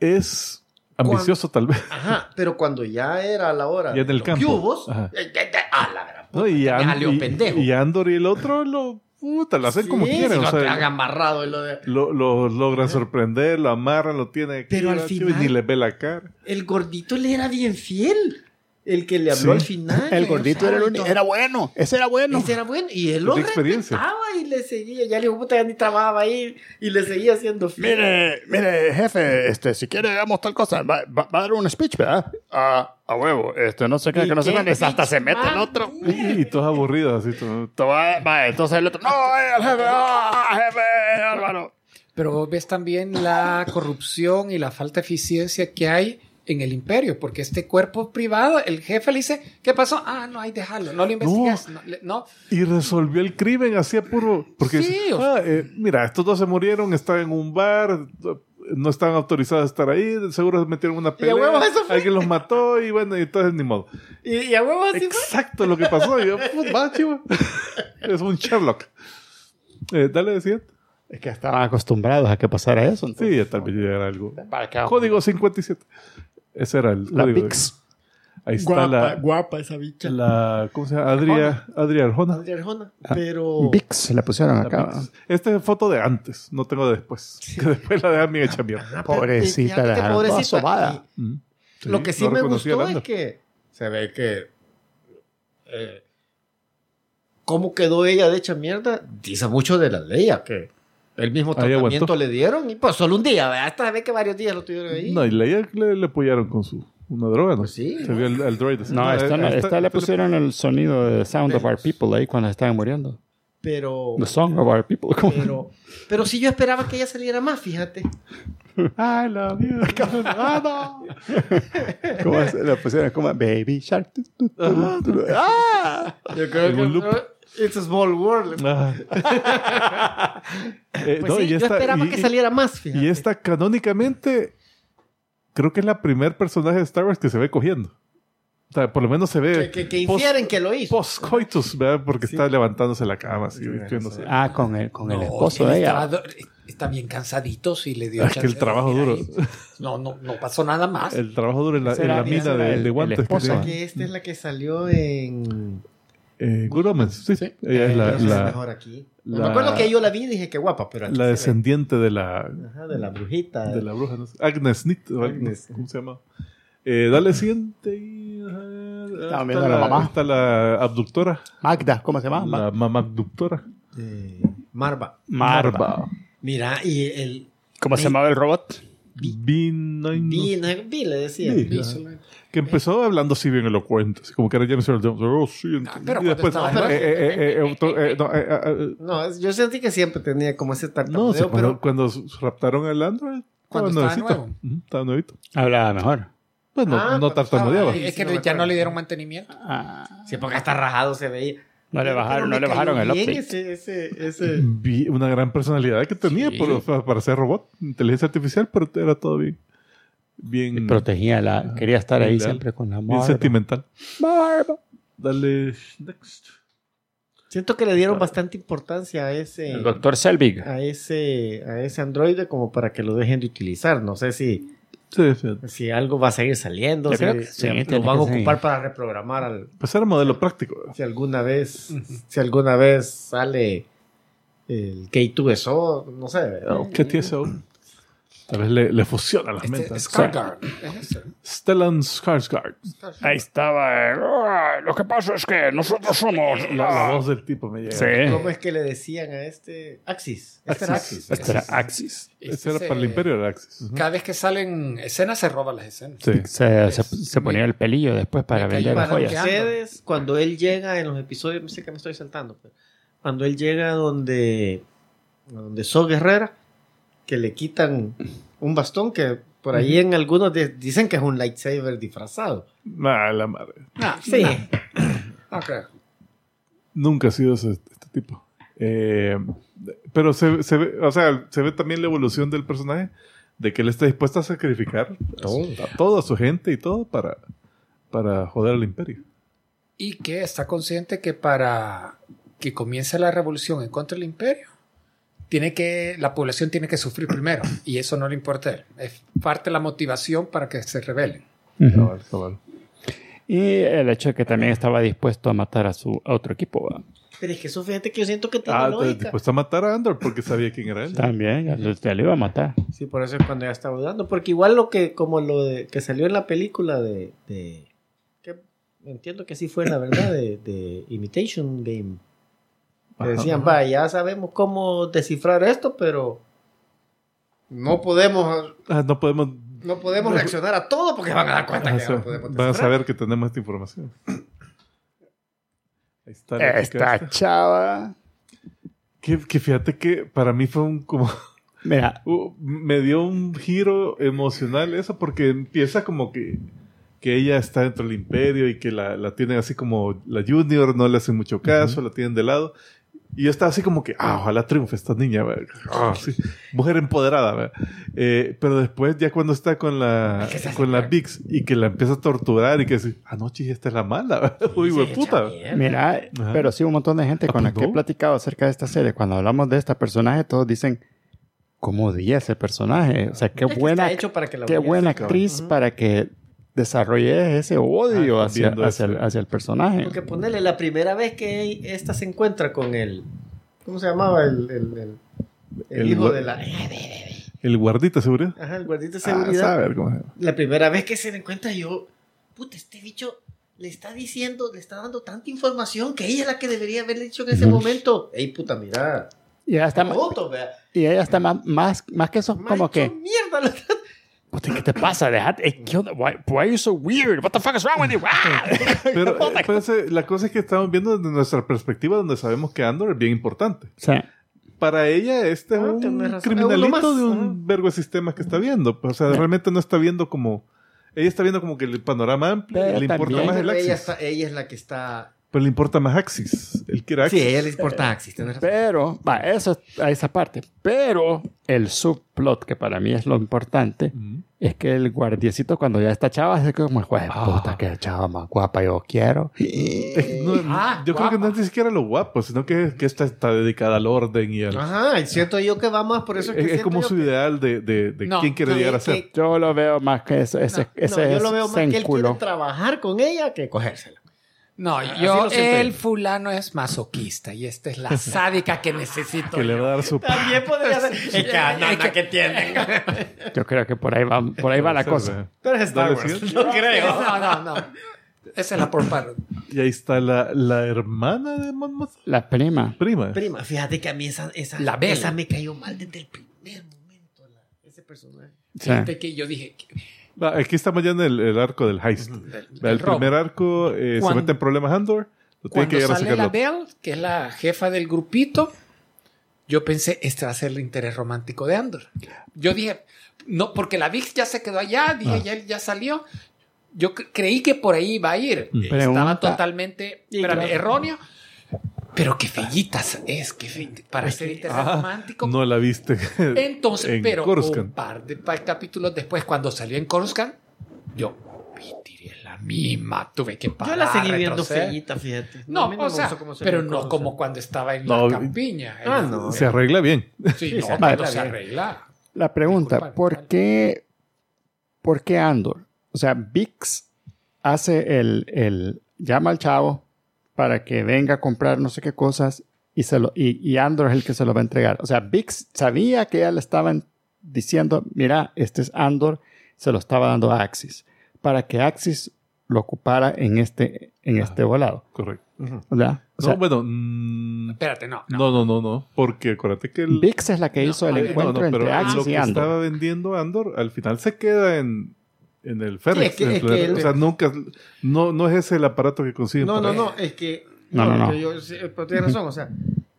S2: Es ambicioso, tal vez.
S3: Ajá, pero cuando ya era la hora.
S2: Ya en el
S3: de los
S2: campo.
S3: cubos,
S2: Ajá.
S3: eh, ya- ya- ah, la gran puta,
S2: ¿no? Y,
S3: me
S2: An-
S3: jaleo,
S2: y-
S3: pendejo.
S2: y Andor y el otro lo. Puta, lo hacen
S3: Sí,
S2: como
S3: si
S2: quieren.
S3: no
S2: o sea,
S3: te hagan barrado y lo de-
S2: Lo, lo logran sorprender, lo amarran, lo tienen aquí,
S3: Pero al
S2: la
S3: final-
S2: chiva, y ni le ve la cara.
S3: El gordito le era bien fiel. El que le habló
S2: Sí.
S3: al final.
S1: El
S3: ¿no?
S1: gordito era el
S3: Ay,
S1: único.
S3: no.
S1: Era bueno. Ese era bueno.
S3: Ese era bueno. Y él
S2: Es
S3: lo
S2: de experiencia.
S3: respetaba y le seguía. Ya le dijo, puta, ya ni trabajaba ahí. Y le seguía haciendo fiel.
S1: Mire, mire, jefe, este, si quiere hagamos tal cosa, va, va- va a dar un speech, ¿verdad? A, a huevo, este, no sé qué,
S3: ¿Y
S1: que no sé
S3: qué
S1: cuándo, hasta
S3: speech,
S1: se mete el
S3: man?
S1: otro.
S2: Y, y todos aburridos, así. todo-
S1: Esto Va, va, entonces el otro, no, eh, el jefe, ah, jefe, Álvaro.
S6: Pero vos ves también la corrupción y la falta de eficiencia que hay en el imperio, porque este cuerpo privado, el jefe le dice, ¿qué pasó? Ah, no, ahí déjalo, no lo investigas, no, le- no.
S2: Y resolvió el crimen así a puro. Porque
S6: Sí,
S2: dice,
S6: o sea-
S2: "Ah, eh, mira, estos dos se murieron, estaban en un bar, no estaban autorizados a estar ahí, seguro se metieron en una pelea.
S3: huevo, eso fue.
S2: Alguien los mató y bueno, y entonces ni modo.
S3: Y, y a huevo así fue.
S2: Exacto lo que pasó. Y yo, "Put, va, chivo. es un Sherlock. Eh, dale, siguiente.
S1: Es que estaban acostumbrados a que pasara eso.
S2: Sí, ya tal vez ya era algo.
S1: Para que-
S2: Código 57. Ese era el
S1: La
S2: código. de-
S1: Pix.
S2: Ahí está
S3: Guapa,
S2: la,
S3: guapa esa bicha.
S2: la- ¿Cómo se llama? Adria, Adria Arjona.
S3: Adriana Arjona.
S2: Ah.
S3: Pero.
S1: Pix la pusieron
S2: La
S1: acá.
S2: Pix. Esta es foto de antes, no tengo de después. Que después la dejan bien hecha mierda.
S1: Ah, eh,
S2: Mm.
S1: Pobrecita, la
S3: Fíjate,
S1: dejaron toda sobada.
S3: Y lo que sí me gustó es que se ve que. eh, ¿Cómo quedó ella de hecha mierda? Dice mucho de la ley, a que el mismo
S2: Ahí aguantó.
S3: tratamiento le dieron y pues solo un día, ¿verdad? Hasta se ve que varios días lo tuvieron ahí.
S2: No, y Leia le, le apoyaron con su una droga, ¿no?
S3: Pues sí.
S2: Se vio el, el droid. Ah,
S1: No, eh, esta, no, esta le pusieron el sonido de Sound of Our People ahí cuando estaban muriendo.
S3: Pero,
S1: The Song of Our People. ¿cómo?
S3: pero, pero si yo esperaba que ella saliera más, fíjate.
S2: I love you. Ah, no.
S1: ¿Cómo es? La pusieron como Baby Shark. tu, tu, tu,
S2: Ajá.
S1: tu, tu. ¡Ah!
S3: Yo creo
S2: En un loop.
S3: It's a small world.
S2: Ah. Eh,
S3: Pues
S2: no,
S3: sí,
S2: y
S3: yo
S2: esta-
S3: esperaba
S2: y-
S3: que
S2: y-
S3: saliera más, fíjate.
S2: Y esta canónicamente creo que es la primer personaje de Star Wars que se ve cogiendo. O sea, por lo menos se
S3: que,
S2: ve
S3: que, que
S2: post-
S3: infieren que lo hizo.
S2: post-coitus, ¿verdad? Porque
S3: Sí.
S2: está levantándose la cama, así,
S3: Sí,
S2: vistiéndose.
S1: Ah, con el, con el
S6: No,
S1: esposo
S6: él
S1: de
S6: estaba
S1: ella.
S6: do- Está bien cansadito si le dio
S2: Ah, es que
S6: chance
S2: el
S6: de
S2: trabajo duro.
S6: dormir ahí. No, no, no pasó nada más.
S2: El trabajo duro en la,
S1: Ese
S2: en
S1: era-
S2: la
S1: ese
S2: mina
S1: era
S2: de,
S1: el-
S2: de guantes.
S1: el
S2: que
S1: esposo.
S2: tiene.
S3: que esta es la que salió en...
S2: Eh, Good Omens, sí. Ella es la,
S3: Pero eso Eh, es
S2: la-
S3: mejor aquí.
S2: la-
S3: Me acuerdo que yo la vi y dije que guapa, pero aquí
S2: la
S3: se
S2: descendiente de la,
S3: ve. Ajá, de la brujita.
S2: de la bruja. ¿no? Agnes Nitt, o Agnes,
S3: Agnes.
S2: ¿cómo se llama? Eh, dale siguiente. y, ajá, está
S1: viendo a la mamá.
S2: Está la abductora.
S1: Magda, ¿cómo se llama?
S2: La mamá abductora.
S3: Eh, Marva.
S1: Marva.
S3: Mira, y el
S1: ¿Cómo se llamaba el robot?
S2: B9.
S3: Vi, no, Vi le decía.
S2: Sí,
S3: Vi,
S2: ajá.
S3: solo-
S2: Que empezó hablando así bien elocuente, así como que era James Earl Jones. Oh, sí, entendí.
S6: pero
S2: Y después,
S6: cuando
S3: estaba-
S2: eh, eh, eh, eh, auto- eh, no, eh, eh, eh,
S3: No, es- yo sentí que siempre tenía como ese tartamudeo,
S2: no, sí, cuando,
S3: pero
S2: cuando s- raptaron al Android,
S6: Cuando
S2: estaba
S6: estaba
S2: nuevecito.
S6: nuevo.
S2: Ujú, Estaba nuevito.
S1: Hablaba mejor.
S2: Pues no,
S3: Ah,
S2: no
S3: cuando
S2: tartamudeaba.
S3: estaba ahí.
S6: es
S3: sí,
S6: que
S3: no me
S6: ya no
S3: acuerdo.
S6: le dieron mantenimiento.
S1: Ah.
S3: sí, porque hasta rajado se veía.
S1: no le
S3: Pero
S1: bajaron,
S3: me
S1: no le
S3: cayó
S1: bajaron el
S3: bien
S1: update.
S3: Ese, ese, ese.
S2: Vi una gran personalidad que tenía
S6: Sí.
S2: por- pa- para ser robot, inteligencia artificial, pero era todo bien.
S1: Y
S2: Bien,
S1: protegía la. Quería estar ahí
S2: Ideal.
S1: siempre con la
S2: bien
S1: Marva.
S2: sentimental.
S1: Marva.
S2: Dale, next.
S3: Siento que le dieron bastante importancia a ese,
S1: El doctor Selvig.
S3: a ese, a ese androide como para que lo dejen de utilizar. No sé si
S2: Sí, sí.
S12: Si algo va a seguir saliendo,
S1: Yo
S12: si-
S1: creo que
S12: si
S1: sí,
S12: lo
S1: tiene
S12: van a
S1: que seguir.
S12: ocupar para reprogramar al,
S2: Pues era modelo práctico.
S12: si alguna vez, si alguna vez sale el K2SO, no sé. ¿verdad?
S2: ¿Qué TSO? Tal vez le, le fusionan las
S6: Este,
S2: mentas.
S6: Skarsgård. Es este, ¿no?
S2: Stellan Skarsgård.
S1: Ahí estaba. eh, "Ah, Lo que pasa es que nosotros somos.
S2: La, la
S1: ah".
S2: voz del tipo me llega.
S1: Sí.
S12: ¿Cómo es que le decían a este Axis? Este era Axis.
S1: Este era Axis.
S2: Ese era
S6: Este
S2: para el
S6: se-
S2: imperio del Axis. Ujú.
S6: Cada vez que salen escenas se roban las escenas.
S2: Sí.
S1: Se, se- se ponía el pelillo después para
S6: Me cayó
S1: vender las
S6: barato.
S1: joyas.
S12: Ustedes,
S3: Cuando él llega en los
S12: episodios,
S3: episodios, sé que me estoy saltando, pero
S12: cuando él llega donde, donde So Guerrera,
S3: que le quitan un bastón que por ahí en algunos de- dicen que es un lightsaber disfrazado.
S2: Nah, la madre.
S6: No,
S3: Sí.
S6: no creo.
S2: Nunca ha sido ese- este tipo. Eh, pero se, se ve, o sea, se ve también la evolución del personaje de que él está dispuesto a sacrificar a, su- a toda su gente y todo para, para joder al imperio.
S6: Y que está consciente que para que comience la revolución en contra del imperio, tiene que, la población tiene que sufrir primero. Y eso no le importa a él. Es parte de la motivación para que se rebelen.
S1: Ujú.
S2: Cabal, cabal.
S1: Y el hecho de que también estaba dispuesto a matar a su a otro equipo. ¿va?
S3: Pero es que eso fíjate que yo siento que tiene
S2: Ah, te-
S3: lógica.
S2: dispuesto a matar a Andor porque sabía quién era él.
S1: También, ya lo, ya lo iba a matar.
S12: sí, por eso
S3: Eso es cuando ya estaba dudando. Porque igual lo que, como lo de- que salió en la película de. de- que entiendo que sí fue la verdad, de, de Imitation Game. Que
S2: Ajá.
S3: decían, va, ya sabemos cómo descifrar esto, pero. No podemos,
S2: Ah, no podemos.
S3: no podemos reaccionar a todo porque van a dar cuenta
S2: ah,
S3: que
S2: se-
S3: no podemos
S2: van a
S3: descifrar.
S2: saber que tenemos esta información. Ahí está la chica
S1: Esta
S2: esta.
S1: chava.
S2: Que, que fíjate que para mí fue un como
S1: Mira,
S2: Uh, me dio un giro emocional eso porque empieza como que, que ella está dentro del imperio y que la, la tienen así como la junior, no le hacen mucho caso, la tienen de lado. Y yo estaba así como que, ah, ojalá triunfe esta niña, ¿verdad? Ah, sí. mujer empoderada. ¿verdad? Eh, pero después ya cuando está con la, con la Vix y que la empieza a torturar y que dice, ah, no, chis, esta es la mala, ¿verdad? uy, hueputa.
S1: mira,
S2: Ajá.
S1: pero sí un montón de gente
S2: Ah,
S1: con la
S2: pues,
S1: que he
S2: no.
S1: platicado acerca de esta serie. Cuando hablamos de este personaje, todos dicen, ¿cómo odia ese personaje? O sea, qué
S3: Es que
S1: buena,
S3: está hecho para que la
S1: qué
S3: audiencia-
S1: buena actriz
S3: Ujú.
S1: para que desarrolle ese odio
S2: Ah,
S1: hacia,
S2: viendo
S1: hacia, el,
S2: eso.
S1: hacia el personaje.
S3: Porque ponerle la primera vez que esta se encuentra con el. ¿Cómo se llamaba? El, el, el- el
S2: El
S3: hijo
S2: gua-
S3: de la.
S2: El guardita, seguro.
S3: Ajá, el guardita de
S2: Ah,
S3: seguridad.
S2: sabe cómo es.
S3: la primera vez que se den cuenta, yo. Puta, este bicho le está diciendo, le está dando tanta información que ella es la que debería haber dicho en ese
S1: Ujú.
S3: momento. Ey, puta, mira.
S1: Y ella está,
S3: Roto, vea.
S1: y ella está más, más, más que eso, como
S3: Macho,
S1: que...
S3: mierda, lo-
S1: Puta, ¿qué te pasa? Dejate. eh, ¿qué onda? Why, why are you so weird? What the fuck is wrong with you? Ah.
S2: Pero eh, pues, eh, la cosa es que estamos viendo desde nuestra perspectiva donde sabemos que Andor es bien importante.
S1: O sea,
S2: Para ella este es
S3: Ah, tenés
S2: un
S3: razón. Uno
S2: criminalito
S3: más.
S2: de
S3: Ajá.
S2: un vergo de sistemas que está viendo. Pues, O sea, realmente no está viendo como... Ella está viendo como que el panorama amplio y
S1: Pero
S2: le importa
S1: también-
S2: más el
S3: Pero ella,
S2: Axis.
S3: está- ella es la que está.
S2: Pero le importa más Axis. Él quiere Axis.
S3: Sí, ella le importa Axis. tenés razón.
S1: pero, va, eso a esa parte. Pero el subplot, que para mí es lo importante,
S2: Ujú.
S1: es que el guardiecito, cuando ya está chava, es como, juez,
S3: Ah.
S1: puta, que chava más guapa yo quiero.
S2: Es
S3: Eh,
S2: que no-
S6: Ah,
S2: yo creo que no
S6: guapa.
S2: es ni siquiera lo guapo, sino que, que esta está dedicada al orden y al...
S3: Ajá, y siento yo que va más, por eso es que.
S2: es, es
S3: siento
S2: como
S3: yo
S2: su ideal de, de, de
S6: No,
S2: quién quiere
S3: que-
S2: llegar a
S3: que-
S2: ser.
S1: Yo lo veo más que eso, ese,
S3: No,
S1: ese
S3: no,
S1: es
S3: yo lo veo más que él quiere
S1: senculo.
S3: trabajar con ella que cogérsela.
S6: No,
S3: Ah, así
S6: yo,
S3: lo siento
S6: el
S3: yo.
S6: fulano es masoquista y esta es la sádica que necesito.
S2: Que le va a dar su...
S3: También podría ser. es que anana que tienen.
S1: Yo creo que por ahí va, por ahí va la cosa.
S3: Pero es Star
S2: Dale,
S3: Wars.
S2: siguiente.
S3: No creo.
S6: No, no, no. Esa es la por par.
S2: Y ahí está la, la hermana de Mon Mothma.
S1: La prima.
S2: Prima.
S3: Prima, fíjate que a mí esa, esa,
S6: La Bella.
S3: esa me cayó mal desde el primer momento. la- ese personaje.
S1: O sea,
S6: Fíjate que yo dije,
S2: Va, Aquí estamos ya en el, el arco del heist.
S6: del-
S2: Va, El
S6: del robo.
S2: primer arco eh, se
S6: Cuando-
S2: mete en problemas Andor. Lo tiene que
S6: Cuando
S2: llegar a
S6: sale la
S2: sacarlo.
S6: Belle, que es la jefa del grupito, yo pensé, este va a ser el interés romántico de Andor. Yo dije, no, porque la Vix ya se quedó allá,
S2: Ah.
S6: dije, ya, ya salió. Yo cre- creí que por ahí iba a ir.
S2: Mm.
S1: Pregunta.
S6: Estaba totalmente espérame, erróneo. Pero qué fellitas es, qué feita, para ser interés
S2: Ah,
S6: romántico.
S2: No la viste.
S6: Entonces,
S2: en
S6: pero oh,
S2: Coruscant.
S6: un par de pa- capítulos después, cuando salió en Coruscant, yo, "Pitiri, es la misma, tuve que parar.
S3: Yo la seguí viendo
S6: retroceder.
S3: feíta, fíjate.
S6: No,
S3: a mí
S6: o
S3: me
S6: sea,
S3: gustó cómo se
S6: pero
S3: vio
S6: no
S3: Coruscant.
S6: como cuando estaba en
S2: No,
S6: la campiña.
S3: ah,
S6: Eh,
S3: no.
S2: Se arregla bien.
S6: Sí, no,
S1: se
S6: cuando
S1: arregla
S6: se
S1: bien.
S6: arregla.
S1: la pregunta,
S6: Disculpa,
S1: ¿por
S6: vale.
S1: qué ¿por qué Andor? O sea, VIX hace el, el- llama al chavo para que venga a comprar no sé qué cosas y, se lo, y, y Andor es el que se lo va a entregar. O sea, VIX sabía que ya le estaban diciendo, mira, este es Andor, se lo estaba dando a Axis, para que Axis lo ocupara en este, en
S2: Ajá.
S1: este volado.
S2: Correcto. Ujú.
S1: ¿verdad? O sea,
S2: no, pues, bueno. mm,
S4: Espérate, no. no.
S2: no, no, no, no. Porque acuérdate que el.
S1: VIX es la que hizo el
S2: Ah,
S1: encuentro
S2: no, no, pero
S1: entre
S2: lo
S1: Axis y
S2: que
S1: Andor.
S2: estaba vendiendo Andor al final se queda en, en el
S3: Sí,
S2: Ferrex.
S3: es que-
S2: en
S3: es
S2: el-
S3: que él-
S2: o sea, nunca. No, no es ese el aparato que consiguen.
S3: No,
S2: para-
S3: no, no, es que.
S1: No, no, no.
S3: Pero, yo- sí, pero tienes razón, o sea,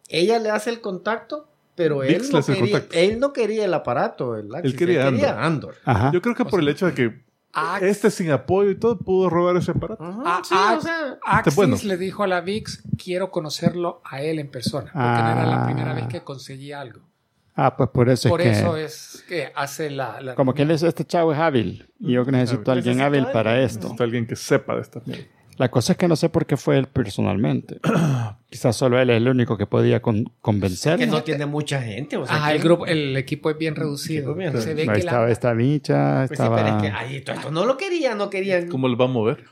S3: ella le hace el contacto, pero él
S2: Vix le
S3: no,
S2: hace el
S3: quería,
S2: contacto.
S3: él no quería el aparato, el Axis, él
S2: quería
S3: quería,
S2: Andor.
S3: Andor.
S1: Ajá.
S2: Yo creo que por el hecho de que
S3: Ah.
S4: Ax-
S3: Eh,
S2: este sin apoyo y todo pudo robar ese aparato.
S3: Ajá,
S4: Ah,
S3: sí,
S4: ah,
S3: o sea,
S4: Axis
S2: bueno.
S4: le dijo a la VIX, quiero conocerlo a él en persona, porque no era la primera vez que conseguí algo.
S1: Ah, pues por eso
S4: Por
S1: es Ah. que...
S4: eso es que hace la... la-
S1: Como que él es, este chavo es hábil. Y yo que necesito a alguien
S3: Necesito
S1: hábil
S3: a
S1: para
S3: alguien.
S1: esto.
S2: Necesito alguien que sepa de esta mierda.
S1: La cosa es que no sé por qué fue él personalmente. Quizás solo él es el único que podía con-
S3: que
S1: convencerlo.
S3: no tiene mucha gente, o sea.
S4: Ajá,
S3: que-
S4: el, grupo, el equipo es bien reducido.
S3: Equipo bien
S4: Se ve
S1: Ahí
S4: que
S1: estaba
S4: la-
S1: esta bicha,
S3: Pues sí, pero
S1: estaba...
S3: es que ahí todo esto no lo quería, no querían.
S2: ¿Cómo lo va a mover?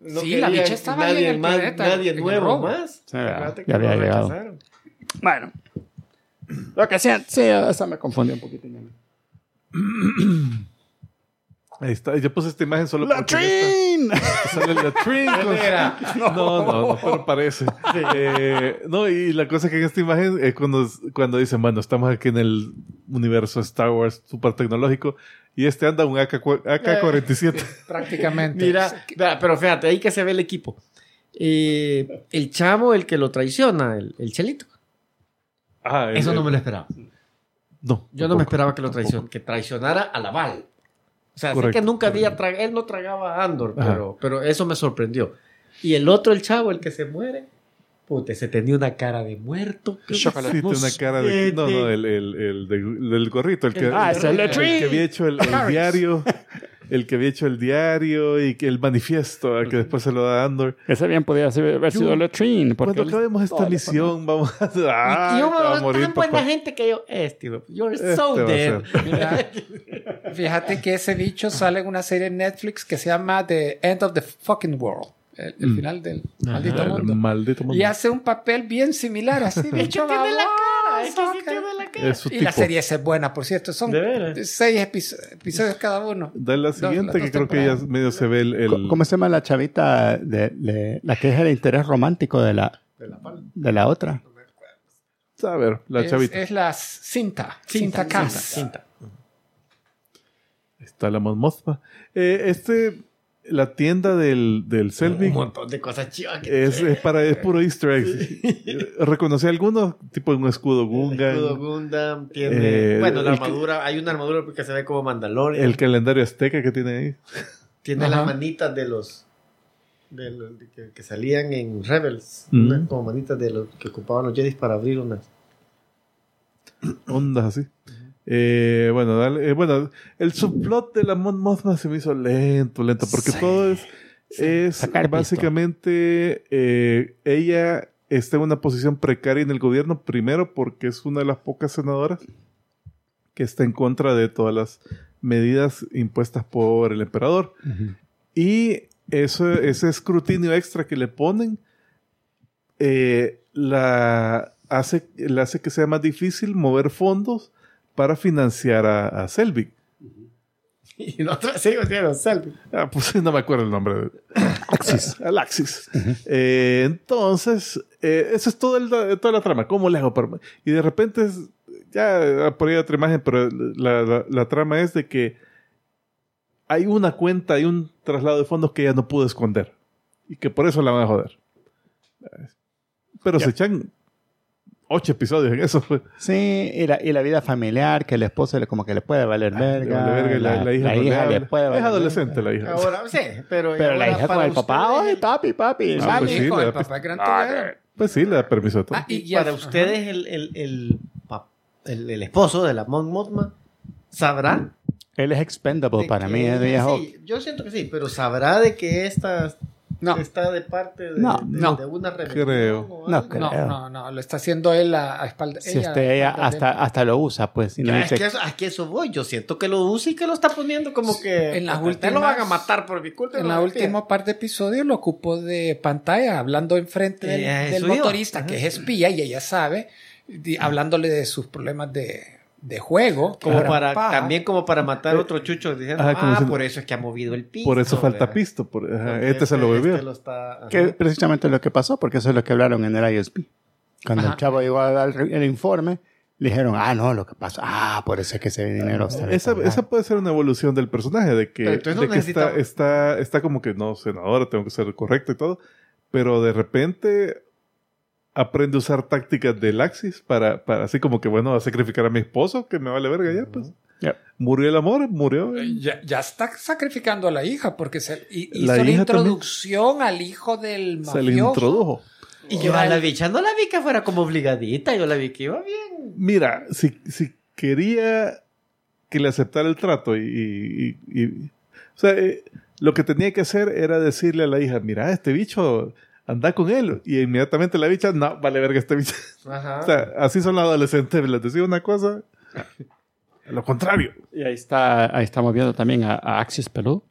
S3: no
S4: Sí, la
S3: querían
S4: bicha estaba ahí en el
S3: más-
S4: planeta,
S3: Nadie
S4: en el
S3: nuevo
S4: robo.
S3: más.
S1: Sí,
S3: Acuérdate que
S1: ya había
S3: lo
S1: llegado.
S3: rechazaron.
S1: Bueno. Lo que sea, sí, esa me confundió un poquito.
S2: Ahí está. Yo puse esta imagen solo porque ya está.
S1: ¡Latrín!
S2: Sale la Trin con- No, no, no, pero parece. Eh, no, y la cosa es que en esta imagen es cuando, cuando dicen, bueno, estamos aquí en el universo Star Wars super tecnológico y este anda un AK cua- AK-47.
S4: prácticamente.
S3: Mira, vea, pero fíjate, ahí que se ve el equipo. Eh, el chavo, el que lo traiciona, el, el chelito.
S2: Ajá,
S3: Eso
S2: eh,
S3: no me lo esperaba.
S2: no,
S3: Yo no me
S2: tampoco.
S3: esperaba que lo traicionara, que traicionara a Laval. O sea, sé
S2: Correcto,
S3: que nunca había tra- él no tragaba a Andor,
S2: Ajá.
S3: pero, pero eso me sorprendió. Y el otro, el chavo, el que se muere, puta, se tenía una cara de muerto.
S2: Sí, tiene una cara de... No, no, el, el, el de- del gorrito, el que,
S1: Ah, es el
S2: el que
S1: Latrín.
S2: había hecho el, el diario. El que había hecho el diario y que el manifiesto que después se lo da a Andor.
S1: Ese bien podía ser- haber sido Latrín. Porque
S2: Cuando
S1: él-
S2: acabemos esta
S1: Toda la
S2: misión, vamos a...
S3: Y-
S2: Ah,
S3: y yo
S2: te va a
S3: me
S2: morir,
S3: tan buena
S2: papá.
S3: gente que yo, este, you're
S2: Este
S3: so
S2: va a
S3: dead.
S2: ser.
S4: Mira, fíjate que ese bicho sale en una serie en Netflix que se llama The End of the Fucking World. El, el
S2: Mm.
S4: final del
S2: Ah,
S4: maldito
S2: el
S4: mundo.
S2: Maldito mundo.
S4: Y hace un papel bien similar, así de hecho.
S9: tiene la cara, es que sí
S4: baboso,
S9: tiene la cara.
S2: Ah, Es su
S4: Y
S2: tipo.
S4: la serie esa es buena, por cierto. Son
S3: De veras.
S4: seis episo- episodios cada uno.
S2: Da la
S4: las
S2: siguiente, que
S4: dos
S2: creo que ya
S4: temporadas.
S2: medio se ve el. el-
S1: Co- ¿Cómo se llama la chavita de, de- la que es el interés romántico de la, de la otra?
S2: A ver, la
S4: es,
S2: chavita.
S4: es la cinta. Cinta, Cas.
S3: Cinta.
S2: Está la monmozpa. Eh, este, la tienda del, del Selby
S3: Un montón de cosas chivas. que-
S2: es, es para, es puro easter egg. Reconocí algunos, tipo un escudo Gungan,
S3: Escudo Gundam, tiene.
S2: Eh,
S3: bueno, la
S2: el que-
S3: armadura, hay una armadura que se ve como Mandalorian.
S2: el calendario azteca que tiene ahí.
S3: tiene
S4: Ajá.
S3: las manitas de los. de los de que, que salían en Rebels.
S2: Mm.
S3: unas como manitas de los que ocupaban los Jedi para abrir unas.
S2: Ondas así. Eh, bueno, dale, eh, bueno, el subplot de la Mon Mothma se me hizo lento, lento, porque todo es, es
S1: Sacar pisto.
S2: básicamente eh, ella está en una posición precaria en el gobierno, primero porque es una de las pocas senadoras que está en contra de todas las medidas impuestas por el emperador. Y eso, ese escrutinio extra que le ponen eh, la, hace, la hace que sea más difícil mover fondos para financiar a, a Selvig.
S3: Y la otra sí, tiene selfie.
S2: Ah, pues no me acuerdo el nombre. de- Axis. Al Axis. Eh, entonces, eh, eso es todo el- toda la trama. ¿Cómo le hago? para- Y de repente, es- ya ah, por ahí otra imagen, pero la, la- la trama es de que hay una cuenta, hay un traslado de fondos que ella no pudo esconder. Y que por eso la van a joder. Pero se echan ocho episodios en eso. pues.
S1: Sí, y la, y la vida familiar, que el esposo le- como que le puede valer
S2: Ah, Le
S1: verga.
S2: vale verga, la, la hija, no le habla.
S1: le puede
S2: es
S1: valer
S2: adolescente la hija.
S3: Ahora, sí, pero.
S1: Pero la
S3: ahora
S1: hija con
S3: para
S1: el papá,
S3: ustedes-
S1: ¡ay, papi, papi!
S2: Ah,
S1: mami".
S2: pues sí,
S4: Hijo
S2: le
S4: del
S2: da pis-
S4: papá, gran tuguero.
S2: Pues sí, le da permiso a todo.
S4: Ah, y
S3: Y
S4: ya-
S3: para
S4: ajá.
S3: ustedes, el, el, el, pap- el- el esposo de la Mon Mothma sabrá.
S1: Él es expendable Pues
S3: de
S1: para
S3: que-
S1: mí, es viejo.
S3: sí, yo siento que sí, pero sabrá de que estas
S6: No,
S3: está de parte de,
S1: No,
S3: de-
S6: no.
S3: de una rebelión.
S2: Creo. este,
S3: o
S1: No,
S3: algo.
S1: creo.
S6: no, no, no, lo está haciendo él a, a espalda-
S1: Si
S6: ella a
S1: usted ella
S6: espaldas de él.
S1: hasta, hasta lo usa, pues. Y no
S3: Es
S1: dice,
S3: que eso, aquí eso voy. Yo siento que lo usa y que lo está poniendo como que.
S6: En las
S3: "Ustedes lo
S6: últimas-
S3: van a matar por mi culpa.
S6: En
S3: no
S6: la
S3: me
S6: última par de episodios lo ocupó de pantalla, hablando enfrente del,
S3: Eh,
S6: del
S3: eso digo.
S6: motorista, que
S3: Ajá.
S6: es espía y ella sabe, di- hablándole de sus problemas de, de juego.
S3: Como
S6: que era
S3: para,
S6: paja.
S3: también como para matar otro chucho diciendo,
S2: Ajá, como
S3: ah,
S2: diciendo-
S3: por eso es que ha movido el piso.
S2: Por eso falta
S3: ¿verdad?
S2: pisto. por- ajá,
S3: Porque
S2: este se lo
S3: este
S2: bebió.
S3: lo está- ajá.
S1: que precisamente lo que pasó, porque eso es lo que hablaron en el ISP. Cuando
S6: Ajá.
S1: el chavo llegó a dar el re- el informe, le dijeron, ah, no, lo que pasa, ah, por eso es que ese dinero está
S2: Esa,
S1: recargado".
S2: esa puede ser una evolución del personaje, de que,
S3: Pero entonces no
S2: de que está,
S3: necesitamos-
S2: está, está como que no, senadora, tengo que ser correcto y todo, pero de repente aprende a usar tácticas del Axis para, para así como que, bueno, a sacrificar a mi esposo, que me vale verga ya, pues.
S1: Yep.
S2: Murió el amor, murió.
S6: Eh, Ya, ya está sacrificando a la hija porque se, hi- hizo
S2: La
S6: la,
S2: hija también.
S6: introducción al hijo del
S2: Se le
S6: mafioso.
S2: introdujo.
S3: Y yo a la bicha no la vi que fuera como obligadita, yo la vi que iba bien.
S2: Mira, si, si quería que le aceptara el trato y... y- y- y- o sea, eh, lo que tenía que hacer era decirle a la hija, mira, este bicho, anda con él. Y inmediatamente la bicha, no, vale verga este bicho.
S3: Ajá.
S2: O sea, así son los adolescentes, les decía una cosa, lo contrario.
S1: Y ahí, está, ahí estamos viendo también a, a Axis Pelú.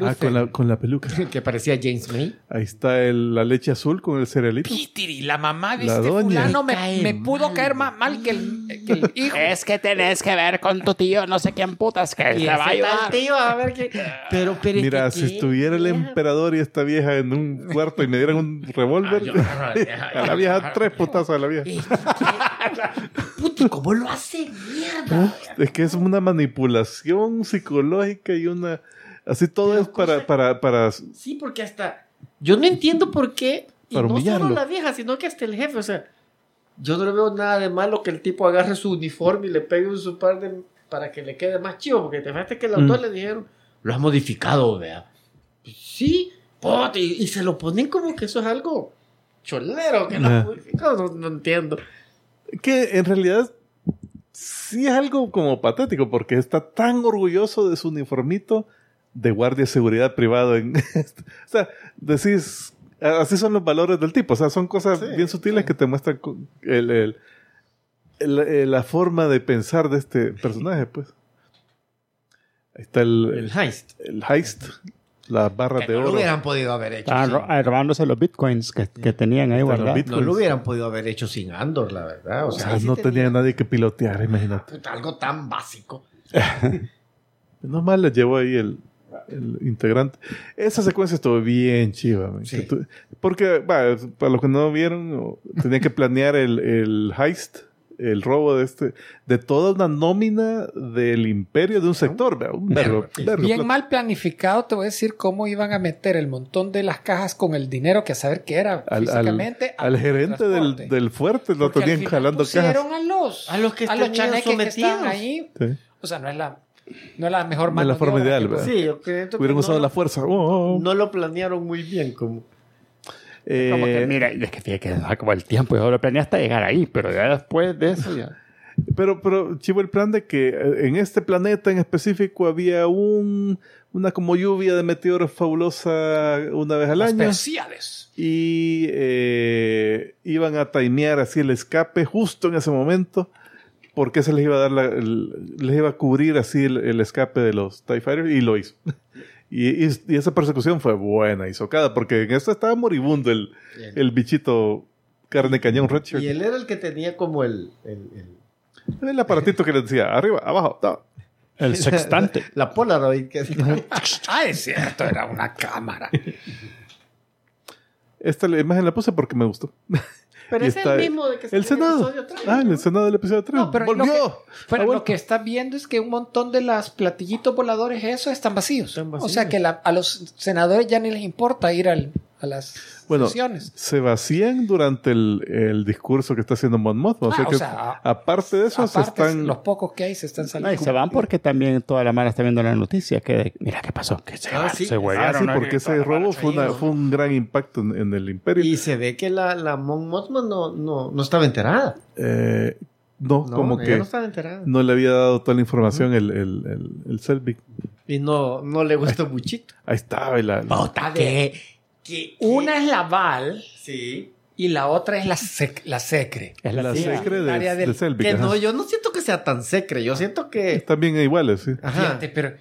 S2: Ah, con la, con la peluca.
S3: que parecía James May.
S2: Ahí está el- la leche azul con el cerealito.
S6: Pitiri, la mamá de
S2: La
S6: este
S2: doña.
S6: fulano me,
S3: Cae
S6: me
S3: mal.
S6: pudo caer más mal que el, que el hijo.
S13: Es que tenés que ver con tu tío, no sé quién putas, que
S3: Y
S13: te va a
S3: ese tal
S13: ayudar.
S3: tío, a ver qué. Pero, pero. es
S2: Mira,
S3: que
S2: si
S3: qué
S2: estuviera el
S3: vieja.
S2: emperador y esta vieja en un cuarto y me dieran un revólver, a la vieja tres putazos a la vieja.
S3: Puto, ¿cómo lo hace mierda?
S2: Es que es una manipulación psicológica y una... Así todo
S3: Pero
S2: es para,
S3: cosa-
S2: para, para...
S3: Sí, porque hasta. Yo no entiendo por qué. Y
S2: Para
S3: no
S2: humillarlo.
S3: solo la vieja, sino que hasta el jefe. O sea, yo no le veo nada de malo que el tipo agarre su uniforme y le pegue un su par de. para que le quede más chivo. Porque te fijaste que el autor
S2: Mm.
S3: le dijeron. Lo has modificado, vea. Pues Sí, puta, y, y se lo ponen como que eso es algo cholero que lo
S2: Ah.
S3: has modificado. No, no entiendo.
S2: Que en realidad sí es algo como patético porque está tan orgulloso de su uniformito de guardia de seguridad privado. En o sea, decís, así son los valores del tipo. O sea, son cosas
S3: Sí,
S2: bien sutiles que te muestran co- el- el- el- eh, la forma de pensar de este personaje, pues. Ahí está el,
S3: El heist.
S2: el, heist, las barras de
S3: no lo
S2: oro.
S3: hubieran podido haber hecho.
S1: Estaban
S3: sin-
S1: ro- ah, robándose los bitcoins que, que tenían ahí
S2: Los
S1: guardados.
S2: bit-
S3: no lo hubieran podido haber hecho sin Andor, la verdad. O
S2: O
S3: sea,
S2: sea,
S3: sí
S2: no
S3: tenía
S2: tenía nadie que pilotear, imagínate.
S3: puta, algo tan básico.
S2: Menos mal les llevó ahí el, el integrante. Esa secuencia estuvo bien chiva. man.
S3: Sí.
S2: Tu- Porque, va, para los que no vieron, o- tenía que planear el, el heist, el robo de este, de toda una nómina del imperio de un sector. ¿verdad? Un verbo, verbo.
S6: Bien mal planificado, te voy a decir cómo iban a meter el montón de las cajas con el dinero que a saber qué era
S2: Al- al-
S6: físicamente.
S2: Al gerente del,
S6: transporte.
S2: del fuerte lo
S6: Porque al
S2: tenían
S6: final
S2: jalando cajas.
S6: pusieron a los,
S3: A los que tenían
S6: chaneques que
S3: sometidos.
S6: estaban ahí.
S2: Sí.
S6: O sea, no es la, no es la mejor
S2: No es
S6: mano
S2: la
S6: de
S2: forma
S6: obra
S2: ideal,
S6: que-
S2: ¿verdad?
S3: Sí, yo creo que
S2: Hubieran
S3: no,
S2: usado la fuerza. Oh, oh, oh.
S3: no lo planearon muy bien. Como,
S2: Eh,
S1: Como que, mira, es que tiene que dejar como el tiempo. Yo lo planeé hasta llegar ahí, pero ya después de eso ya.
S2: Pero, pero, chivo, el plan de que eh, en este planeta en específico había un, una como lluvia de meteoros fabulosa una vez al
S6: Las
S2: año.
S6: especiales.
S2: Y eh, iban a timear así el escape justo en ese momento. Porque se les iba a dar la- el- les iba a cubrir así el, el escape de los TIE Fighters y lo hizo. Y, y- y esa persecución fue buena y socada, porque en esto estaba moribundo el, el bichito carne cañón Richard.
S3: y él era el que tenía como el, el- el-
S2: El aparatito que les decía, arriba, abajo, no.
S1: El sextante.
S3: la Polaroid. Que
S6: Ah, es cierto, era una cámara.
S2: Esta la imagen la puse porque me gustó.
S9: Pero
S2: Y
S9: es
S2: está-
S9: el mismo de que salió
S2: El Senado.
S9: episodio tres,
S2: Ah,
S9: ¿no?
S2: el Senado del episodio 3.
S6: No, pero lo
S2: ¡Volvió!
S6: Pero
S2: Ah, bueno.
S6: lo que estás viendo es que un montón de las platillitos voladores, eso, están vacíos.
S3: Están
S6: O
S3: vacíos.
S6: sea que la- a los senadores ya ni les importa ir al, a las
S2: Bueno,
S6: sesiones.
S2: Se vacían durante el, el discurso que está haciendo Mon Mothma. O
S6: Ah,
S2: sea
S6: o
S2: que,
S6: sea,
S2: aparte de eso, se
S6: Aparte,
S2: están. Ah,
S6: los pocos que hay se están
S1: No, y
S6: saliendo.
S1: se van porque también toda la mala está viendo la noticia. Que de- mira qué pasó, que se,
S3: Ah,
S1: van,
S3: sí.
S1: se
S3: Ah,
S2: Ah,
S1: huevearon
S2: sí,
S1: ahí
S2: porque
S1: toda
S2: ese
S1: la
S2: robo
S1: mala.
S2: fue, una- fue un gran impacto en, en el Imperio.
S3: y se ve que la, la Mon Mothman no, no, no estaba enterada.
S2: Eh, no,
S3: No,
S2: como
S3: ella
S2: que
S3: no estaba enterada.
S2: no le había dado toda la información el, el, el, el Selvig.
S3: Y no, no le gustó muchito.
S2: Ahí estaba. y la-
S3: Puta, ¿qué? que
S6: Una es la Val
S3: Sí.
S6: y la otra es la, sec- la Secre.
S1: Es la,
S2: La
S1: CIA.
S2: secre de,
S6: área
S2: de,
S6: del-
S2: Selvic,
S3: Que
S2: ajá.
S3: no, yo no siento que sea tan secre. Yo siento que.
S2: Están bien iguales, sí.
S3: Ajá.
S6: Fíjate, pero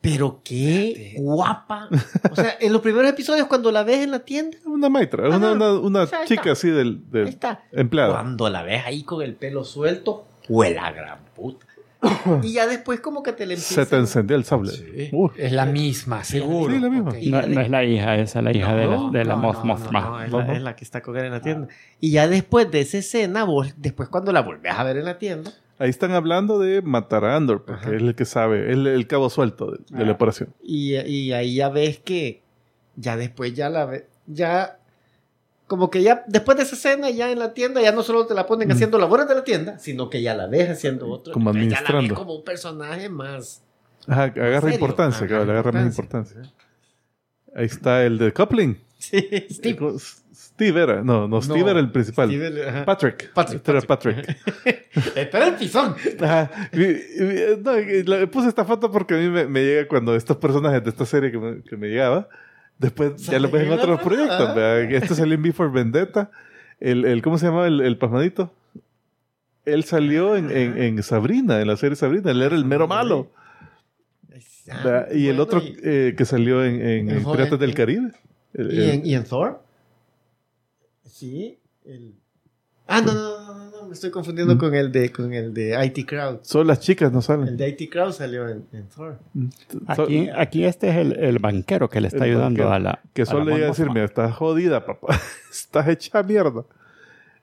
S3: Pero qué
S6: Fíjate.
S3: guapa. O sea, en los primeros episodios, cuando la ves en la tienda,
S2: Una maitra,
S3: Ajá.
S2: una, una, una
S3: O sea, ahí
S2: chica
S3: está.
S2: así del,
S3: ahí
S2: del
S3: está.
S2: empleada.
S3: Cuando la ves ahí con el pelo suelto, huela gran puta. Y ya después, como que te le
S2: Se
S3: empieza.
S2: te encendió el sable. Uh,
S6: es la misma, seguro.
S2: Sí, la misma.
S6: Ok.
S1: No, no es la hija, esa es la hija de la, de la
S6: no,
S1: Moth
S6: no,
S1: Mothma.
S3: No, es la, es la que está con él
S2: Ah.
S3: en la tienda. Y ya después de esa escena, vos, después cuando la volvés a ver en la tienda,
S2: ahí están hablando de matar a Andor, porque
S3: Ajá.
S2: es el que sabe, es el, el cabo suelto de, de la
S1: Ah.
S2: operación.
S3: y, y ahí ya ves que ya después ya la ve- ya como que ya después de esa escena ya en la tienda ya no solo te la ponen
S2: Mm.
S3: haciendo labores de la tienda, sino que ya la ves haciendo otro.
S2: Como
S3: ya la ves
S2: administrando.
S3: como un personaje más.
S2: Ajá, agarra
S3: serio?
S2: importancia,
S3: Ajá,
S2: cabal, agarra más importancia. Ahí está el de Coupling.
S3: Sí,
S2: Eh, con- S- Steve era, no, no, Steve era el principal.
S3: Steve, ajá.
S2: Patrick.
S3: Patrick,
S2: Este era Patrick.
S3: Espera el pisón.
S2: Ajá. Y- y- no, y la- puse esta foto porque a mí me, me llega cuando estos personajes de esta serie que me, que me llegaba, después ya los ves en
S3: Salen en
S2: otros
S3: otra,
S2: proyectos.
S3: ajá.
S2: ¿verdad? Que Este es el In Before Vendetta. El, el- ¿Cómo se llamaba el, el pasmadito? Él salió en, en- en Sabrina, en la serie Sabrina. Él era el mero malo. ¿verdad? Y el
S3: ah, Bueno,
S2: otro
S3: y,
S2: eh, que salió en, en-
S3: El
S2: en
S3: joven,
S2: Piratas del
S3: eh.
S2: Caribe. El-
S3: y
S2: el-
S3: en, y en Thor. Sí, el Ah, no, no, no, no, no, me estoy confundiendo
S2: Mm.
S3: con el de con el de IT Crowd.
S2: Solo las chicas no
S3: El
S2: salen.
S3: de IT Crowd salió en, en Thor.
S2: So-
S1: Aquí, aquí este es el, el banquero que le está
S2: El
S1: ayudando
S2: banquero.
S1: a la.
S2: Que
S1: a la
S2: solo le
S1: Mon
S2: iba a
S1: Mothma.
S2: decir, mira, estás jodida, papá. estás hecha mierda.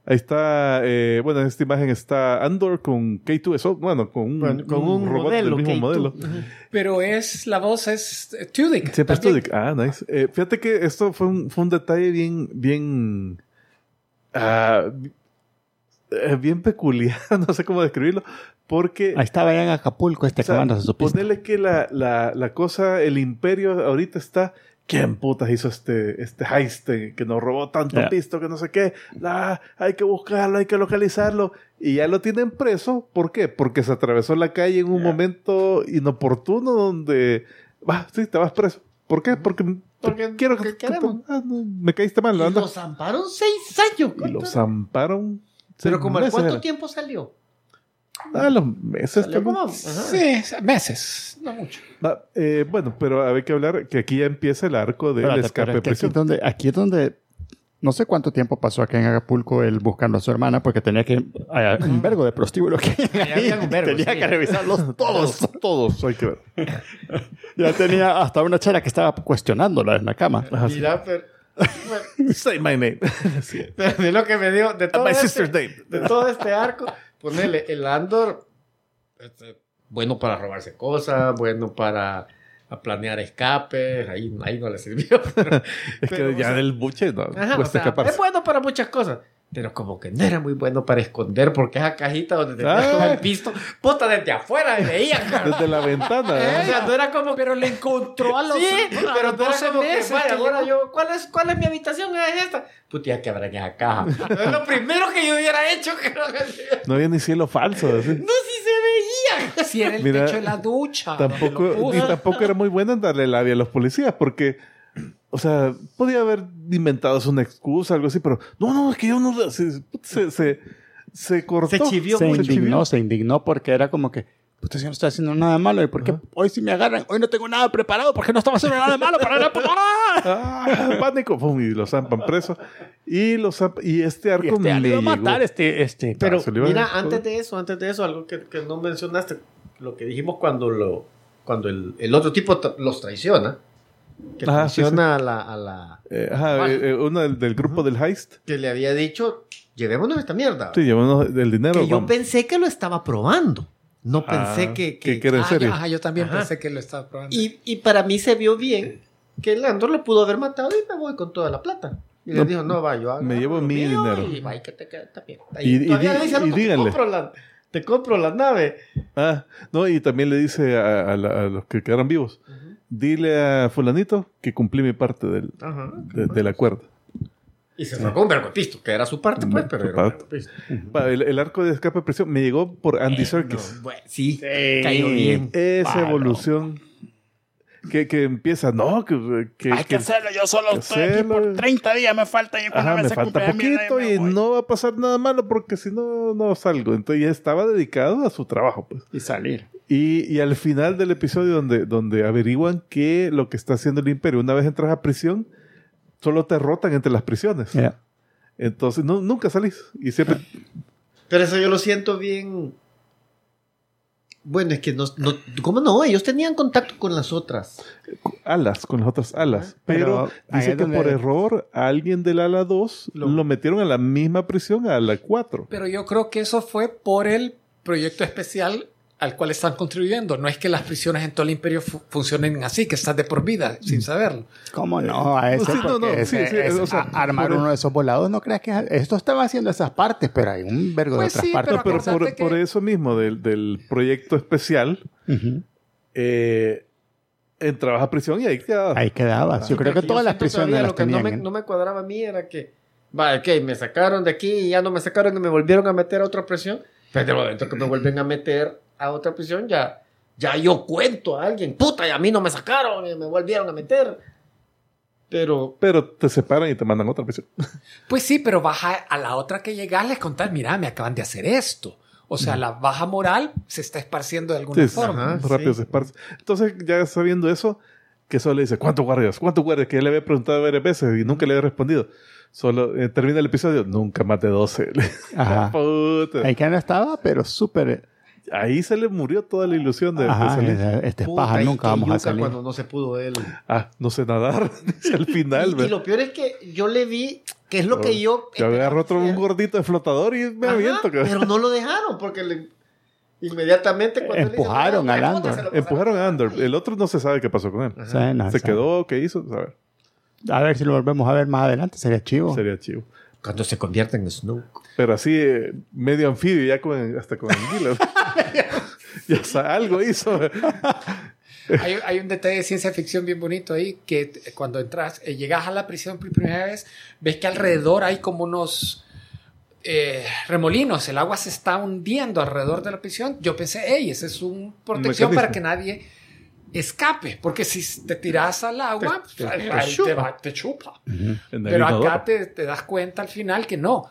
S2: Ahí está, eh, bueno, en esta imagen está Andor con K2SO, bueno, Mm, con un,
S3: Con, con un,
S2: robot
S3: modelo,
S2: del mismo
S3: que tú-
S2: modelo.
S6: Pero es, la voz es eh, Tudyk.
S2: Siempre es
S6: también.
S2: Tudyk. Ah, nice. Eh, fíjate que esto fue un, fue un detalle bien, bien, ah, eh, bien peculiar, no sé cómo describirlo, porque
S1: Ahí estaba ya en Acapulco este
S2: O sea,
S1: acabándose su pista.
S2: Ponerle que la, la, la cosa, el imperio ahorita está. ¿Quién putas hizo este, este heist eh, que nos robó tanto
S1: Ya.
S2: pisto que no sé qué? Ah, hay que buscarlo, hay que localizarlo. Y ya lo tienen preso. ¿Por qué? Porque se atravesó la calle en un momento inoportuno donde. Va, sí, te vas preso. ¿Por qué? Porque,
S3: Porque-
S2: quiero que
S3: porque queremos.
S2: ah, no, me caíste mal,
S3: Y
S2: anda.
S3: lo zamparon seis años.
S2: Y los zamparon.
S3: Pero
S2: seis
S3: como al
S2: meses
S3: cuánto
S2: era.
S3: tiempo salió?
S2: Ah, los meses.
S3: Salió
S2: tal vez.
S3: como- ajá.
S6: Sí, meses, no mucho.
S2: Va, eh, bueno, pero hay que hablar que aquí ya empieza el arco del
S1: Espérate,
S2: escape
S1: pero
S2: de
S1: es que aquí,
S2: prisión.
S1: es donde, aquí es donde. No sé cuánto tiempo pasó acá en Acapulco él buscando a su hermana porque tenía que. hay un vergo de prostíbulos que
S3: Ahí
S1: ahí.
S3: había un vergo,
S1: tenía
S3: sí.
S1: que revisarlos todos.
S2: Todos, hay que ver.
S1: ya tenía hasta una chera que estaba cuestionándola en la cama.
S3: Mira, pero,
S2: Say my name.
S3: pero de lo que me dio de todo,
S1: Ah,
S2: My
S3: este,
S2: sister's name.
S3: de todo este arco, ponele el Andor, este, bueno para robarse cosas, bueno para a planear escapes, ahí, ahí no le sirvió. pero-
S2: Es
S3: Pero,
S2: que
S3: o
S2: ya
S3: sea,
S2: del buche no,
S3: Ajá, o
S2: cuesta
S3: sea,
S2: escaparse.
S3: es bueno para muchas cosas. Pero como que no era muy bueno para esconder porque esa cajita donde tenías
S2: Ah.
S3: todo el pisto, puta, desde afuera veía, cabrón.
S2: Desde la ventana.
S3: O
S2: ¿verdad?
S3: sea, no era como
S6: Pero le encontró a los.
S3: Sí,
S6: a
S3: pero
S6: los
S3: tú eres
S6: 12
S3: como que,
S6: meses
S3: vaya,
S6: que
S3: ahora
S6: llegó.
S3: yo, ¿cuál es, ¿cuál es mi habitación? Ah, Es esta. Puta, ya que habrá en esa caja. es lo primero que yo hubiera hecho. creo que-
S2: No había ni cielo falso. así.
S3: No, si se veía.
S6: Si era el
S2: Mira,
S6: techo de la ducha. donde lo
S2: Tampoco, ni
S6: puso.
S2: tampoco era muy buena en darle labia a los policías porque, o sea, podía haber inventado una excusa, algo así, pero no, no, es que yo no. Se, se, se, se cortó.
S3: Se chivió
S1: se
S2: mucho.
S1: indignó, se indignó porque era como que, usted no está haciendo nada malo, ¿y por qué hoy si me agarran? Hoy no tengo nada preparado porque no estaba haciendo nada malo para la puta madre?"
S2: Ah, pánico. Pum, y los zampan preso. Y, los zamp- y este arco
S1: Y este,
S2: me
S1: "Ah, le iba a
S2: llegó.
S1: matar este, este.
S2: Pero,
S3: Pero
S2: se le iba a-
S3: mira, antes de eso, antes de eso, algo que, que no mencionaste, lo que dijimos cuando lo cuando el, el otro tipo tra- los traiciona, que
S2: Ah, sí,
S3: traiciona a la- a la
S2: Eh, ajá,
S3: Vale.
S2: eh, eh, uno del, del grupo del heist.
S3: que le había dicho, llevémonos esta mierda.
S2: Sí, llevamos el dinero.
S3: que yo
S2: vamos.
S3: pensé que lo estaba probando. No
S2: Ah,
S3: pensé que,
S2: que- que era en
S6: Ah,
S2: serio.
S6: ya, ajá, yo también
S3: Ajá.
S6: pensé que lo estaba probando.
S3: Y, y para mí se vio bien que el Andor lo pudo haber matado y me voy con toda la plata. Y
S2: No,
S3: le dijo, no, va, yo hago
S2: me llevo
S3: lo
S2: mi
S3: mío
S2: dinero.
S3: Y va, y que te quede también.
S2: Y- y
S3: todavía
S2: di-
S3: le dice al
S2: y
S3: otro, te
S2: díganle.
S3: compro la- Te compro la nave.
S2: Ah, no, y también le dice a, a la- a los que quedaron vivos: Dile a Fulanito que cumplí mi parte del,
S3: Ajá.
S2: de- del acuerdo.
S3: Y se fue con un vergopisto, que era su parte, pues,
S2: Su
S3: pero era un
S2: parte.
S3: vergopisto.
S2: Va, El, el arco de escape de presión me llegó por Andy Serkis.
S3: No, bueno, sí,
S1: Sí.
S3: cayó bien.
S2: Esa
S1: Pablo.
S2: evolución. que, que empieza, no, que, que,
S13: Hay que
S2: que-
S13: hacerlo, yo solo
S2: que
S13: estoy aquí
S2: hacerlo.
S13: por 30 días, me falta. Yo cuando
S2: Ajá,
S13: me
S2: me
S13: se
S2: falta
S13: cumpleaños, mira,
S2: poquito
S13: yo me
S2: y
S13: voy.
S2: no va a pasar nada malo porque si no, no salgo. Entonces ya estaba dedicado a su trabajo, pues.
S1: Y salir.
S2: Y, y al final del episodio donde, donde averiguan que lo que está haciendo el imperio, una vez entras a prisión, solo te rotan entre las prisiones.
S1: Ya. Ah.
S2: Entonces no, nunca salís. Y siempre...
S3: Pero eso yo lo siento bien. Bueno, es que no, no- ¿Cómo no? Ellos tenían contacto con las otras.
S2: alas, con las otras alas. Pero,
S1: Ah. Pero ahí
S2: dice
S1: es
S2: que
S1: donde-
S2: por error a alguien del ala 2 lo,
S3: Lo-
S2: metieron a la misma prisión, a la 4.
S6: Pero yo creo que eso fue por el proyecto especial al cual están contribuyendo. No es que las prisiones en todo el imperio fu- funcionen así, que estás de por
S2: Mm.
S6: vida, sin saberlo.
S14: ¿Cómo no? A eso,
S2: Sí, no,
S14: porque
S2: no,
S14: ese-
S2: sí, sí,
S14: ese-
S2: o sea,
S14: a- armar
S2: por-
S14: uno de esos volados, no creas que es- esto estaba haciendo esas partes, pero hay un vergo
S6: Pues
S14: de otras
S6: sí,
S14: partes.
S2: No, pero
S6: acordate
S2: por,
S6: que-
S2: por eso mismo, del, del proyecto especial,
S14: Ujú.
S2: eh, entrabas a prisión y ahí quedabas.
S14: Ahí quedaba. Yo creo que
S3: Yo
S14: todas las
S3: siento todavía
S14: prisiones
S3: lo
S14: las
S3: que no
S14: tenían.
S3: me-
S14: ¿eh?
S3: no, me, cuadraba a mí era que, va, ok, me sacaron de aquí y ya no me sacaron y me volvieron a meter a otra prisión. Pero de momento que me vuelven a meter a otra prisión, ya, ya yo cuento a alguien. Puta, y a mí no me sacaron y me volvieron a meter. Pero
S2: Pero te separan y te mandan a otra prisión.
S6: Pues sí, pero vas a, a la otra que llegas les contar, mira, me acaban de hacer esto. O sea, la baja moral se está esparciendo de alguna
S2: Mm. Sí, sí,
S6: forma.
S2: ajá, rápido
S3: sí.
S2: se esparce. Entonces, ya sabiendo eso, que solo le dice, ¿cuántos guardias? ¿Cuántos guardias? Que ya le había preguntado varias veces y nunca le había respondido. Solo eh, termina el episodio, nunca más de 12.
S14: Ajá.
S2: Puta.
S14: Ahí que no estaba, pero súper.
S2: Ahí se le murió toda la ilusión de, de
S14: Ajá,
S2: salir.
S14: este es
S3: puta,
S14: paja,
S3: y
S14: nunca
S3: qué
S14: vamos a
S3: yuca
S14: salir.
S3: cuando no se pudo él.
S2: Ah, no sé nadar. Dice al final,
S3: Y, y
S2: ¿verdad?
S3: lo peor es que yo le vi, que es lo que yo... eh,
S2: Yo agarro otro un
S3: Ajá,
S2: gordito de flotador y me aviento. que-
S3: Pero no lo dejaron porque le- inmediatamente cuando él hizo,
S14: Empujaron
S3: "Mira,
S14: al
S3: puta,
S14: Andor.
S3: se lo pasaron".
S2: Empujaron a Andor. El otro no se sabe qué pasó con él.
S14: O sea, no,
S2: se
S14: o sea,
S2: quedó, ¿qué hizo? A ver,
S14: A ver si lo volvemos a ver más adelante, sería chivo.
S2: sería chivo.
S10: Cuando se convierte en Snoop.
S2: Pero así, eh, medio anfibio, ya con, hasta con anguilas. ya sa- algo hizo.
S6: Hay, hay un detalle de ciencia ficción bien bonito ahí, que t- cuando entras, eh, llegas a la prisión por primera vez, ves que alrededor hay como unos eh, remolinos, el agua se está hundiendo alrededor de la prisión. Yo pensé, hey, esa es una protección
S2: Mecanismo.
S6: para que nadie escape, porque si te tiras al agua, pues,
S2: Te- te-
S6: ahí
S2: te
S6: te, va- te
S2: chupa.
S6: chupa.
S2: En el
S6: Pero
S2: inodoro.
S6: acá te, te das cuenta al final que no,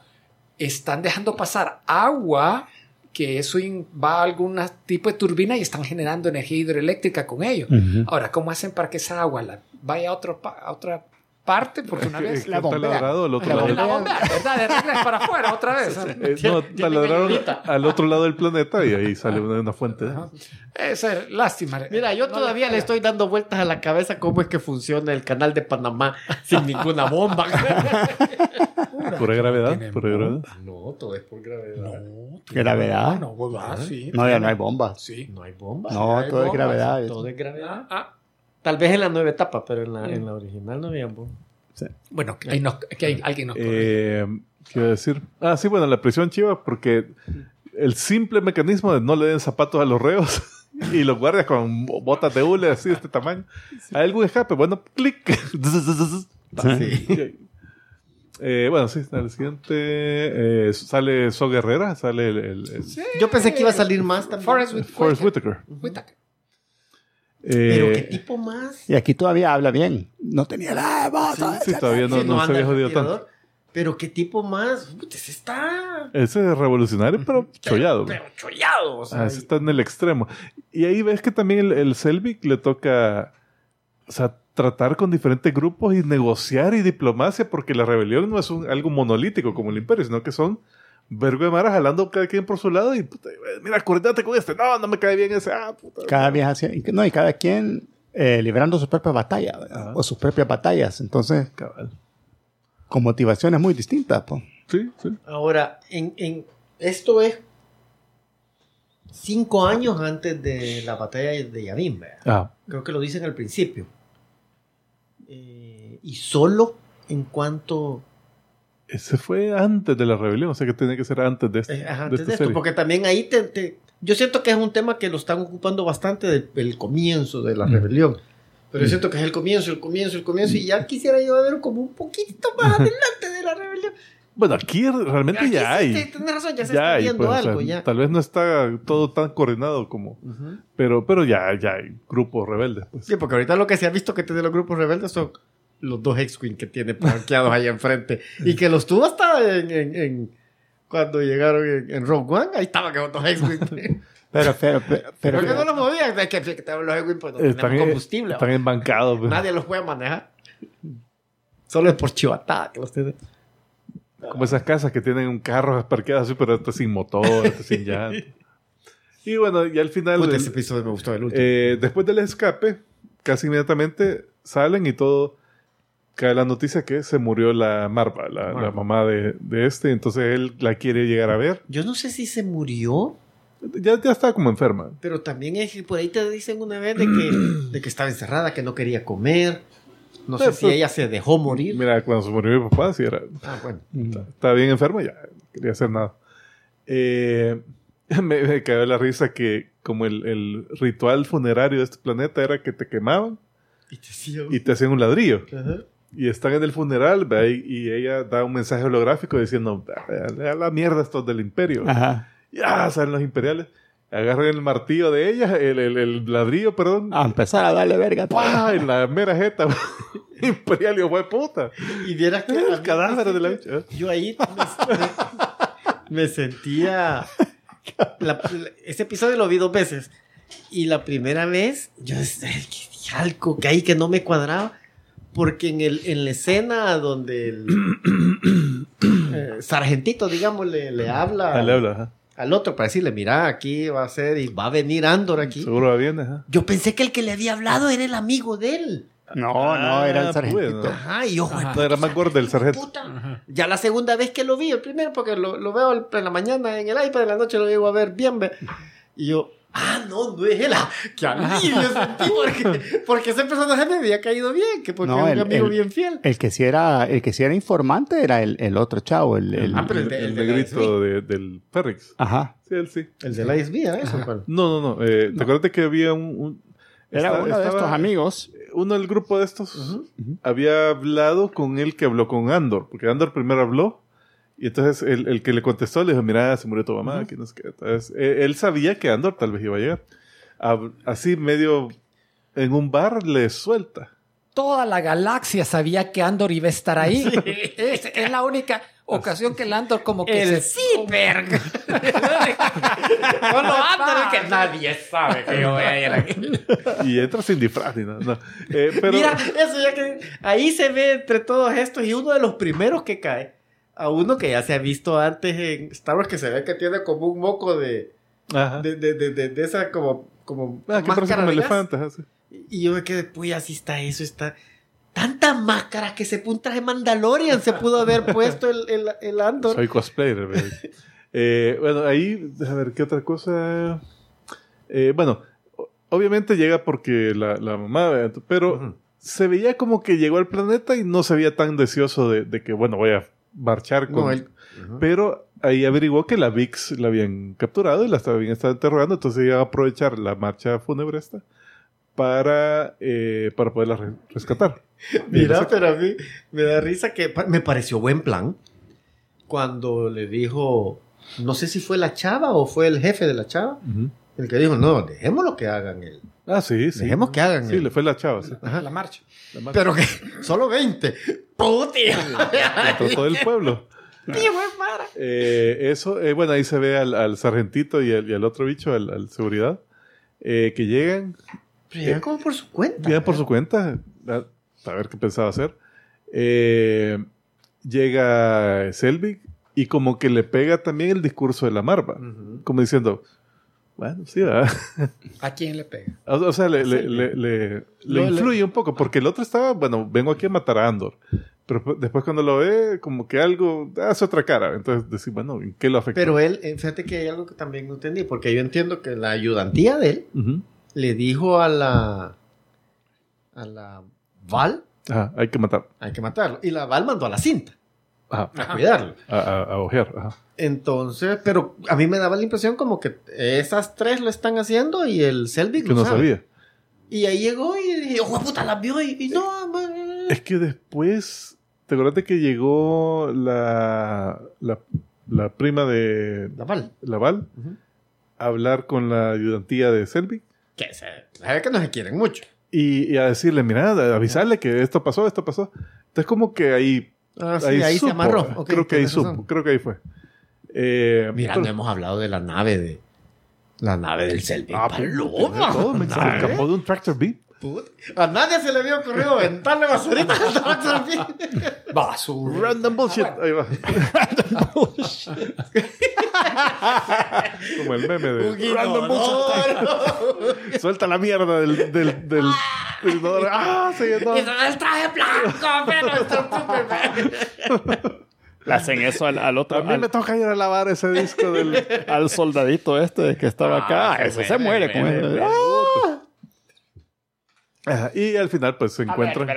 S6: están dejando pasar agua que eso in- va a algún tipo de turbina y están generando energía hidroeléctrica con ello.
S14: Ujú.
S6: Ahora, ¿cómo hacen para que esa agua la vaya a, otro pa- a otra parte? Porque una
S2: Es
S6: vez
S2: que
S14: la
S2: está
S14: bombea.
S2: ladrado al otro
S14: La
S2: lado.
S6: la bombea, ¿verdad? De regreso para afuera otra vez.
S2: Eh, no, taladraron al otro lado del planeta y ahí sale una, una fuente.
S14: Ah,
S6: Ajá. Esa es lástima.
S10: Mira, yo
S6: No
S10: todavía le estoy dando vueltas a la cabeza cómo es que funciona el canal de Panamá sin ninguna bomba.
S2: Pura gravedad,
S6: Tienen
S2: pura gravedad.
S10: no, todo es por gravedad.
S6: No, tío,
S14: Gravedad.
S6: No,
S1: Ah,
S6: huevada, pues, ah, sí.
S14: No, ya no hay bombas.
S6: Sí.
S10: No hay bomba.
S14: No,
S6: hay
S14: todo es
S6: bombas,
S14: gravedad.
S10: Todo es gravedad.
S6: Ah,
S10: Tal vez en la nueva etapa, pero en la, en la original no había bomba.
S6: bueno, que, ahí nos- que Ah, ahí alguien nos corrige.
S2: Eh, ¿Qué iba a decir? Ah, sí, bueno, la prisión chiva, porque el simple mecanismo de no le den zapatos a los reos y los guardias con botas de hule así de este tamaño. ¿Hay algún escape? Bueno, clic. Ah, Sí. Eh, bueno, sí, al siguiente eh, sale So Guerrera, sale el, el- el
S3: Yo pensé que iba a salir más también.
S6: Forrest Whit-
S2: Forrest
S6: Whitaker.
S2: Whitaker.
S6: Whitaker.
S3: Pero
S2: Eh,
S3: qué tipo más.
S14: Y aquí todavía habla bien. No tenía la voz.
S2: sí, todavía no,
S3: Sí,
S2: no se
S3: anda
S2: había
S3: el
S2: jodido
S3: tirador.
S2: tanto.
S3: Pero qué tipo más. Puta, ese está.
S2: Ese es revolucionario, pero chollado.
S3: Pero chollado. O sea,
S2: Ah, ese está en el extremo. Y ahí ves que también el, el Selvig le toca o sea, tratar con diferentes grupos y negociar y diplomacia, porque la rebelión no es un- algo monolítico como el imperio, sino que son vergo de maras jalando cada quien por su lado y puta, mira, coordinate con este, no, no me cae bien ese, ah, puta.
S14: Cada vieja hacía- No, y cada quien eh, librando sus propias batallas.
S2: Ajá.
S14: O sus propias batallas. Entonces,
S2: Cabal.
S14: con motivaciones muy distintas. po.
S2: Sí, sí.
S3: Ahora, en, en- esto es cinco años antes de la batalla de Yavin, ¿verdad?
S2: Ah,
S3: creo que lo dicen al principio. Eh, y solo en cuanto
S2: ese fue antes de la rebelión, o sea que tenía que ser antes de, este,
S3: eh, ajá,
S2: de
S3: antes
S2: esta
S3: de esto,
S2: serie.
S3: porque también ahí te, te- yo siento que es un tema que lo están ocupando bastante del, del comienzo de la
S2: Mm.
S3: rebelión. Pero yo siento que es
S2: Mm.
S3: el comienzo, el comienzo, el comienzo, y ya quisiera yo ver como un poquito más adelante de la rebelión.
S2: Bueno, aquí realmente
S15: Aquí
S2: ya
S15: sí,
S2: hay.
S15: sí, Tienes razón, ya se
S2: Ya
S15: está
S2: hay,
S15: viendo
S2: pues, o sea,
S15: algo. ya.
S2: Tal vez no está todo tan coordinado como. Pero, pero ya, ya hay grupos rebeldes. Pues.
S3: Sí, porque ahorita lo que se ha visto que tiene los grupos rebeldes son los dos ex queen que tiene parqueados ahí enfrente. Y que los tuvo hasta en, en- en- cuando llegaron en, en Rogue One, ahí estaban que los dos ex queen.
S1: Pero, pero, pero,
S3: Pero
S1: pero-
S3: que no los movían, es que, que estaban los ex queen pues no
S2: Están,
S3: tenemos combustible.
S2: están
S3: ¿va?
S2: embancados. pues.
S3: Nadie los puede manejar. Solo es por chivatada que los tiene.
S2: Como esas casas que tienen un carro parqueado así, pero hasta sin motor, hasta sin llanto. Y bueno, y al final.
S3: Puta,
S2: el-
S3: ese episodio me gustó el último.
S2: eh, después del escape, casi inmediatamente salen y todo. Cae la noticia que se murió la Marva, la, la mamá de, de este. Entonces él la quiere llegar a ver.
S3: Yo no sé si se murió,
S2: Ya, ya está como enferma.
S3: pero también es que por ahí te dicen una vez de que, de que estaba encerrada, que no quería comer. No sé
S2: Pero,
S3: si ella se dejó morir.
S2: Mira, cuando se murió mi papá, sí era.
S3: Ah, bueno.
S2: Estaba bien enfermo, ya no quería hacer nada. Eh, me, me cayó la risa que, como el, el ritual funerario de este planeta era que te quemaban
S3: Y te hacía-
S2: y te hacían un ladrillo.
S3: Ajá.
S2: Y están en el funeral, ¿ve? y, y ella da un mensaje holográfico diciendo: "A- A la mierda estos del Imperio.
S16: Ajá.
S2: Ya salen los imperiales. Agarran el martillo de ella, el, el- el ladrillo, perdón.
S16: A empezar a darle verga.
S2: ¡Pah! En la mera jeta. Imperial, y fue puta.
S3: Y vieras que
S2: El cadáver de la bicha.
S3: yo ahí me, me sentía. la- la- ese episodio lo vi dos veces. Y la primera vez, yo decía, "Ay, qué dialco que hay que no me cuadraba. Porque en, el, en la escena donde el eh, sargentito, digamos, le, le habla
S2: Ah, le habla, ajá.
S3: al otro para decirle: Mira, aquí va a ser y va a venir Andor aquí.
S2: Seguro va bien, ajá.
S3: Yo pensé que el que le había hablado era el amigo de él.
S1: No, no, era
S2: Ah,
S1: el sargentito.
S2: pues,
S3: Ajá, y yo,
S2: No, era más gordo el sargento.
S3: puta. Ya la segunda vez que lo vi, el primero, porque lo, lo veo el- en la mañana en el iPad, en la noche lo llego a ver bien. ve- Y yo, ah, no, no es él. ah, Qué alivio sentí, porque, porque ese personaje me había caído bien, que porque
S1: No,
S3: era un
S1: el-
S3: amigo
S1: el-
S3: bien fiel.
S1: El que sí era, el que sí era informante era el, el otro chavo, el, el-
S3: Ah, pero el
S2: El,
S3: de-
S2: el
S3: el de la
S2: negrito de- del Ferrix.
S1: ajá.
S2: Sí, él sí.
S3: El de la ISB, ¿eh? Eso, ¿cuál?
S2: No, no, no. eh, ¿Te acuerdas que había un... un-
S1: Era
S2: esta-
S1: uno de
S2: estaba-
S1: estos amigos.
S2: Uno del grupo de estos había hablado con el que habló con Andor. Porque Andor primero habló. Y entonces el, el que le contestó le dijo, mira, se murió tu mamá. que no sé qué". Entonces, eh, él sabía que Andor tal vez iba a llegar. Hab- así medio en un bar le suelta.
S6: Toda la galaxia sabía que Andor iba a estar ahí. Es, es la única ocasión que el Andor como que
S3: El
S6: se...
S3: ciber. Solo Andor, que nadie sabe que yo voy a ir aquí.
S2: Y entra sin disfraz ni nada. no. Eh, pero,
S3: Mira, eso ya que ahí se ve entre todos estos y uno de los primeros que cae a uno que ya se ha visto antes en Star Wars que se ve que tiene como un moco de
S2: Ajá.
S3: de, de, de, de- de esa como como
S2: Ah, que parece
S3: máscara
S2: como
S3: de gas.
S2: elefantes. así.
S3: y yo me quedé pues así está eso está tantas máscaras que se un traje Mandalorian se pudo haber puesto el, el, el Andor
S2: Soy cosplayer. güey. Eh, bueno, ahí, a ver, ¿qué otra cosa? Eh, bueno, o- obviamente llega porque la, la mamá, ¿verdad? pero se veía como que llegó al planeta y no se veía tan deseoso de, de que, bueno, voy a marchar con...
S3: No, él-
S2: Pero ahí averiguó que la VIX la habían capturado y la estaba bien estaba interrogando, entonces iba a aprovechar la marcha fúnebre esta para, eh, para poderla re- rescatar.
S3: Mira, pero a mí me da risa que pa- me pareció buen plan cuando le dijo, no sé si fue la chava o fue el jefe de la chava,
S2: Ujú.
S3: el que dijo, no, dejémoslo que hagan él.
S2: Ah, sí, sí.
S3: Dejemos que hagan
S2: Sí,
S3: él.
S2: le fue la chava. sí.
S6: La marcha.
S2: La marcha.
S3: Pero que solo 20. ¡Putia!
S2: Contra todo el pueblo. Eh, eso, eh, bueno, ahí se ve al, al sargentito y al, y al otro bicho, al, al seguridad, eh, que llegan,
S3: Pero ya como por su cuenta.
S2: llegan por su cuenta, a, a ver qué pensaba hacer. Eh, llega Selvig y como que le pega también el discurso de la Marva,
S3: Ujú.
S2: como diciendo, bueno, sí, ¿verdad?".
S6: ¿A quién le pega?
S2: o, o sea, le, le- le- le- le influye un poco, porque el otro estaba, bueno, vengo aquí a matar a Andor. Pero pu- después cuando lo ve, como que algo hace otra cara. Entonces decís, bueno, ¿en qué lo afecta?
S3: Pero él, eh, fíjate que hay algo que también no entendí, porque yo entiendo que la ayudantía de él le dijo a la... a la Val,
S2: Ajá, hay que matar.
S3: hay que matarlo. Y la Val mandó a la cinta
S2: Ajá.
S3: a cuidarlo.
S2: A, a, a ojear. Ajá.
S3: Entonces, pero a mí me daba la impresión como que esas tres lo están haciendo y el Selvig
S2: Que
S3: lo
S2: no
S3: sabe.
S2: sabía.
S3: Y ahí llegó y dije, ¡oh, puta, la vio! Y, y no, man".
S2: Es que después ¿Te acuerdas de que llegó la, la, la prima de
S3: Laval.
S2: Laval a hablar con la ayudantía de Selby?
S3: Que se, la verdad que no se quieren mucho.
S2: y, y a decirle, mira, a- avisarle que esto pasó, esto pasó. Entonces como que ahí...
S3: Ah, sí, ahí se amarró. Ok,
S2: creo que ahí
S3: tienes
S2: supo,
S3: razón.
S2: creo que ahí fue. Eh,
S3: Mira, no
S2: pero-
S3: hemos hablado de la nave de. La nave del Selby.
S2: Ah, pero-
S3: Paloma. ¿eh?
S2: todo, me- se
S3: Nave.
S2: escapó de un tractor beat.
S3: Put- A nadie se le había ocurrido aventarle basurita al Dr. Phil.
S6: Basura.
S3: Ah,
S2: Random bullshit. Ahí va. Como el meme
S3: Un
S2: de... Random bullshit.
S3: inodoro.
S2: Suelta la mierda del... del, del, del dólar. Ah, sí, no.
S17: Y se ve el traje blanco, pero está Superman.
S1: Le hacen eso al, al otro,
S2: A mí me
S1: al,
S2: toca ir a lavar ese disco del...
S1: al soldadito este que estaba acá.
S3: se
S1: ese se muere
S3: muere,
S1: con
S3: muere,
S1: él. Ah,
S3: muere.
S2: Ajá, Y al final pues se encuentran...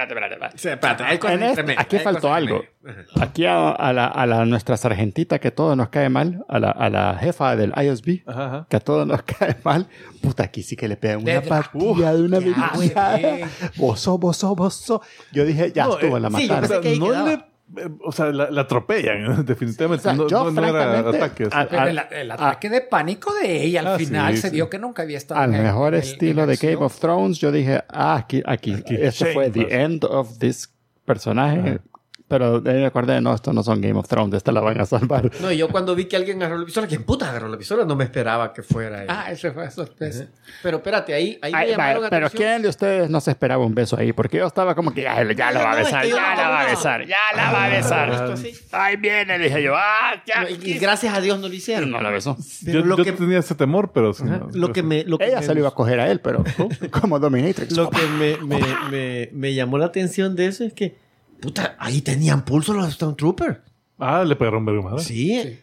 S3: Sí, espérate, hay cosas
S1: En este-
S3: intermedias,
S1: aquí
S3: hay
S1: faltó
S3: cosas
S1: algo.
S3: intermedias. Ajá.
S1: Aquí a, a la, a la- nuestra sargentita que todo nos cae mal, a la, a la jefa del ISB,
S2: Ajá, ajá.
S1: que a todos nos cae mal, puta, aquí sí que le pegan una
S17: Desde-
S1: patilla de una
S17: qué
S1: averiguada. Vos sos, vos sos, vos sos. Yo dije, ya
S2: No,
S1: estuvo,
S2: eh,
S1: la
S3: sí, yo
S1: mataron.
S3: pensé que ahí
S2: no
S3: quedaba.
S2: le- eh, o sea, la, la atropellan, definitivamente.
S1: O sea,
S2: no,
S1: yo,
S2: no- no era
S1: francamente,
S2: ataque. o sea.
S3: ah,
S1: al-
S6: Pero
S1: al-
S6: el, el ataque de pánico de ella al
S2: Ah,
S6: final
S2: sí,
S6: se
S2: sí.
S6: dio que nunca había estado
S1: al
S6: en-
S1: mejor
S6: en- en
S1: estilo de Game
S6: acción.
S1: of Thrones, yo dije, ah, aquí, aquí,
S2: Aquí,
S1: esto
S2: Shane
S1: fue the
S2: pasa.
S1: end of this personaje.
S2: Ajá.
S1: Pero de ahí me acordé, no, esto no son Game of Thrones, de esta la van a salvar.
S3: No, yo cuando vi que alguien agarró la pistola, ¿quién puta agarró la pistola? No me esperaba que fuera él.
S6: Ah, ese fue sorpresa.
S3: Pero espérate, ahí, ahí
S1: Ay,
S3: me llamaron
S1: va, pero
S3: atención.
S1: ¿quién de ustedes no se esperaba un beso ahí? Porque yo estaba como que ya, ya la va a
S3: No, es que
S1: besar,
S3: yo
S1: ya
S3: no,
S1: la va a
S3: no. Ah.
S1: besar, ya la va a besar.
S3: Esto así.
S1: Ahí viene, dije yo, ah, ya.
S3: No, y, y gracias a Dios no lo hicieron.
S1: No la besó.
S2: yo
S3: Pero lo
S2: yo
S3: que-
S2: tenía ese temor, pero sí, no.
S3: Lo que me, lo que
S1: Ella
S3: me
S1: se lo iba a coger a él, pero como Dominatrix.
S3: Lo que me, me- me- me llamó la atención de eso es que, puta, ahí tenían pulso los Stone Troopers.
S2: Ah, le pegaron verga madre.
S3: Sí.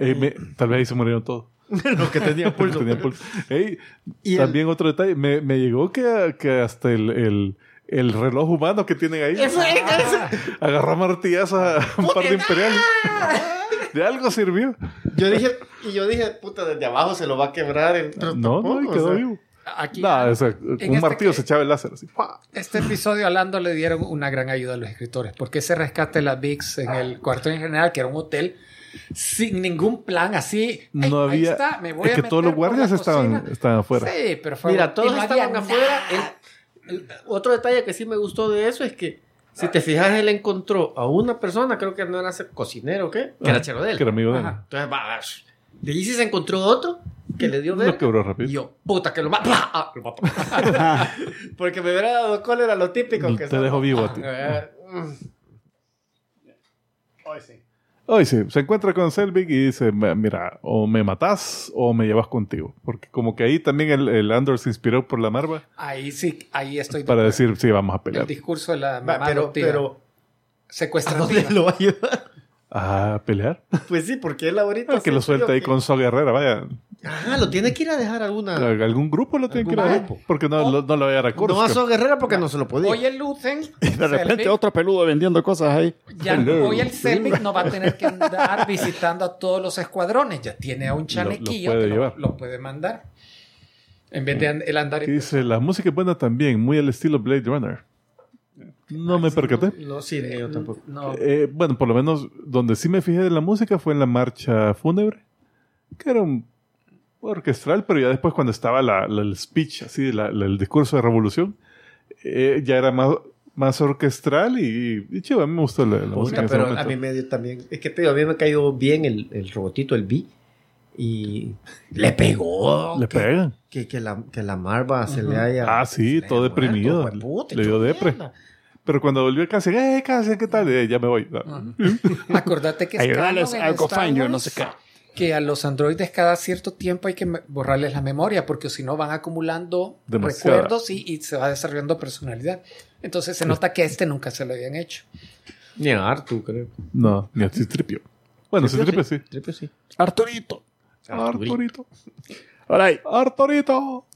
S2: Eh, me- tal vez ahí se murieron todos.
S3: Los que tenían pulso.
S2: Tenían pulso. Ey,
S3: Y el-
S2: también otro detalle. Me, me llegó que, que hasta el, el, el reloj humano que tienen ahí
S3: Eso es, eso
S1: Ah.
S3: es.
S2: agarró a martillazos a un par de imperiales. De algo sirvió.
S3: Yo dije, y yo dije, puta, desde abajo se lo va a quebrar. el- pero
S2: No, no, y
S3: tampoco,
S2: quedó
S3: o sea,
S2: vivo.
S6: Aquí
S2: Nada, o sea, con
S6: este
S2: un martillo
S6: que-
S2: se echaba el láser así. ¡pua!
S6: Este episodio a Lando le dieron una gran ayuda a los escritores, porque ese rescate de la VIX en el cuartel en general, que era un hotel, sin ningún plan así. "Ay,
S2: No
S6: ahí
S2: había-
S6: está, me voy
S2: Es
S6: a
S2: que todos
S6: meter
S2: los
S6: por la
S2: guardias estaban,
S6: cocina".
S2: estaban afuera.
S6: Sí, pero fue.
S3: Mira, todos
S6: y no había
S3: estaban
S6: nada.
S3: afuera. El- el- otro detalle que sí me gustó de eso es que, si te fijas, él encontró a una persona, creo que no era ese cocinero, ¿qué? Que era chero de él.
S2: Ah, Que era amigo de él.
S6: Ajá.
S3: Entonces, va, de ahí sí se encontró otro que le dio
S2: Lo
S3: verga.
S2: quebró rápido.
S3: Y yo, puta, que lo mato. Ah, lo mato. Porque me hubiera dado cólera lo típico que
S2: Te
S3: son.
S2: dejo vivo a ti.
S3: Eh, mm.
S2: Hoy sí, se encuentra con Selvig y dice, "Ma- mira, o me matás o me llevas contigo. Porque como que ahí también el, el Andor se inspiró por la Marva
S6: Ahí sí, ahí estoy. de
S2: para
S6: acuerdo.
S2: decir, sí, vamos a
S6: El
S2: pelear.
S6: discurso de la
S3: Va,
S6: mamá
S3: pero,
S6: adoptiva.
S3: pero, ¿a
S6: secuestrativa.
S3: dónde lo va a llevar?
S2: ¿A Ah, pelear?
S3: Pues sí, porque él ahorita.
S2: Ah, que lo
S3: siento yo
S2: suelta ahí
S3: que-
S2: con So Guerrera, vaya.
S3: Ah, lo tiene que ir a dejar a alguna.
S2: ¿A- ¿Algún grupo lo tienen que ir a
S3: Ah. ¿Algún
S2: dejar? Porque no, lo- no lo voy a dar a Kursk.
S3: No a Soa Guerrera porque no se lo podía.
S6: Hoy el Luthen.
S1: De repente otro peludo vendiendo cosas ahí.
S6: Ya,
S2: Hello.
S6: hoy el Selvig no va a tener que andar visitando a todos los escuadrones. Ya tiene a un chalequillo
S2: puede
S6: que lo-
S2: llevar.
S6: lo, puede mandar. En vez de an- el andar
S2: Que dice, la música es buena también, muy al estilo Blade Runner. No me percaté.
S3: No, Ah, sí, ni yo tampoco.
S6: No,
S2: Eh, bueno, por lo menos donde sí me fijé de la música fue en la marcha fúnebre, que era un orquestral, pero ya después cuando estaba la, la- el speech, así, la- la- el discurso de revolución, eh, ya era más, más orquestral y, y chido, a mí me gustó la, la música.
S3: Puta,
S2: en ese
S3: pero a
S2: momento.
S3: mí me dio también. Es que te digo, a mí me cayó bien el, el robotito, el B. Y le pegó.
S2: Le
S3: que,
S2: pegan.
S3: Que, que la, que la Marva se le haya.
S2: Ah, sí,
S3: se le
S2: todo
S3: haya
S2: deprimido.
S3: muerto, pues, hueputa,
S2: Le dio
S3: hecho
S2: depre.
S3: mierda.
S2: Pero cuando volvió Cassian, ¡eh, Cassian, qué tal! Eh, ya me voy.
S6: Ah. acordate que es
S1: Ayudarles
S6: canon
S1: a
S6: en Star
S1: Cofaño,
S6: Wars
S1: no sé qué.
S6: que a los androides cada cierto tiempo hay que me- borrarles la memoria porque si no van acumulando
S2: Demasiada.
S6: recuerdos y, y se va desarrollando personalidad. Entonces se nota que a este nunca se lo habían hecho.
S3: Ni a Artu, creo.
S2: No, ni a Citripio. Bueno, Citripio sí.
S3: Triple sí.
S1: Arturito.
S2: Arturito.
S1: Ahora ahí.
S2: Arturito.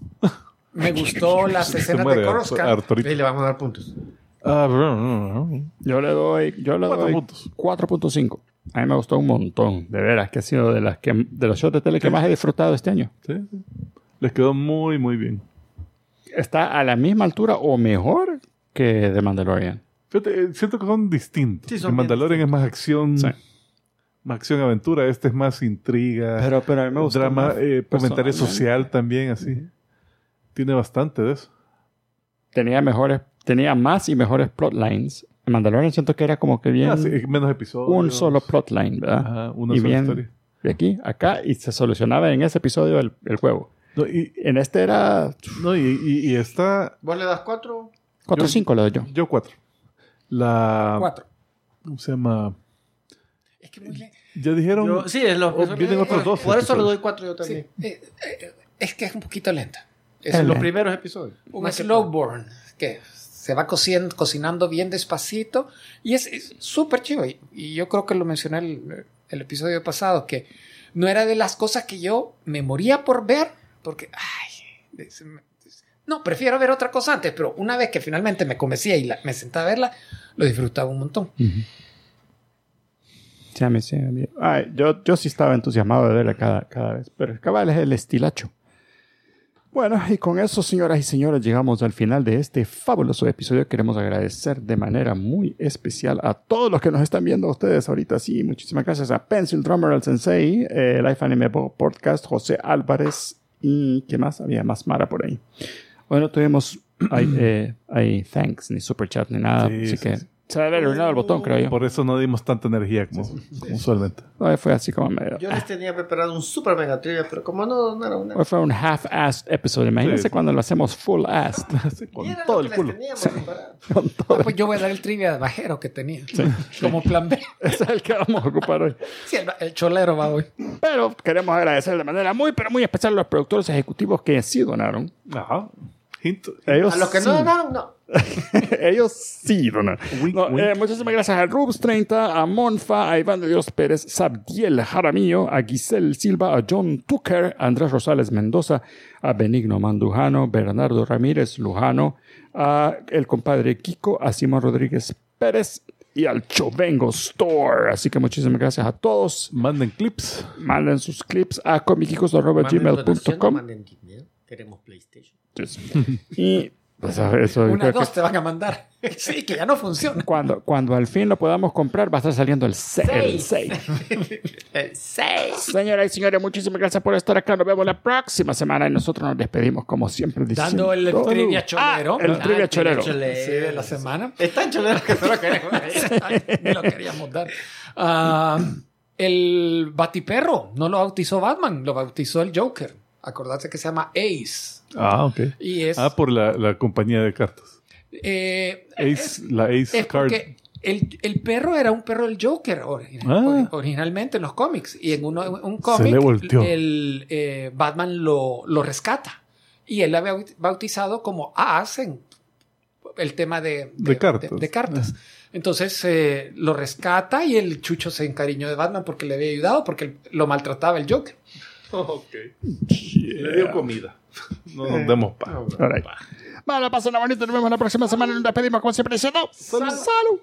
S6: Me gustó las
S2: Se
S6: escenas de
S2: muere
S6: Coruscant.
S2: Arturito.
S3: Ahí le vamos a dar puntos.
S2: Ah, bro, no, no.
S1: Yo le doy, yo le
S2: Cuatro
S1: doy
S2: puntos.
S1: 4.5. A mí me gustó un montón, de veras, que ha sido de las que de los shows de tele que más he disfrutado este año.
S2: Sí, sí. Les quedó muy, muy bien.
S1: Está a la misma altura o mejor que The Mandalorian.
S2: Fíjate, eh, siento que son distintos.
S10: Sí, son
S2: El
S10: bien
S2: Mandalorian es más acción,
S1: Sí.
S2: más acción-aventura. Este es más intriga,
S1: Pero, pero a mí me gusta.
S2: drama, eh, comentario social también, así. Tiene bastante de eso.
S1: Tenía mejores, tenía más y mejores plotlines. En Mandalorian siento que era como que bien
S2: Ah, sí, menos episodios.
S1: un solo plotline, ¿verdad?
S2: Ajá, una
S1: Y
S2: sola
S1: bien-
S2: historia.
S1: De aquí, acá, y se solucionaba en ese episodio el, el juego.
S2: No, y,
S1: En este era
S2: no, y, y- y está.
S3: ¿Vos le das cuatro?
S1: 4 o 5 le doy yo.
S2: Yo cuatro. La.
S6: Cuatro.
S2: ¿Cómo se llama?
S6: Es que muy le-
S2: Ya dijeron.
S10: Yo- sí, es lo
S2: Oh, vienen otros dos.
S3: Por eso le
S2: episodios.
S3: doy cuatro yo también.
S6: sí, eh, eh, es que es un poquito lenta. Es
S1: Es
S6: lo
S1: lenta.
S3: Los primeros episodios.
S6: un
S3: Más que
S6: slow burn que se va cociendo, cocinando bien despacito y es es súper chido. Y, y yo creo que lo mencioné el, el episodio pasado, que no era de las cosas que yo me moría por ver, porque, ay, de- se me- no, prefiero ver otra cosa antes, pero una vez que finalmente me convencía y la- me sentaba a verla, lo disfrutaba un montón.
S1: Sí, a mí sí, a mí- Ay, yo, yo sí estaba entusiasmado de verla cada, cada vez, pero el cabal es el estilacho. Bueno, y con eso, señoras y señores, llegamos al final de este fabuloso episodio. Queremos agradecer de manera muy especial a todos los que nos están viendo ustedes ahorita. Sí, muchísimas gracias a Pencil Drummer, al Sensei, eh, Life Anime Bo- Podcast, José Álvarez y ¿qué más? Había más Mara por ahí. Hoy no tuvimos hay, eh, hay thanks, ni super chat, ni nada,
S2: Sí,
S1: así
S2: sí,
S1: que
S2: sí.
S1: se había arruinado el botón, creo yo.
S2: Por eso no dimos tanta energía como, como usualmente.
S1: Hoy fue así como medio.
S3: Yo les tenía preparado un super mega trivia, pero como no donaron nada.
S2: Ah,
S1: Hoy fue un half-assed episodio. Imagínense
S2: Sí.
S1: cuando lo hacemos full-assed.
S2: Con
S3: Y era
S2: todo
S3: lo
S2: el
S3: que
S2: culo.
S3: les teníamos preparado.
S6: Ah, pues yo voy a dar el trivia de bajero que tenía, como plan B.
S1: Ese es el que vamos a ocupar hoy.
S6: Sí, el, el cholero va hoy.
S1: Pero queremos agradecer de manera muy, pero muy especial a los productores ejecutivos que sí donaron.
S2: Ajá. Hint-
S1: Ellos
S3: A los que
S1: sí.
S3: no donaron, no.
S1: Ellos sí donaron.
S2: Wink,
S1: No,
S2: wink.
S1: eh, muchísimas gracias a Rubs30, a Monfa, a Iván de Dios Pérez, Sabdiel Jaramillo, a Giselle Silva, a John Tucker, a Andrés Rosales Mendoza, a Benigno Mandujano, Bernardo Ramírez Lujano, a el compadre Kiko, a Simón Rodríguez Pérez y al Chovengo Store. Así que muchísimas gracias a todos.
S2: Manden clips.
S1: Manden sus clips a
S3: Manden donación, no
S1: comicicos.gmail.com.
S3: manden dinero. Queremos PlayStation.
S1: Y pues, eso creo
S6: Una,
S1: que-
S6: dos te van a mandar. Sí, que ya no funciona.
S1: Cuando, cuando al fin lo podamos comprar, va a estar saliendo el 6.
S3: É,
S1: Señoras y señores, muchísimas gracias por estar acá. Nos vemos la próxima semana y nosotros nos despedimos como siempre. diciendo-
S6: Dando el trivia cholero.
S1: el
S6: Ah,
S1: trivia cholero.
S6: Sí, de la semana.
S3: é,
S10: Es
S3: tá
S10: tan cholero que no lo queremos.
S6: Ni lo queríamos dar. Ah, el batiperro no lo bautizó Batman, lo bautizó el Joker. Acordate que se llama Ace.
S2: Ah, ok.
S6: Y es.
S2: Ah, por la, la compañía de cartas.
S6: eh,
S2: Ace,
S6: es-
S2: la Ace
S6: es
S2: Card.
S6: porque el, el perro era un perro del Joker ori-
S2: Ah.
S6: originalmente en los cómics. Y en uno, un
S2: le
S6: cómic,
S2: volteó.
S6: el eh, Batman lo, lo rescata. Y él la había bautizado como Ace en el tema de,
S2: De cartas. Ah.
S6: de cartas. Entonces eh, lo rescata y el chucho se encariñó de Batman porque le había ayudado, porque lo maltrataba el Joker.
S2: Le dio comida. Ah, No nos demos pa.
S1: All right. Bueno, pasen la bonita. Nos vemos la próxima semana y nos despedimos como siempre diciendo. ¡Salud!